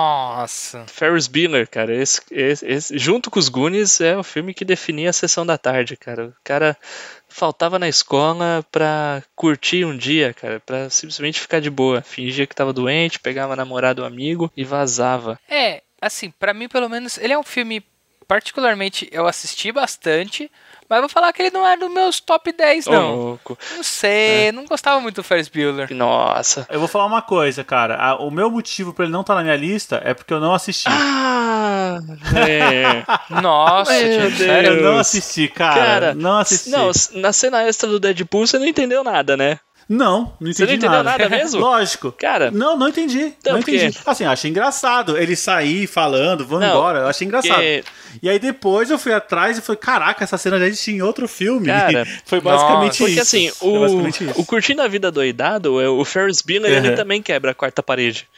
Speaker 4: Nossa.
Speaker 2: Ferris Bueller, cara. Esse, esse- esse- junto com os Goonies é o filme que definia a Sessão da Tarde, cara. O cara faltava na escola pra curtir um dia, cara. Pra simplesmente ficar de boa. Fingia que tava doente, pegava namorado ou amigo e vazava.
Speaker 4: É, assim, pra mim, pelo menos, ele é um filme, particularmente, eu assisti bastante, mas vou falar que ele não é dos meus top 10,
Speaker 2: Ô,
Speaker 4: não.
Speaker 2: louco.
Speaker 4: Não sei, não gostava muito do
Speaker 2: (laughs)
Speaker 4: Ferris Bueller.
Speaker 2: Nossa.
Speaker 1: Eu vou falar uma coisa, cara. A- o meu motivo para ele não estar na minha lista é porque eu não assisti.
Speaker 2: Ah!
Speaker 1: (laughs)
Speaker 2: É.
Speaker 4: Nossa,
Speaker 2: Meu
Speaker 4: gente, sério.
Speaker 1: eu não
Speaker 2: Deus.
Speaker 1: assisti, cara.
Speaker 2: Cara,
Speaker 1: não assisti.
Speaker 2: Não, s- na cena extra do Deadpool você não entendeu nada, né?
Speaker 1: Não, não entendi
Speaker 2: Você não entendeu nada
Speaker 1: (laughs)
Speaker 2: mesmo?
Speaker 1: Lógico.
Speaker 2: Cara.
Speaker 1: Não, não entendi.
Speaker 2: Então,
Speaker 1: não
Speaker 2: por quê?
Speaker 1: entendi. Assim, eu achei engraçado ele sair falando, vamos
Speaker 2: Não,
Speaker 1: embora. Eu achei engraçado.
Speaker 2: porque-
Speaker 1: E aí depois eu fui atrás e falei, caraca, essa cena já existia em outro filme.
Speaker 2: Cara,
Speaker 1: (laughs) foi basicamente
Speaker 4: nossa.
Speaker 1: isso.
Speaker 2: Porque assim,
Speaker 1: Foi basicamente
Speaker 2: o,
Speaker 1: isso.
Speaker 2: o Curtindo a Vida Doidado, é, o Ferris Bueller, ele
Speaker 1: Uhum.
Speaker 2: também quebra a quarta parede.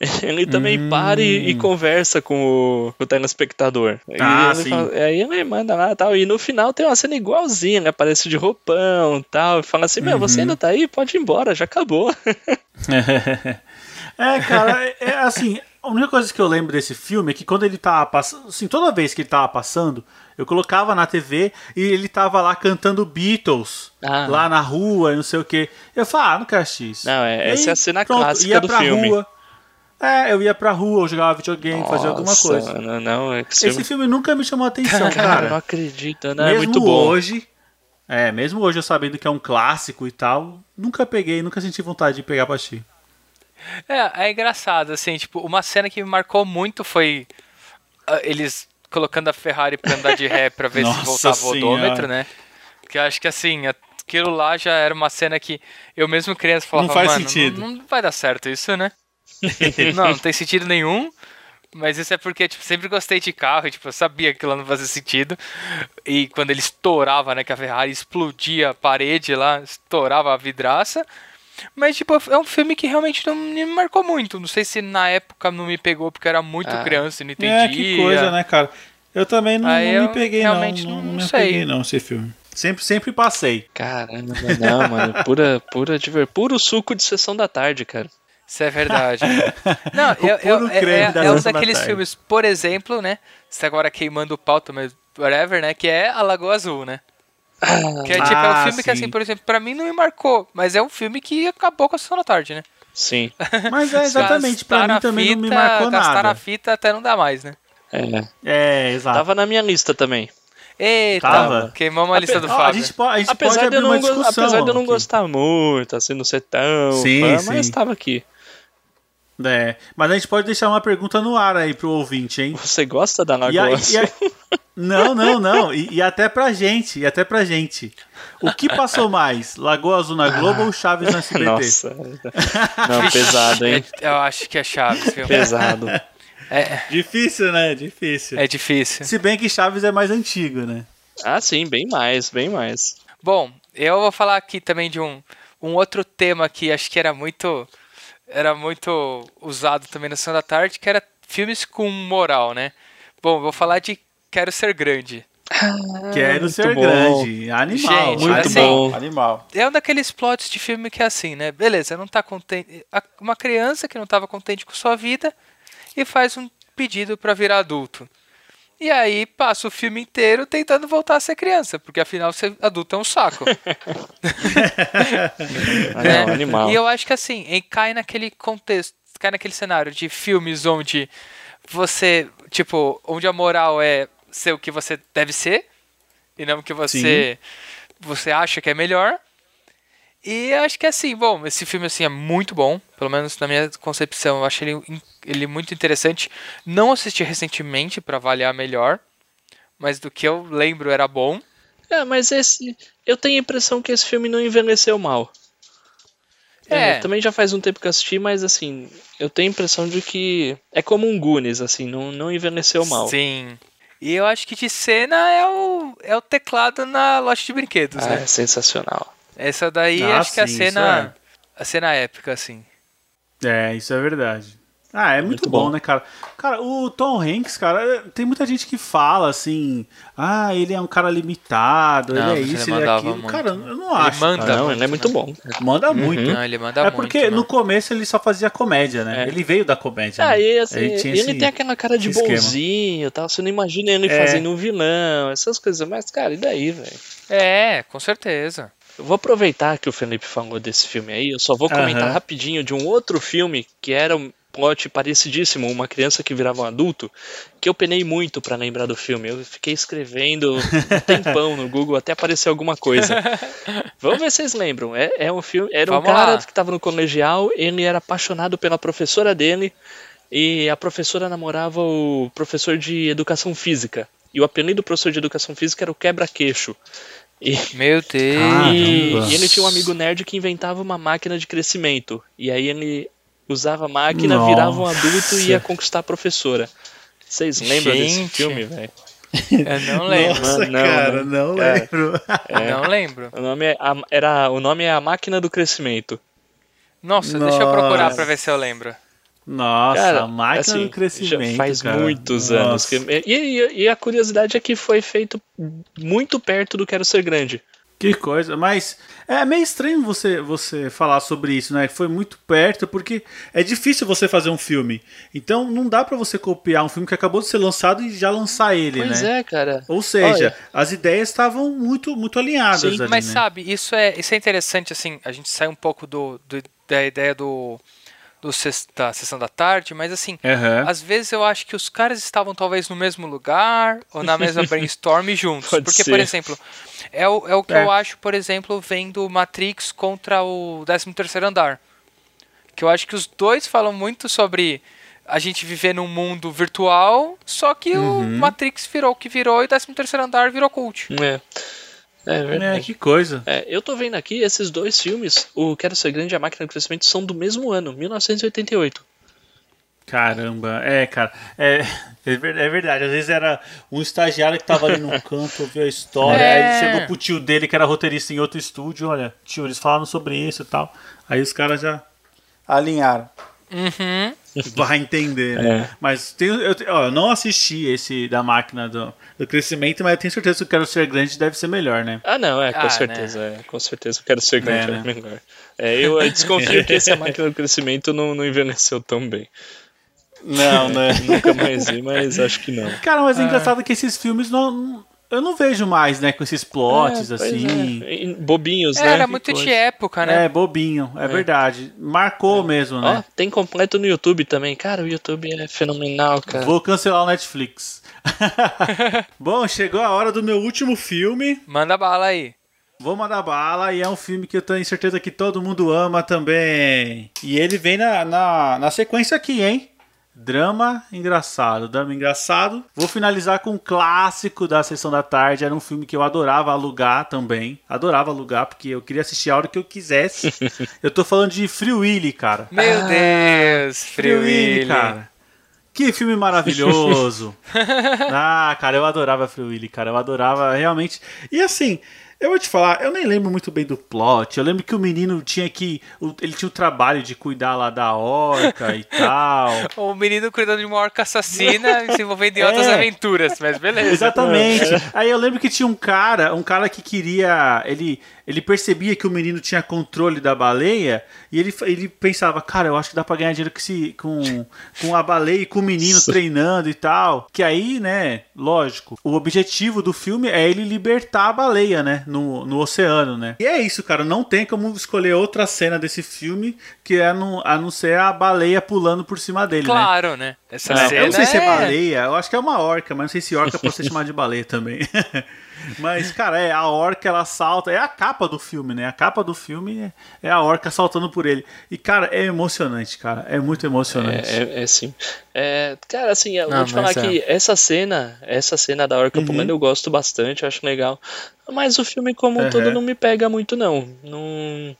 Speaker 2: (laughs) Ele também
Speaker 1: Hum.
Speaker 2: para e, e conversa com o, com o telespectador. E
Speaker 1: Ah,
Speaker 2: ele
Speaker 1: sim.
Speaker 2: aí ele manda lá e tal. E no final tem uma cena igualzinha, ele aparece de roupão e tal. E fala assim: Meu,
Speaker 1: Uhum.
Speaker 2: você ainda tá aí? Pode ir embora,
Speaker 1: (laughs)
Speaker 2: já acabou.
Speaker 1: É, cara, é- é assim, a única coisa que eu lembro desse filme é que quando ele tava passando, assim, toda vez que ele tava passando, eu colocava na TV e ele tava lá cantando Beatles,
Speaker 2: Ah.
Speaker 1: lá na rua e não sei o que. Eu falava, ah, não quero assistir isso.
Speaker 2: Não, é-
Speaker 1: E
Speaker 2: essa é a cena clássica
Speaker 1: ia
Speaker 2: do
Speaker 1: pra
Speaker 2: filme.
Speaker 1: Rua. É, eu ia pra rua, eu jogava videogame, fazia alguma
Speaker 2: Nossa,
Speaker 1: coisa.
Speaker 2: Não, não, é que
Speaker 1: Esse filme nunca me chamou a atenção,
Speaker 2: Cara, eu não
Speaker 1: cara.
Speaker 2: acredito, não,
Speaker 1: mesmo
Speaker 2: é muito bom.
Speaker 1: hoje, é, mesmo hoje eu sabendo que é um clássico e tal, nunca peguei, nunca senti vontade de pegar pra assistir.
Speaker 4: É, é engraçado, assim, tipo, uma cena que me marcou muito foi ah, eles colocando a Ferrari pra andar de ré pra ver se
Speaker 1: Nossa
Speaker 4: voltava o
Speaker 1: Senhora.
Speaker 4: odômetro, né? Que eu acho que, assim, aquilo lá já era uma cena que eu mesmo criança falava,
Speaker 1: faz
Speaker 4: mano,
Speaker 1: sentido."
Speaker 4: Não, não vai dar certo isso, né? (laughs) não, não tem sentido nenhum. Mas isso é porque, tipo, sempre gostei de carro, e, tipo, eu sabia que aquilo não fazia sentido. E quando ele estourava, né, que a Ferrari explodia a parede lá, estourava a vidraça. Mas, tipo, é um filme que realmente não me marcou muito. Não sei se na época não me pegou, porque eu era muito
Speaker 2: Ah.
Speaker 4: criança e não entendia.
Speaker 1: É, que coisa, né, cara? Eu também não,
Speaker 4: Aí
Speaker 1: não
Speaker 4: eu
Speaker 1: me peguei,
Speaker 4: realmente
Speaker 1: não.
Speaker 4: não
Speaker 1: me
Speaker 4: sei.
Speaker 1: peguei, não, esse filme. Sempre, sempre passei.
Speaker 2: Caramba, não, mano. Pura, pura diver... Puro suco de sessão da tarde, cara.
Speaker 4: Isso é
Speaker 1: (laughs)
Speaker 4: verdade. (laughs) não,
Speaker 1: O
Speaker 4: eu, eu-
Speaker 1: puro
Speaker 4: é,
Speaker 1: creme
Speaker 4: é,
Speaker 1: da
Speaker 4: é um
Speaker 1: Sessão da
Speaker 4: daqueles
Speaker 1: Tarde.
Speaker 4: filmes, por exemplo, né? Você agora queimando o pauta, mas whatever, né? Que é A Lagoa Azul, né? Que é, tipo, é um
Speaker 1: Ah,
Speaker 4: filme que,
Speaker 1: sim.
Speaker 4: assim, por exemplo, pra mim não me marcou, mas é um filme que acabou com a Sessão da Tarde, né?
Speaker 2: Sim.
Speaker 1: Mas é exatamente, pra mim
Speaker 4: Gastar a
Speaker 1: também não me
Speaker 4: fita-
Speaker 1: marcou
Speaker 4: Gastar a
Speaker 1: nada.
Speaker 4: fita até não dá mais, né?
Speaker 2: É.
Speaker 1: É, exato.
Speaker 2: Tava na minha lista também.
Speaker 4: Eita,
Speaker 1: Tava.
Speaker 4: queimamos a lista do
Speaker 1: Ó,
Speaker 4: Fábio.
Speaker 1: A gente, po- a gente pode
Speaker 2: Apesar de,
Speaker 1: abrir
Speaker 2: eu não
Speaker 1: uma
Speaker 2: go-
Speaker 1: discussão.
Speaker 2: apesar de eu não
Speaker 1: aqui.
Speaker 2: gostar muito, assim, não ser tão
Speaker 1: Sim,
Speaker 2: fã,
Speaker 1: sim.
Speaker 2: mas tava aqui.
Speaker 1: É, mas a gente pode deixar uma pergunta no ar aí pro ouvinte,
Speaker 4: (laughs)
Speaker 1: hein?
Speaker 2: Você gosta da
Speaker 1: E a-
Speaker 2: Nagoya?
Speaker 1: e a- Não, não, não. E, e até pra gente, e até pra gente. O que passou mais? Lagoa Azul na Globo ou Chaves no
Speaker 4: (laughs)
Speaker 1: SBT?
Speaker 2: (laughs) Nossa.
Speaker 1: (laughs)
Speaker 2: Não, pesado, hein?
Speaker 4: É- Eu acho que é Chaves, viu?
Speaker 2: Pesado.
Speaker 4: É,
Speaker 1: Difícil, né? Difícil.
Speaker 4: é difícil.
Speaker 1: Se bem que Chaves é mais antigo, né?
Speaker 2: Ah, sim, bem mais, bem mais.
Speaker 4: Bom, eu vou falar aqui também de um, um outro tema que acho que era muito era muito usado também na Sessão da Tarde, que era filmes com moral, né? Bom, vou falar de Quero Ser Grande.
Speaker 1: Quero
Speaker 2: muito
Speaker 1: é ser
Speaker 2: bom.
Speaker 1: grande. Animal.
Speaker 4: Gente, Muito
Speaker 2: assim, bom.
Speaker 1: Animal.
Speaker 4: É um daqueles plots de filme que é assim, né? Beleza, não tá contente. a- Uma criança que não estava contente com sua vida e faz um pedido para virar adulto. E aí passa o filme inteiro tentando voltar a ser criança, porque afinal ser adulto é um saco.
Speaker 2: Ah,
Speaker 4: né?
Speaker 2: não, animal.
Speaker 4: E eu acho que assim, em- cai naquele contexto, cai naquele cenário de filmes onde você, tipo, onde a moral é ser o que você deve ser e não o que você você acha que é melhor. E eu acho que assim, bom, esse filme assim é muito bom, pelo menos na minha concepção, eu achei ele, in- ele muito interessante. Não assisti recentemente para avaliar melhor, mas do que eu lembro era bom.
Speaker 2: É, mas esse. Eu tenho a impressão que esse filme não envelheceu mal.
Speaker 4: É.
Speaker 2: É, também já faz um tempo que eu assisti, mas assim, eu tenho a impressão de que. É como um Goonies, assim, não, não envelheceu mal.
Speaker 4: Sim. E eu acho que de cena é o, é o teclado na loja de brinquedos,
Speaker 2: Ah,
Speaker 4: né?
Speaker 2: é sensacional.
Speaker 4: Essa daí
Speaker 1: Ah,
Speaker 4: acho que é a
Speaker 1: sim,
Speaker 4: cena. A cena épica, assim.
Speaker 1: É, isso é verdade. Ah, é muito,
Speaker 2: Muito
Speaker 1: bom,
Speaker 2: bom.
Speaker 1: né, cara? Cara, o Tom Hanks, cara, tem muita gente que fala assim, ah, ele é um cara limitado, ele é
Speaker 4: Não, mas ele
Speaker 1: isso, ele é
Speaker 4: mandava
Speaker 1: aquilo.
Speaker 4: muito.
Speaker 1: Cara, eu não
Speaker 4: Ele
Speaker 1: acho.
Speaker 4: manda.
Speaker 1: cara.
Speaker 2: não,
Speaker 4: muito,
Speaker 2: ele é muito Uhum.
Speaker 4: né?
Speaker 2: bom.
Speaker 1: Manda
Speaker 2: Hum?
Speaker 1: muito.
Speaker 4: Não, Então, ele manda
Speaker 1: é
Speaker 4: muito.
Speaker 1: porque
Speaker 4: né?
Speaker 1: no começo ele só fazia comédia, né?
Speaker 2: É.
Speaker 1: Ele veio da comédia.
Speaker 2: Ah,
Speaker 1: né?
Speaker 2: e assim,
Speaker 1: Ele
Speaker 2: ele,
Speaker 1: tinha esse-
Speaker 2: tem aquela cara de
Speaker 1: esse esquema.
Speaker 2: bonzinho e tal. Você não imagina ele
Speaker 1: É.
Speaker 2: fazendo um vilão, essas coisas. Mas, cara, e daí, velho?
Speaker 4: É, com certeza.
Speaker 2: Eu vou aproveitar que o Felipe falou desse filme aí, eu só vou comentar
Speaker 1: Aham.
Speaker 2: rapidinho de um outro filme que era um plot parecidíssimo, uma criança que virava um adulto, que eu penei muito pra lembrar do filme. Eu fiquei escrevendo um
Speaker 4: (laughs)
Speaker 2: tempão no Google até aparecer alguma coisa. Vamos ver se vocês lembram. É, é um filme, era um
Speaker 4: Vamos
Speaker 2: cara
Speaker 4: lá.
Speaker 2: que estava no colegial, ele era apaixonado pela professora dele e a professora namorava o professor de educação física. E o apelido do professor de educação física era o quebra-queixo. E
Speaker 4: Meu Deus.
Speaker 2: e,
Speaker 1: Caramba.
Speaker 2: e ele tinha um amigo nerd que inventava uma máquina de crescimento. E aí ele usava a máquina,
Speaker 1: Nossa.
Speaker 2: virava um adulto e ia conquistar a professora. Vocês lembram desse
Speaker 4: Gente.
Speaker 2: filme, velho? Ah.
Speaker 4: Eu não lembro.
Speaker 1: Nossa,
Speaker 2: Não, não,
Speaker 1: cara,
Speaker 2: né?
Speaker 1: não
Speaker 2: (laughs) É.
Speaker 1: lembro. (laughs)
Speaker 4: Não lembro.
Speaker 2: O nome, é, a, era, o nome é A Máquina do Crescimento.
Speaker 4: Nossa, deixa eu
Speaker 1: Nossa.
Speaker 4: procurar pra ver se eu lembro.
Speaker 1: Nossa,
Speaker 2: Cara,
Speaker 1: a máquina
Speaker 2: assim,
Speaker 1: do crescimento.
Speaker 2: Já faz
Speaker 1: cara.
Speaker 2: muitos
Speaker 1: Nossa.
Speaker 2: anos. que- e, e- e a curiosidade é que foi feito muito perto do Quero Ser Grande.
Speaker 1: Que coisa, mas é meio estranho você você falar sobre isso, né? Foi muito perto, porque é difícil você fazer um filme. Então não dá pra você copiar um filme que acabou de ser lançado e já lançar ele,
Speaker 2: pois
Speaker 1: né?
Speaker 2: é, cara.
Speaker 1: Ou seja,
Speaker 2: Olha.
Speaker 1: as ideias estavam muito muito alinhadas
Speaker 2: Sim,
Speaker 1: ali,
Speaker 4: Mas
Speaker 1: né?
Speaker 4: sabe, isso é, isso é interessante, assim, a gente sai um pouco do, do- da ideia do, do ses- da sessão da tarde, mas assim,
Speaker 1: Aham.
Speaker 4: às vezes eu acho que os caras estavam talvez no mesmo lugar ou
Speaker 1: (laughs)
Speaker 4: na mesma brainstorm juntos.
Speaker 2: Pode
Speaker 4: Porque,
Speaker 2: ser.
Speaker 4: por exemplo, é o, é o que
Speaker 1: É.
Speaker 4: eu acho, por exemplo, vendo Matrix contra o 13º Andar. Que eu acho que os dois falam muito sobre a gente viver num mundo virtual, só que
Speaker 1: Uhum.
Speaker 4: o Matrix virou o que virou e o 13º Andar virou cult.
Speaker 2: É, é verdade.
Speaker 1: É, que coisa.
Speaker 2: É, eu tô vendo aqui esses dois filmes, o Quero Ser Grande e a Máquina do Crescimento, são do mesmo ano, 1988.
Speaker 1: Caramba, é, cara. É, (laughs) é ver- é verdade. Às vezes era um estagiário que tava ali
Speaker 4: (laughs)
Speaker 1: num canto, ouviu a história, aí
Speaker 4: É.
Speaker 1: ele chegou pro tio dele, que era roteirista em outro estúdio, olha, tio, eles falaram sobre isso e tal. Aí os caras já alinharam.
Speaker 4: Uhum.
Speaker 1: (laughs) Vai entender,
Speaker 2: É.
Speaker 1: né? Mas tem, eu, te- ó, eu não assisti esse da máquina do, do crescimento, mas eu tenho certeza que o Quero Ser Grande deve ser melhor, né?
Speaker 2: Ah, não, é, com
Speaker 4: Ah,
Speaker 2: certeza, é, com certeza eu Quero Ser Grande
Speaker 1: É,
Speaker 2: é,
Speaker 1: né?
Speaker 2: melhor. É, eu eh, desconfio que esse A Máquina do Crescimento não, não envelheceu tão bem.
Speaker 1: Não, né?
Speaker 2: né?
Speaker 1: (laughs)
Speaker 2: Nunca mais vi, mas acho que não.
Speaker 4: É.
Speaker 1: Cara, mas é engraçado que esses filmes não. Eu não vejo mais, né, com esses plots,
Speaker 2: É, pois
Speaker 1: assim.
Speaker 2: é. Em- Bobinhos, né?
Speaker 4: é
Speaker 7: Era muito
Speaker 2: Coisa.
Speaker 7: de época, né?
Speaker 1: É, bobinho, é, verdade. Marcou mesmo,
Speaker 2: Ó,
Speaker 1: né?
Speaker 2: tem completo no YouTube também. Cara, o YouTube é fenomenal, cara.
Speaker 1: Vou cancelar o Netflix. (laughs) Bom, chegou a hora do meu último filme.
Speaker 7: Manda bala aí.
Speaker 1: Vou mandar bala e é um filme que eu tenho certeza que todo mundo ama também. E ele vem na, na, na sequência aqui, hein? Drama engraçado, drama engraçado. Vou finalizar com um clássico da sessão da tarde. Era um filme que eu adorava alugar também. Adorava alugar porque eu queria assistir a hora que eu quisesse. eu tô falando de Free Willy, cara.
Speaker 7: Meu Deus,
Speaker 1: Ah, Free
Speaker 7: Free
Speaker 1: Willy,
Speaker 7: Willy.
Speaker 1: cara. Que filme (laughs) maravilhoso. ah, cara, eu adorava Free Willy, cara. Eu adorava realmente. E assim, eu vou te falar, eu nem lembro muito bem do plot. Eu lembro que o menino tinha que. o- Ele tinha o trabalho de cuidar lá da orca (laughs) e tal.
Speaker 7: O menino cuidando de uma orca
Speaker 1: (laughs)
Speaker 7: assassina e se envolvendo em outras
Speaker 1: É.
Speaker 7: aventuras, mas beleza.
Speaker 1: Exatamente. Aí eu lembro que tinha um cara, um cara que queria, ele, ele percebia que o menino tinha controle da baleia e ele, ele pensava, cara, eu acho que dá pra ganhar dinheiro com, esse- com, com a baleia e com o menino treinando e tal. Que aí, né, lógico, o objetivo do filme é ele libertar a baleia, né, no, no oceano, né. E é isso, cara, não tem como escolher outra cena desse filme que é a não, a não ser a baleia pulando por cima dele, né.
Speaker 7: Claro, né? Essa
Speaker 1: Não,
Speaker 7: cena
Speaker 1: eu não sei se é
Speaker 7: é-
Speaker 1: baleia, eu acho que é uma orca, mas não sei se orca pode ser chamada de baleia também. (laughs) mas, cara, é, a orca ela salta, é a capa do filme, né? A capa do filme é- é a orca saltando por ele. E, cara, é emocionante, cara, é muito emocionante.
Speaker 2: É, é, é sim. É, cara, assim, eu vou
Speaker 7: Não,
Speaker 2: te falar
Speaker 7: mas é. Uhum.
Speaker 2: que essa cena, essa cena da Orca Pulando eu gosto bastante, eu acho legal. Mas o filme como um todo
Speaker 1: Uhum.
Speaker 2: não me pega muito, não. Não.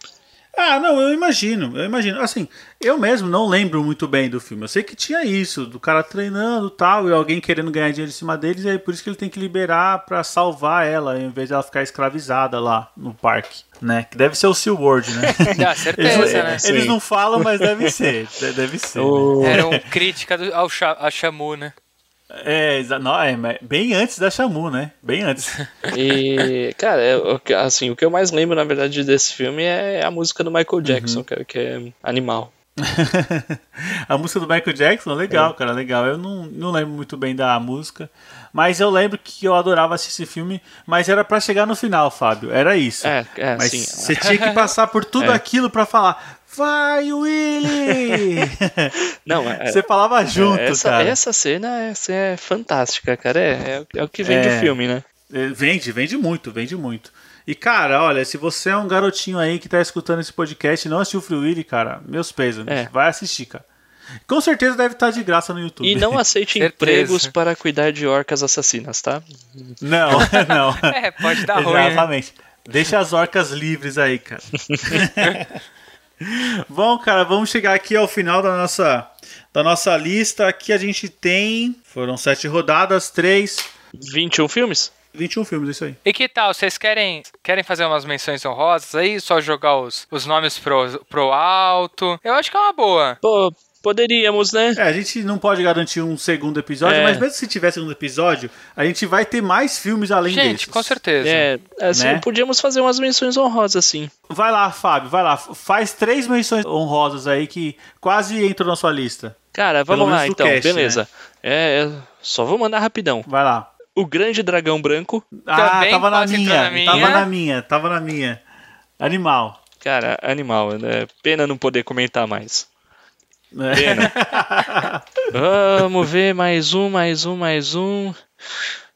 Speaker 1: Ah, não, eu imagino, eu imagino. Assim, eu mesmo não lembro muito bem do filme. Eu sei que tinha isso, do cara treinando e tal, e alguém querendo ganhar dinheiro em cima deles, e aí por isso que ele tem que liberar pra salvar ela, em vez de ela ficar escravizada lá no parque, né? Que deve ser o SeaWorld, né?
Speaker 7: Ah,
Speaker 2: É,
Speaker 1: Eles,
Speaker 7: certeza, né?
Speaker 1: eles não falam, mas deve ser. de- Deve ser. né?
Speaker 7: Era um crítica do- ao, Cha- ao Shamu, né?
Speaker 1: É, exa- não, é, mas bem antes da Shamu, né? Bem antes. (laughs)
Speaker 2: E, cara, é, o que- assim, o que eu mais lembro, na verdade, desse filme é a música do
Speaker 7: Uhum.
Speaker 2: Michael Jackson, cara, que é animal.
Speaker 1: a música do Michael Jackson, legal, cara, legal. Eu não, não lembro muito bem da música, mas eu lembro que eu adorava assistir esse filme, mas era pra chegar no final, Fábio. Era isso.
Speaker 2: É, é,
Speaker 1: mas
Speaker 2: sim.
Speaker 1: você tinha que passar por tudo aquilo pra falar. Vai,
Speaker 2: (laughs)
Speaker 1: Willy!
Speaker 2: Não, é-
Speaker 1: você falava junto,
Speaker 2: essa,
Speaker 1: cara.
Speaker 2: essa cena é, assim, é fantástica, cara. É, é- é o que vende
Speaker 1: É.
Speaker 2: o filme, né?
Speaker 1: É, Vende, vende muito, vende muito. E, cara, olha, se você é um garotinho aí que tá escutando esse podcast e não assistiu o Free Willy, cara, meus pesos,
Speaker 2: É.
Speaker 1: vai assistir, cara. Com certeza deve estar de graça no YouTube.
Speaker 2: E
Speaker 7: (laughs)
Speaker 2: não aceite
Speaker 7: Certeza.
Speaker 2: empregos para cuidar de orcas assassinas, tá?
Speaker 1: (laughs) Não, (laughs) não.
Speaker 7: (laughs) É, pode dar ruim, né?
Speaker 1: Exatamente. Deixa as orcas livres
Speaker 7: (laughs)
Speaker 1: aí, cara. Bom, cara, vamos chegar aqui ao final da nossa, da nossa lista. Aqui a gente tem. Foram sete rodadas, três.
Speaker 2: 21 filmes?
Speaker 1: 21 filmes, é isso aí.
Speaker 7: E que tal? Vocês querem, querem fazer umas menções honrosas aí? Só jogar os, os nomes pro, pro alto? Eu acho que é uma boa.
Speaker 2: Pô, poderíamos, né?
Speaker 1: É, a gente não pode garantir um segundo episódio,
Speaker 2: É.
Speaker 1: mas mesmo se tiver segundo episódio, a gente vai ter mais filmes além
Speaker 7: Gente,
Speaker 1: desses.
Speaker 7: com certeza.
Speaker 2: É, assim,
Speaker 1: Né?
Speaker 2: podíamos fazer umas menções honrosas, assim. sim.
Speaker 1: Vai lá, Fábio, vai lá. Faz três menções honrosas aí que quase entram na sua lista.
Speaker 2: Cara, vamos
Speaker 1: menos
Speaker 2: lá
Speaker 1: do
Speaker 2: então,
Speaker 1: cast, né?
Speaker 2: beleza. É, é, só vou mandar rapidão.
Speaker 1: Vai lá.
Speaker 2: O Grande Dragão Branco,
Speaker 1: ah,
Speaker 7: Também
Speaker 1: tava na
Speaker 7: quase entrou
Speaker 1: minha,
Speaker 7: na minha.
Speaker 1: Tava na minha, tava na minha. Animal.
Speaker 2: cara, animal, né? Pena não poder comentar mais.
Speaker 1: né?
Speaker 2: Vamos ver, mais um, mais um, mais um.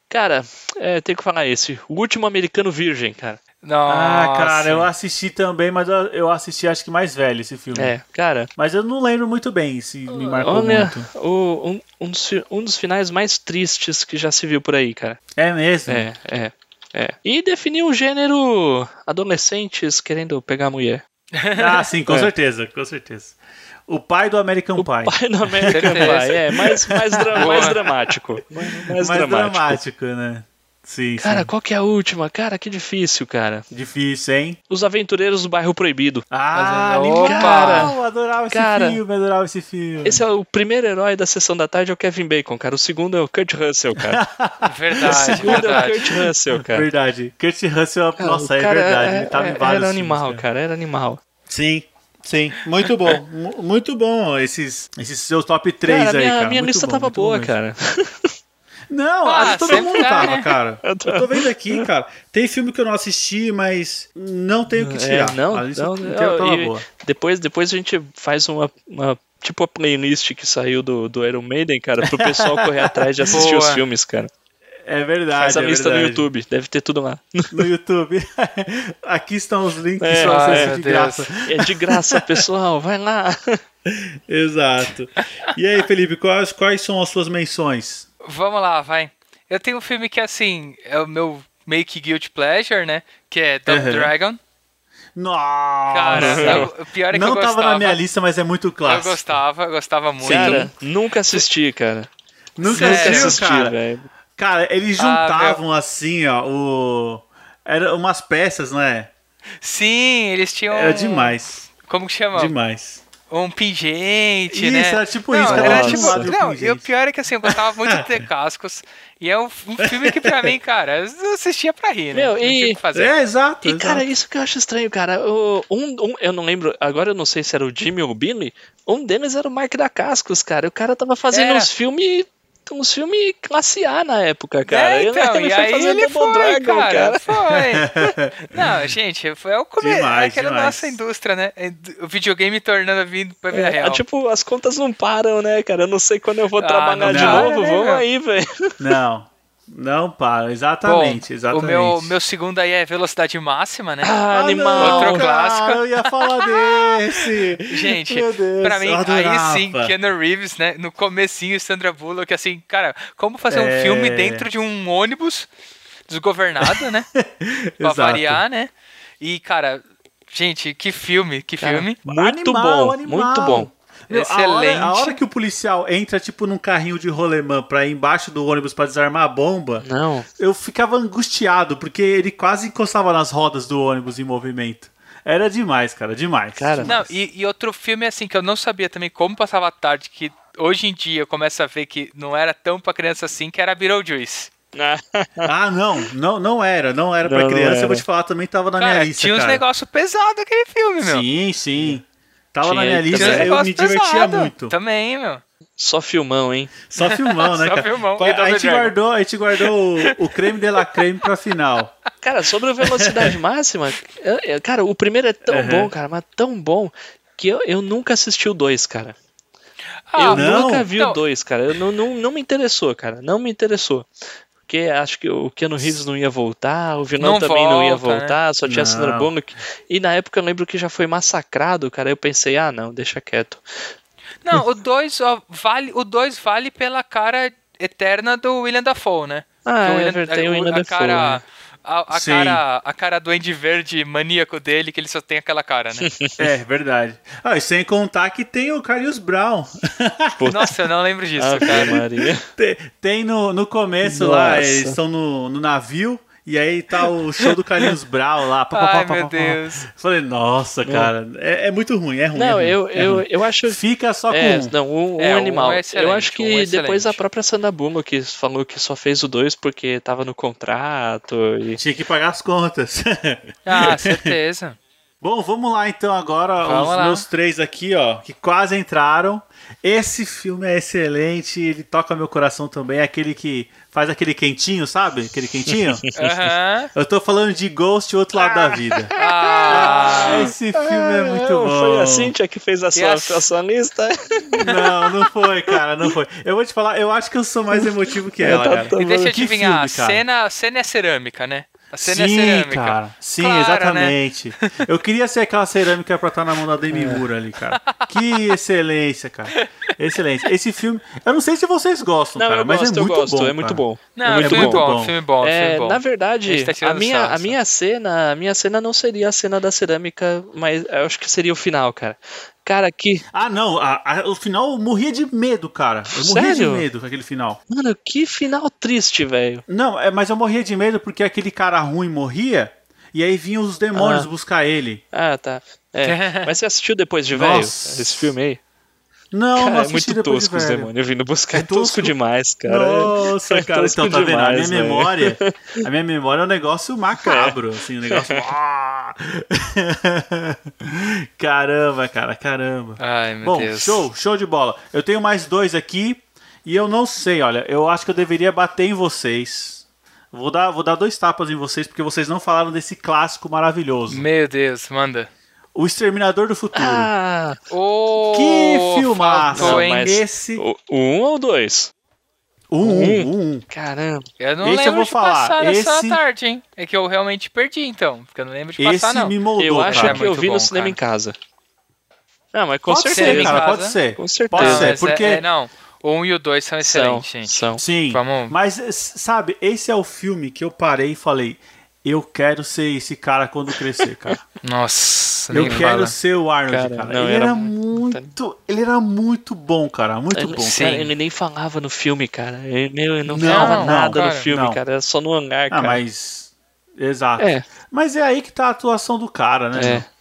Speaker 2: Cara, é, tem que falar esse. O último americano virgem, cara.
Speaker 1: (laughs) Ah,
Speaker 7: Nossa.
Speaker 1: cara, eu assisti também, mas eu- eu assisti acho que mais velho esse filme.
Speaker 2: É, cara.
Speaker 1: Mas eu não lembro muito bem se me marcou
Speaker 2: Olha,
Speaker 1: muito.
Speaker 2: o- um, um dos, fi- um dos finais mais tristes que já se viu por aí, cara.
Speaker 1: É mesmo?
Speaker 2: É, é, é. E definiu o gênero adolescentes querendo pegar mulher.
Speaker 1: Ah, sim, com
Speaker 2: É.
Speaker 1: certeza, com certeza. O pai do American
Speaker 2: O
Speaker 1: Pie.
Speaker 2: pai do American
Speaker 7: Certeza.
Speaker 2: Pie, (laughs) é, mais, mais, dra-
Speaker 7: Boa.
Speaker 2: mais dramático. Mais,
Speaker 1: mais
Speaker 2: mais dramático.
Speaker 1: dramático, né? Sim,
Speaker 2: Cara,
Speaker 1: sim.
Speaker 2: qual que é a última? Cara, que difícil, cara.
Speaker 1: Difícil, hein?
Speaker 2: Os Aventureiros do Bairro Proibido.
Speaker 1: Ah,
Speaker 7: Mas,
Speaker 1: animal!
Speaker 2: cara,
Speaker 1: adorava esse
Speaker 2: cara,
Speaker 1: filme, adorava esse filme.
Speaker 2: Esse é o primeiro herói da Sessão da Tarde, é o Kevin Bacon, cara. O segundo é o Kurt
Speaker 1: (laughs)
Speaker 2: Russell, cara. O
Speaker 7: Verdade,
Speaker 2: segundo é o
Speaker 7: verdade.
Speaker 2: Kurt Russell, cara.
Speaker 1: Verdade. Ah, Kurt Russell,
Speaker 2: Cara,
Speaker 1: nossa,
Speaker 2: o
Speaker 1: é
Speaker 2: cara
Speaker 1: verdade.
Speaker 2: é-
Speaker 1: ele tava em
Speaker 2: é-
Speaker 1: vários
Speaker 2: Era
Speaker 1: filmes,
Speaker 2: animal, cara, era animal.
Speaker 1: Sim, sim. Muito bom. mu- muito bom esses, esses seus top 3
Speaker 2: cara,
Speaker 1: aí,
Speaker 2: minha,
Speaker 1: cara.
Speaker 2: minha
Speaker 1: Muito
Speaker 2: lista
Speaker 1: bom,
Speaker 2: tava
Speaker 1: muito bom
Speaker 2: boa,
Speaker 1: mesmo.
Speaker 2: cara. (laughs)
Speaker 1: Não,
Speaker 4: Ah,
Speaker 1: acho que todo
Speaker 4: sempre
Speaker 1: mundo
Speaker 4: tá,
Speaker 1: tava,
Speaker 4: né?
Speaker 1: cara. Eu
Speaker 2: é. Eu
Speaker 1: tô...
Speaker 2: tô-
Speaker 1: vendo aqui, cara. Tem filme que eu não assisti, mas não tenho o que tirar.
Speaker 2: É, não,
Speaker 1: Ah, isso
Speaker 2: não,
Speaker 1: eu
Speaker 2: não,
Speaker 1: quero pela
Speaker 2: e
Speaker 1: boa.
Speaker 2: Depois, depois a gente faz uma, uma- tipo a playlist que saiu do, do Iron Maiden, cara, pro pessoal correr atrás de assistir
Speaker 4: Boa.
Speaker 2: os filmes, cara.
Speaker 1: É verdade.
Speaker 2: Faz a
Speaker 1: é
Speaker 2: lista no
Speaker 1: verdade.
Speaker 2: YouTube, deve ter tudo lá.
Speaker 1: No YouTube. (laughs) aqui estão os links
Speaker 2: É,
Speaker 1: pra
Speaker 4: ai,
Speaker 1: vocês
Speaker 4: ah, meu
Speaker 1: de
Speaker 4: Deus.
Speaker 1: graça.
Speaker 2: É de graça, pessoal, vai lá.
Speaker 1: Exato. E aí, Felipe, quais, quais são as suas menções?
Speaker 4: Vamos lá, vai. Eu tenho um filme que, assim, é o meu meio que guilty pleasure, né? Que é Double
Speaker 1: Uhum.
Speaker 4: Dragon.
Speaker 1: Nossa!
Speaker 4: Cara,
Speaker 2: Nossa.
Speaker 4: o pior é que
Speaker 1: não
Speaker 4: eu
Speaker 1: tava
Speaker 4: gostava.
Speaker 1: na minha lista, mas é muito
Speaker 4: eu
Speaker 1: clássico.
Speaker 4: gostava, eu gostava muito.
Speaker 2: Cara, nunca assisti, cara.
Speaker 1: Nunca
Speaker 4: Sério?
Speaker 2: Nunca
Speaker 1: assistiu,
Speaker 2: assisti,
Speaker 1: É, cara?
Speaker 2: velho.
Speaker 1: Cara, eles
Speaker 4: Ah,
Speaker 1: juntavam assim, ó, o... Era umas peças, né?
Speaker 4: Sim, eles tinham. um,
Speaker 1: Era demais,
Speaker 4: Como que chama?
Speaker 1: demais.
Speaker 4: Um pingente,
Speaker 1: Isso,
Speaker 4: né?
Speaker 1: era tipo
Speaker 4: não,
Speaker 1: isso,
Speaker 2: cara,
Speaker 4: Era
Speaker 2: nossa.
Speaker 4: tipo,
Speaker 1: Quadro
Speaker 4: não,
Speaker 1: pingente.
Speaker 4: e o pior é que assim, eu gostava muito de
Speaker 1: (laughs)
Speaker 4: ter cascos. E é um, um filme que pra mim, cara, eu assistia pra rir, né?
Speaker 2: Meu,
Speaker 4: não
Speaker 2: e-
Speaker 4: tinha o que fazer.
Speaker 1: É, exato.
Speaker 2: E,
Speaker 1: exato.
Speaker 2: cara, isso que eu acho estranho, cara. O- um, um- eu não lembro, agora eu não sei se era o Jimmy ou o Billy. Um deles era o Mark da Cascos, cara. O cara tava fazendo
Speaker 4: Era.
Speaker 2: uns filmes. Uns filmes classe A na época, cara.
Speaker 4: É, então,
Speaker 2: (laughs) ele
Speaker 4: e
Speaker 2: foi
Speaker 4: aí
Speaker 2: fazer
Speaker 4: ele
Speaker 2: Double
Speaker 4: foi,
Speaker 2: Dragon,
Speaker 4: cara,
Speaker 1: (laughs)
Speaker 4: foi. Não, gente, foi o começo,
Speaker 1: Demais,
Speaker 4: é aquela
Speaker 1: demais.
Speaker 4: nossa indústria, né? É do- O videogame tornando a vida pra vida
Speaker 2: É,
Speaker 4: real.
Speaker 2: tipo, as contas não param, né, cara? Eu não sei quando eu vou
Speaker 4: Ah,
Speaker 2: trabalhar
Speaker 1: não
Speaker 2: de
Speaker 1: para,
Speaker 2: novo.
Speaker 4: né,
Speaker 2: Vamos
Speaker 4: meu?
Speaker 2: aí, velho.
Speaker 1: Não, não para, exatamente,
Speaker 4: o
Speaker 1: exatamente.
Speaker 4: meu, meu segundo aí é velocidade máxima, né?
Speaker 2: Ah,
Speaker 1: não,
Speaker 2: animal.
Speaker 1: cara,
Speaker 4: Outro clássico.
Speaker 1: Eu ia
Speaker 4: (laughs)
Speaker 1: falar desse.
Speaker 4: Gente,
Speaker 1: Meu Deus,
Speaker 4: pra mim,
Speaker 1: eu adorava.
Speaker 4: aí sim, Keanu Reeves, né? No comecinho, Sandra Bullock, assim, cara, como fazer
Speaker 1: É.
Speaker 4: um filme dentro de um ônibus
Speaker 1: (laughs)
Speaker 4: desgovernado, né? pra
Speaker 1: Exato.
Speaker 4: variar, né? E, cara, gente, que filme, que filme.
Speaker 2: Muito
Speaker 1: Animal,
Speaker 2: bom,
Speaker 1: animal.
Speaker 2: muito bom.
Speaker 1: Meu, A hora,
Speaker 4: Excelente.
Speaker 1: a hora que o policial entra, tipo, num carrinho de rolemã pra ir embaixo do ônibus pra desarmar a bomba,
Speaker 2: Não.
Speaker 1: eu ficava angustiado, porque ele quase encostava nas rodas do ônibus em movimento. Era demais, cara, demais.
Speaker 2: Cara,
Speaker 1: Demais.
Speaker 4: Não, e, e outro filme, assim, que eu não sabia também como passava a tarde, que hoje em dia eu começo a ver que não era tão pra criança assim, que era Beetlejuice.
Speaker 1: Ah, não, não, não era, não era pra
Speaker 2: Não, não
Speaker 1: criança, eu
Speaker 2: era.
Speaker 1: vou te falar, também tava na minha
Speaker 4: Cara,
Speaker 1: lista,
Speaker 4: tinha uns
Speaker 1: cara.
Speaker 4: negócios pesados aquele filme, meu.
Speaker 1: Sim, sim. Tava na
Speaker 2: Tinha
Speaker 1: minha
Speaker 2: aí
Speaker 1: lista,
Speaker 4: Tinha uns
Speaker 2: também.
Speaker 1: eu me
Speaker 4: negócios
Speaker 1: divertia
Speaker 4: pesados
Speaker 1: muito.
Speaker 4: Também, meu.
Speaker 2: (laughs) Só filmão, hein?
Speaker 1: Só filmão, né,
Speaker 4: Só
Speaker 1: cara?
Speaker 4: filmão. Então
Speaker 1: Qual-
Speaker 4: E
Speaker 1: A
Speaker 4: Double
Speaker 1: gente
Speaker 4: Dragon.
Speaker 1: guardou, a gente guardou o, o creme de la creme pra final.
Speaker 2: Cara, sobre a
Speaker 1: (laughs)
Speaker 2: velocidade máxima, eu- eu- cara, o primeiro é tão
Speaker 1: Aham.
Speaker 2: bom, cara, mas tão bom, que eu, eu nunca assisti o dois, cara.
Speaker 4: Ah,
Speaker 2: eu
Speaker 1: não?
Speaker 2: nunca vi
Speaker 4: Então-
Speaker 2: o dois, cara. Eu não, não, não me interessou, cara. Não me interessou. Porque acho que o Keanu Reeves não ia voltar, o vilão
Speaker 4: Não
Speaker 2: também não ia
Speaker 4: volta, né?
Speaker 2: voltar, só tinha a Sandra
Speaker 1: Não.
Speaker 2: Bullock. E na época eu lembro que já foi massacrado, cara. Eu pensei, ah, não, deixa quieto.
Speaker 4: Não, o 2 vale, o dois vale pela cara eterna do William Dafoe, né?
Speaker 2: Ah,
Speaker 4: Que
Speaker 2: é, tem o William
Speaker 4: a
Speaker 2: Dafoe,
Speaker 4: Cara, (laughs)
Speaker 2: né?
Speaker 4: a, a
Speaker 1: Sim.
Speaker 4: cara, a cara do Andy Verde maníaco dele, que ele só tem aquela cara, né?
Speaker 2: (laughs)
Speaker 1: É, verdade. Ah, e sem contar que tem o Carlos Brown. (laughs)
Speaker 4: Nossa, eu não lembro disso,
Speaker 2: Ave
Speaker 4: cara.
Speaker 2: Maria.
Speaker 1: Tem, tem no, no começo
Speaker 2: Nossa.
Speaker 1: lá, eles estão no, no navio. E aí tá o show do Carlinhos Brau lá. Pá, pá, pá,
Speaker 4: Ai,
Speaker 1: pá,
Speaker 4: meu
Speaker 1: pá, pá.
Speaker 4: Deus.
Speaker 1: Falei, nossa, cara. É, é muito ruim, é ruim. é
Speaker 2: Não,
Speaker 1: ruim,
Speaker 2: eu,
Speaker 1: é
Speaker 2: eu,
Speaker 1: ruim.
Speaker 2: eu acho
Speaker 1: Fica só com
Speaker 2: É,
Speaker 1: um.
Speaker 2: não, um,
Speaker 4: É,
Speaker 2: um
Speaker 4: um
Speaker 2: animal.
Speaker 4: é
Speaker 2: eu
Speaker 4: excelente,
Speaker 2: acho que
Speaker 4: um é
Speaker 2: depois a
Speaker 4: excelente.
Speaker 2: própria Sandra Bullock que falou que só fez o dois porque tava no contrato e
Speaker 1: Tinha que pagar as contas. (laughs)
Speaker 4: Ah, certeza.
Speaker 2: (laughs)
Speaker 1: Bom, vamos lá então agora
Speaker 4: Vamos
Speaker 1: os
Speaker 4: lá.
Speaker 1: meus três aqui, ó, que quase entraram. Esse filme é excelente, ele toca meu coração também, é aquele que faz aquele quentinho, sabe? Aquele
Speaker 4: (laughs)
Speaker 1: quentinho.
Speaker 4: Aham.
Speaker 1: Eu tô falando de Ghost, o outro lado da vida.
Speaker 2: (laughs)
Speaker 4: Ah,
Speaker 1: Ah, esse filme é assim. muito
Speaker 2: Não,
Speaker 1: bom.
Speaker 2: Foi a Cintia que fez a sua,
Speaker 4: Yes.
Speaker 2: a sua
Speaker 1: (laughs)
Speaker 2: lista.
Speaker 1: Não, não foi, cara, não foi. Eu vou te falar, eu acho que eu sou mais emotivo que ela,
Speaker 2: Tá-
Speaker 1: cara.
Speaker 2: tá
Speaker 4: e deixa eu
Speaker 1: Que
Speaker 4: adivinhar, a
Speaker 1: filme, cara.
Speaker 4: cena, a cena é cerâmica, né? A cena é
Speaker 1: Sim,
Speaker 4: cerâmica.
Speaker 1: cara. Sim,
Speaker 2: né?
Speaker 4: Clara, né?
Speaker 2: (laughs)
Speaker 1: exatamente. Eu queria ser aquela cerâmica pra estar na mão da Demi Moore ali, cara. Que excelência, cara. Excelência. Esse filme, eu não sei se vocês gostam,
Speaker 2: Não,
Speaker 1: cara,
Speaker 2: eu
Speaker 1: mas
Speaker 2: gosto,
Speaker 1: é
Speaker 2: eu
Speaker 1: muito
Speaker 2: gosto,
Speaker 1: bom.
Speaker 2: é muito
Speaker 1: cara.
Speaker 2: bom.
Speaker 4: Não,
Speaker 1: Muito
Speaker 4: é filme
Speaker 1: bom.
Speaker 4: bom, filme bom,
Speaker 2: É,
Speaker 4: filme bom.
Speaker 2: na
Speaker 4: A
Speaker 2: verdade,
Speaker 4: gente tá
Speaker 2: a,
Speaker 4: tirando
Speaker 2: minha, a
Speaker 4: sarro,
Speaker 2: minha cena, a minha cena não seria a cena da cerâmica, mas eu acho que seria o final, cara. Cara, que,
Speaker 1: Ah, não, a- a- o final eu morria de medo, cara. Eu morria
Speaker 2: Sério?
Speaker 1: de medo com aquele final.
Speaker 2: mano, que final triste, velho.
Speaker 1: Não, é, mas eu morria de medo porque aquele cara ruim morria e aí vinham os demônios
Speaker 2: Ah.
Speaker 1: buscar ele.
Speaker 2: Ah, tá.
Speaker 4: (laughs)
Speaker 2: É, mas você assistiu depois de velho
Speaker 1: Nossa.
Speaker 2: esse filme aí?
Speaker 1: Não,
Speaker 2: Cara,
Speaker 1: não
Speaker 2: é
Speaker 1: assisti
Speaker 2: muito
Speaker 1: depois de
Speaker 2: tosco os
Speaker 1: velho.
Speaker 2: demônios vindo buscar.
Speaker 1: É
Speaker 2: É tosco,
Speaker 1: tosco?
Speaker 2: demais, cara.
Speaker 1: Nossa,
Speaker 2: (laughs) É
Speaker 1: cara,
Speaker 2: tosco
Speaker 1: então tá vendo? A minha
Speaker 2: demais, velho. (laughs)
Speaker 1: memória, a minha memória é um negócio macabro, assim, um negócio.
Speaker 2: É.
Speaker 1: Ah! (laughs) caramba, cara, caramba.
Speaker 4: Ai, meu
Speaker 1: Bom,
Speaker 4: Deus.
Speaker 2: Ah,
Speaker 1: show, show de bola. Eu tenho mais dois aqui. E eu não sei, olha, eu acho que eu deveria bater em vocês. Vou dar, vou dar dois tapas em vocês, porque vocês não falaram desse clássico maravilhoso.
Speaker 4: Meu Deus, manda.
Speaker 1: O Exterminador do Futuro.
Speaker 2: Ah,
Speaker 4: Ô,
Speaker 1: que filmaço!
Speaker 4: faltou, hein?
Speaker 2: mas-
Speaker 1: Esse.
Speaker 2: o, o um ou o dois?
Speaker 1: Um, um, um, um.
Speaker 2: Caramba.
Speaker 4: Eu não
Speaker 1: Esse eu
Speaker 4: lembro
Speaker 1: vou
Speaker 4: de
Speaker 1: falar,
Speaker 4: passar essa
Speaker 1: esse-
Speaker 4: tarde, hein? É que eu realmente perdi, então. Porque eu não lembro de passar,
Speaker 1: um. Esse
Speaker 4: não.
Speaker 1: me moldou,
Speaker 2: eu acho
Speaker 1: cara.
Speaker 2: que
Speaker 4: É
Speaker 2: eu
Speaker 4: muito
Speaker 2: vi
Speaker 4: bom,
Speaker 2: no cinema
Speaker 4: cara.
Speaker 2: em casa. Ah, mas com
Speaker 1: Pode
Speaker 2: certeza.
Speaker 1: ser, cara,
Speaker 4: Casa.
Speaker 1: pode ser.
Speaker 2: Com certeza.
Speaker 1: Pode
Speaker 4: Não,
Speaker 1: ser,
Speaker 4: essa-
Speaker 1: porque-
Speaker 4: é, não, o 1 e o 2 são
Speaker 2: São,
Speaker 4: excelentes, gente.
Speaker 2: são.
Speaker 1: Sim,
Speaker 4: Vamos.
Speaker 1: mas eh, s- sabe, esse é o filme que eu parei e falei, eu quero ser esse cara quando crescer,
Speaker 2: (laughs)
Speaker 1: cara.
Speaker 4: Nossa,
Speaker 1: eu
Speaker 4: nem
Speaker 1: quero
Speaker 4: fala.
Speaker 1: ser o Arnold, cara.
Speaker 2: Cara, não,
Speaker 1: ele
Speaker 2: era É,
Speaker 1: era, muito, ele era muito bom, cara, muito
Speaker 2: Ele,
Speaker 1: bom.
Speaker 2: cara,
Speaker 4: Sim.
Speaker 2: ele nem falava no filme, cara. Ele nem- ele não,
Speaker 1: Não,
Speaker 2: falava
Speaker 4: não,
Speaker 2: nada
Speaker 4: cara,
Speaker 2: no filme,
Speaker 1: não.
Speaker 2: cara. Era só no hangar,
Speaker 1: Ah,
Speaker 2: cara.
Speaker 1: mas exato.
Speaker 2: É.
Speaker 1: Mas é aí que tá a atuação do cara, né?
Speaker 2: É.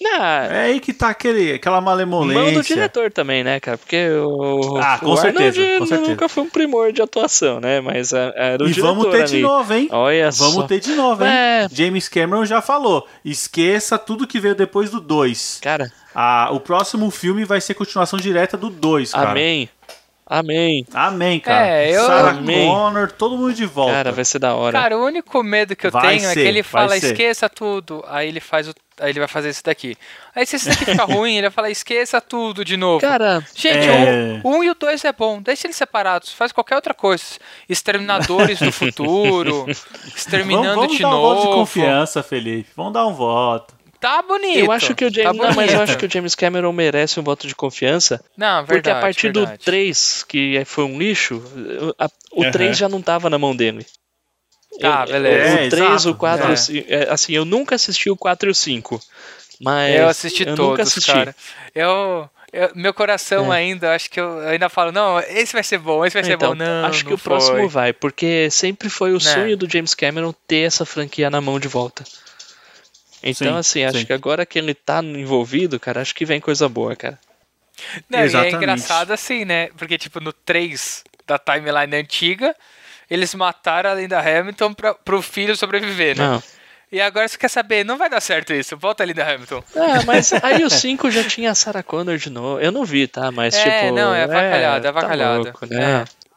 Speaker 2: Não,
Speaker 1: É aí que tá aquele, aquela
Speaker 2: mão do
Speaker 1: malemolência.
Speaker 2: diretor também, né, cara? Porque o.
Speaker 1: Ah, com
Speaker 2: o
Speaker 1: certeza,
Speaker 2: Arnold
Speaker 1: com certeza.
Speaker 2: nunca foi um primor de atuação, né? Mas ah, era o
Speaker 1: E
Speaker 2: diretor.
Speaker 1: vamos ter
Speaker 2: ali.
Speaker 1: de novo, hein?
Speaker 2: Olha só.
Speaker 1: Vamos ter de novo, hein?
Speaker 2: É.
Speaker 1: James Cameron já falou. Esqueça tudo que veio depois do 2.
Speaker 2: Cara,
Speaker 1: Ah, o próximo filme vai ser continuação direta do 2, cara.
Speaker 2: amém. Amém.
Speaker 1: Amém, cara.
Speaker 4: É, eu-
Speaker 1: Sarah
Speaker 2: Amém.
Speaker 1: Connor, todo mundo de volta.
Speaker 2: Cara, vai ser da hora.
Speaker 4: Cara, o único medo que eu
Speaker 1: Vai
Speaker 4: tenho é que
Speaker 1: ser,
Speaker 4: ele
Speaker 1: vai
Speaker 4: fala,
Speaker 1: ser.
Speaker 4: esqueça tudo. Aí ele faz o. Aí ele vai fazer isso daqui. Aí se isso
Speaker 1: (laughs)
Speaker 4: daqui fica ruim, ele vai falar, esqueça tudo de novo.
Speaker 2: Cara,
Speaker 4: Gente,
Speaker 1: É.
Speaker 4: o 1 um, e o 2 é bom, deixa eles separados, faz qualquer outra coisa. Exterminadores do
Speaker 1: (laughs)
Speaker 4: futuro,
Speaker 1: vamos,
Speaker 4: exterminando
Speaker 1: vamos
Speaker 4: de
Speaker 1: dar um voto de
Speaker 4: novo.
Speaker 1: confiança, Felipe. Vamos dar um voto.
Speaker 4: Tá bonito.
Speaker 2: eu acho que o
Speaker 4: tá
Speaker 2: James. não, mas eu
Speaker 4: bonito.
Speaker 2: acho que o James Cameron merece um voto de confiança.
Speaker 4: Não, verdade.
Speaker 2: Porque a partir
Speaker 4: verdade.
Speaker 2: do 3, que é- foi um lixo, a- o 3 já não tava na mão dele.
Speaker 4: Tá,
Speaker 2: Eu-
Speaker 4: beleza.
Speaker 1: É,
Speaker 2: O 3,
Speaker 1: exato,
Speaker 2: o 4,
Speaker 4: é.
Speaker 2: o ci- é, assim, eu nunca assisti o 4 e o 5. Mas
Speaker 1: É,
Speaker 4: Eu assisti
Speaker 2: eu
Speaker 4: todos,
Speaker 2: nunca assisti.
Speaker 4: cara. Eu, eu- meu coração ainda, acho que eu ainda falo, não, esse vai ser bom, esse vai ser
Speaker 2: É. Então,
Speaker 4: bom. Não,
Speaker 2: acho que
Speaker 4: não
Speaker 2: o próximo
Speaker 4: foi.
Speaker 2: vai, porque sempre foi o
Speaker 4: Né.
Speaker 2: sonho do James Cameron ter essa franquia na mão de volta. Então,
Speaker 1: Sim,
Speaker 2: assim, acho
Speaker 1: sim.
Speaker 2: que agora que ele tá envolvido, cara, acho que vem coisa boa, cara.
Speaker 4: Não, e é
Speaker 1: Exatamente.
Speaker 4: engraçado assim, né? Porque, tipo, no 3 da timeline antiga, eles mataram a Linda Hamilton pra, pro filho sobreviver, né?
Speaker 2: Não.
Speaker 4: E agora você quer saber, não vai dar certo isso, volta a Linda Hamilton.
Speaker 2: Ah, mas aí o 5 já tinha a Sarah Connor de novo. Eu não vi, tá? Mas,
Speaker 4: É,
Speaker 2: tipo.
Speaker 4: não, é avacalhada, é avacalhada.
Speaker 2: Tá louco, né?
Speaker 4: É.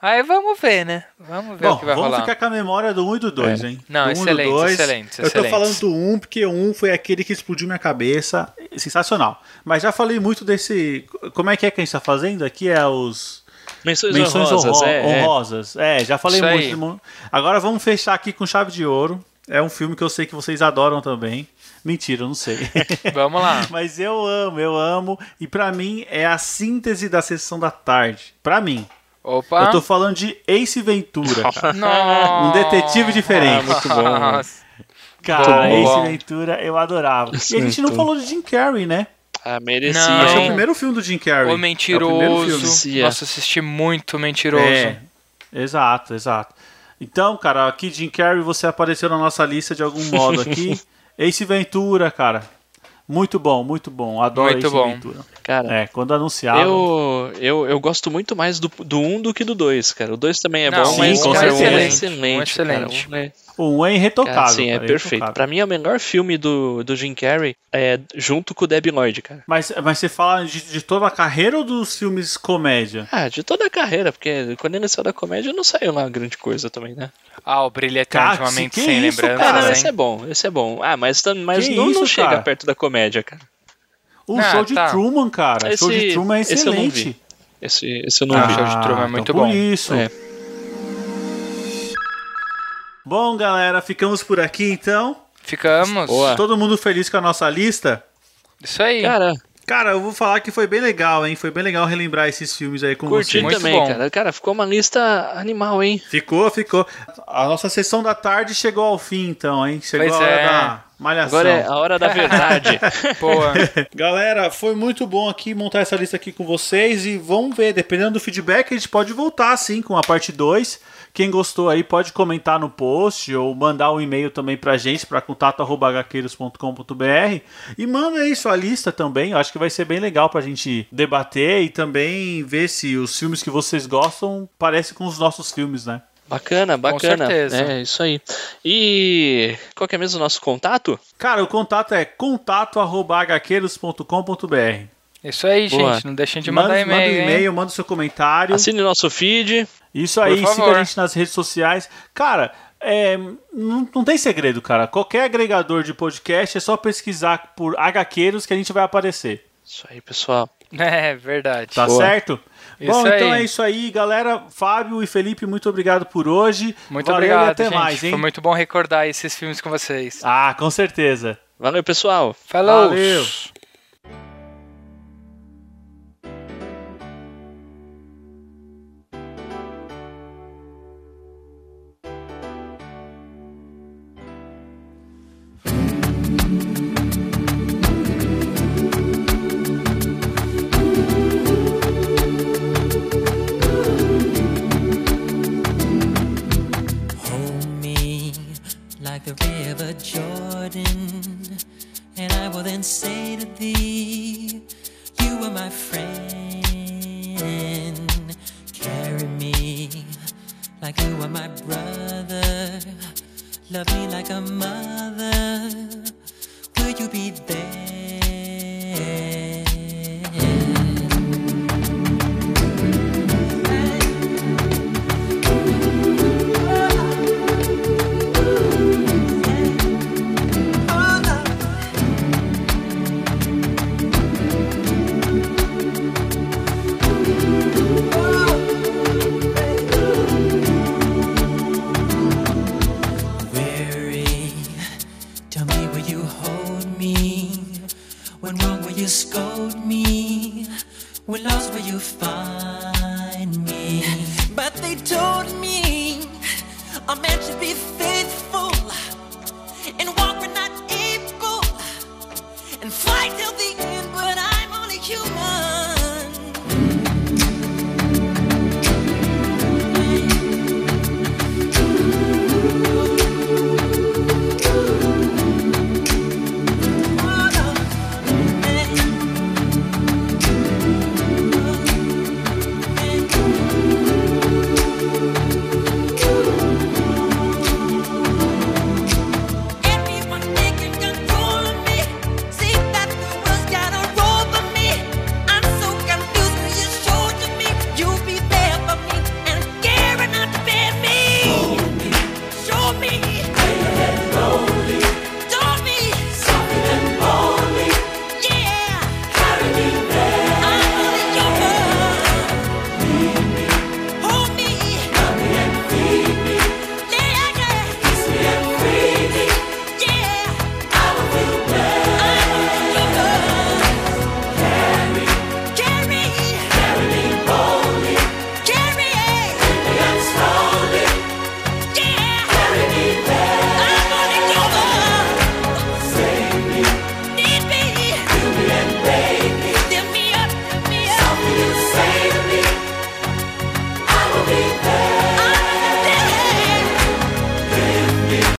Speaker 4: Aí vamos ver, né? Vamos ver
Speaker 1: Bom,
Speaker 4: o que vai
Speaker 1: vamos
Speaker 4: rolar. É.
Speaker 1: ficar com a memória do 1 e do 2, hein?
Speaker 4: Não,
Speaker 1: do um e do
Speaker 4: excelente,
Speaker 1: dois.
Speaker 4: excelente,
Speaker 1: Eu tô
Speaker 4: excelente.
Speaker 1: falando do 1 porque o 1 foi aquele que explodiu minha cabeça. Sensacional. Mas já falei muito desse... Como é que é que a gente tá fazendo aqui? É os...
Speaker 2: Menções,
Speaker 1: Menções
Speaker 2: honrosas,
Speaker 1: honrosas,
Speaker 2: é, é.
Speaker 1: honrosas. É, já falei
Speaker 4: Isso
Speaker 1: muito.
Speaker 4: aí.
Speaker 1: irmão. Agora vamos fechar aqui com chave de ouro. É um filme que eu sei que vocês adoram também. Mentira, eu não sei.
Speaker 4: Vamos lá.
Speaker 1: (laughs) Mas eu amo, eu amo. E pra mim é a síntese da sessão da tarde. Pra mim.
Speaker 4: Opa.
Speaker 1: Eu tô falando de Ace Ventura, cara.
Speaker 4: Nossa. Ah,
Speaker 1: Um detetive diferente.
Speaker 4: né? Nossa.
Speaker 1: cara,
Speaker 4: bom.
Speaker 1: Ace Ventura eu adorava. E a gente não falou de Jim Carrey, né?
Speaker 2: Ah, merecia.
Speaker 4: Não.
Speaker 1: Esse é o
Speaker 2: hein?
Speaker 1: primeiro filme do Jim Carrey.
Speaker 4: O
Speaker 1: É o primeiro filme.
Speaker 4: mentiroso.
Speaker 2: filme.
Speaker 4: Nossa, assisti muito mentiroso.
Speaker 1: É, exato, exato. Então, cara, aqui Jim Carrey, você apareceu na nossa lista de algum modo
Speaker 4: (laughs)
Speaker 1: aqui. Ace Ventura, cara. Muito bom, muito bom. Adoro
Speaker 4: Muito
Speaker 1: Ace
Speaker 4: bom.
Speaker 1: Ventura.
Speaker 2: Cara,
Speaker 1: É, quando anunciava.
Speaker 2: eu, eu, eu gosto muito mais do 1 do, um do que do 2, cara. O 2 também é
Speaker 4: Não,
Speaker 2: bom,
Speaker 1: sim,
Speaker 2: mas
Speaker 1: com
Speaker 2: cara, o um é
Speaker 1: certeza.
Speaker 2: excelente.
Speaker 4: Um é
Speaker 2: cara.
Speaker 4: excelente.
Speaker 2: Um é-
Speaker 1: Um é
Speaker 2: cara,
Speaker 1: irretocável.
Speaker 2: assim, é
Speaker 1: cara,
Speaker 2: perfeito.
Speaker 1: irretocável.
Speaker 2: Pra mim é o melhor filme do, do Jim Carrey, é, junto com o Debbie Lloyd, cara.
Speaker 1: Mas, mas você fala de, de toda a carreira ou dos filmes comédia?
Speaker 2: Ah, de toda a carreira, porque quando ele saiu da comédia não saiu lá grande coisa também, né?
Speaker 4: Ah, o brilho eterno de uma
Speaker 1: Cássio,
Speaker 4: mente
Speaker 1: que
Speaker 4: sem
Speaker 1: isso,
Speaker 4: lembranças,
Speaker 2: Ah,
Speaker 1: cara?
Speaker 2: não,
Speaker 4: hein?
Speaker 2: esse é bom, esse é bom. Ah, mas, tam- mas
Speaker 1: Que
Speaker 2: não, não
Speaker 1: isso,
Speaker 2: chega
Speaker 1: cara?
Speaker 2: perto da comédia, cara.
Speaker 1: O
Speaker 4: Ah,
Speaker 1: show de
Speaker 4: tá.
Speaker 1: Truman, cara. O show
Speaker 2: Esse-
Speaker 1: de Truman é
Speaker 2: esse eu não
Speaker 1: excelente.
Speaker 2: vi. Esse, esse eu não
Speaker 4: Ah,
Speaker 2: vi.
Speaker 4: show de Truman é
Speaker 1: então
Speaker 4: muito
Speaker 1: por
Speaker 4: bom.
Speaker 1: isso.
Speaker 2: É.
Speaker 1: Bom, galera, ficamos por aqui então.
Speaker 4: Ficamos.
Speaker 2: Boa.
Speaker 1: Todo mundo feliz com a nossa lista?
Speaker 4: Isso aí.
Speaker 2: Cara,
Speaker 1: Cara, eu vou falar que foi bem legal, hein? Foi bem legal relembrar esses filmes aí com
Speaker 2: curti
Speaker 1: vocês.
Speaker 4: muito
Speaker 2: também,
Speaker 4: bom.
Speaker 2: cara. Cara, ficou uma lista animal, hein?
Speaker 1: Ficou, ficou. A nossa sessão da tarde chegou ao fim, então, hein? Chegou
Speaker 4: Pois
Speaker 1: a hora
Speaker 4: é.
Speaker 1: da malhação.
Speaker 2: Agora é a hora da verdade.
Speaker 1: (laughs)
Speaker 4: (laughs) Boa.
Speaker 1: Galera, foi muito bom aqui montar essa lista aqui com vocês e vamos ver, dependendo do feedback, a gente pode voltar sim com a parte 2. Quem gostou aí pode comentar no post ou mandar um e-mail também pra gente para contato@hqueiros.com.br e manda aí sua lista também. Eu acho que vai ser bem legal pra gente debater e também ver se os filmes que vocês gostam parecem com os nossos filmes, né?
Speaker 2: Bacana, bacana.
Speaker 4: certeza.
Speaker 2: É, isso aí. E qual que é mesmo o nosso contato?
Speaker 1: Cara, o contato é contato@hqueiros.com.br.
Speaker 7: Isso aí,
Speaker 2: Boa.
Speaker 7: gente. Não deixem de
Speaker 1: manda,
Speaker 7: mandar
Speaker 1: manda
Speaker 7: e-mail.
Speaker 1: um
Speaker 7: hein?
Speaker 1: e-mail, manda o seu comentário.
Speaker 2: Assine nosso feed.
Speaker 1: Isso aí,
Speaker 7: Por
Speaker 1: siga
Speaker 7: favor.
Speaker 1: a gente nas redes sociais. Cara, é, não, não tem segredo, cara. Qualquer agregador de podcast é só pesquisar por HQueiros que a gente vai aparecer.
Speaker 2: Isso aí, pessoal.
Speaker 4: (laughs)
Speaker 7: É, verdade.
Speaker 1: Tá
Speaker 2: Boa.
Speaker 1: certo?
Speaker 7: Isso
Speaker 1: Bom, então
Speaker 7: aí.
Speaker 1: é isso aí, galera. Fábio e Felipe, muito obrigado por hoje.
Speaker 7: Muito
Speaker 1: Valeu
Speaker 7: obrigado,
Speaker 1: e até
Speaker 7: gente.
Speaker 1: mais, hein?
Speaker 7: Foi muito bom recordar esses filmes com vocês.
Speaker 1: Ah, com certeza.
Speaker 2: Valeu, pessoal.
Speaker 7: Falou!
Speaker 1: Valeu.
Speaker 9: Hold me like the river Jordan, and I will then say to thee, You are my friend. Carry me like you are my brother. Love me like a mother. Will you be there? weary. Tell me, will you hold me? When wrong, will you scold me? When lost, will you find me? But they told me a man should be faithful and walk when not able and fight till the end. But I'm only human.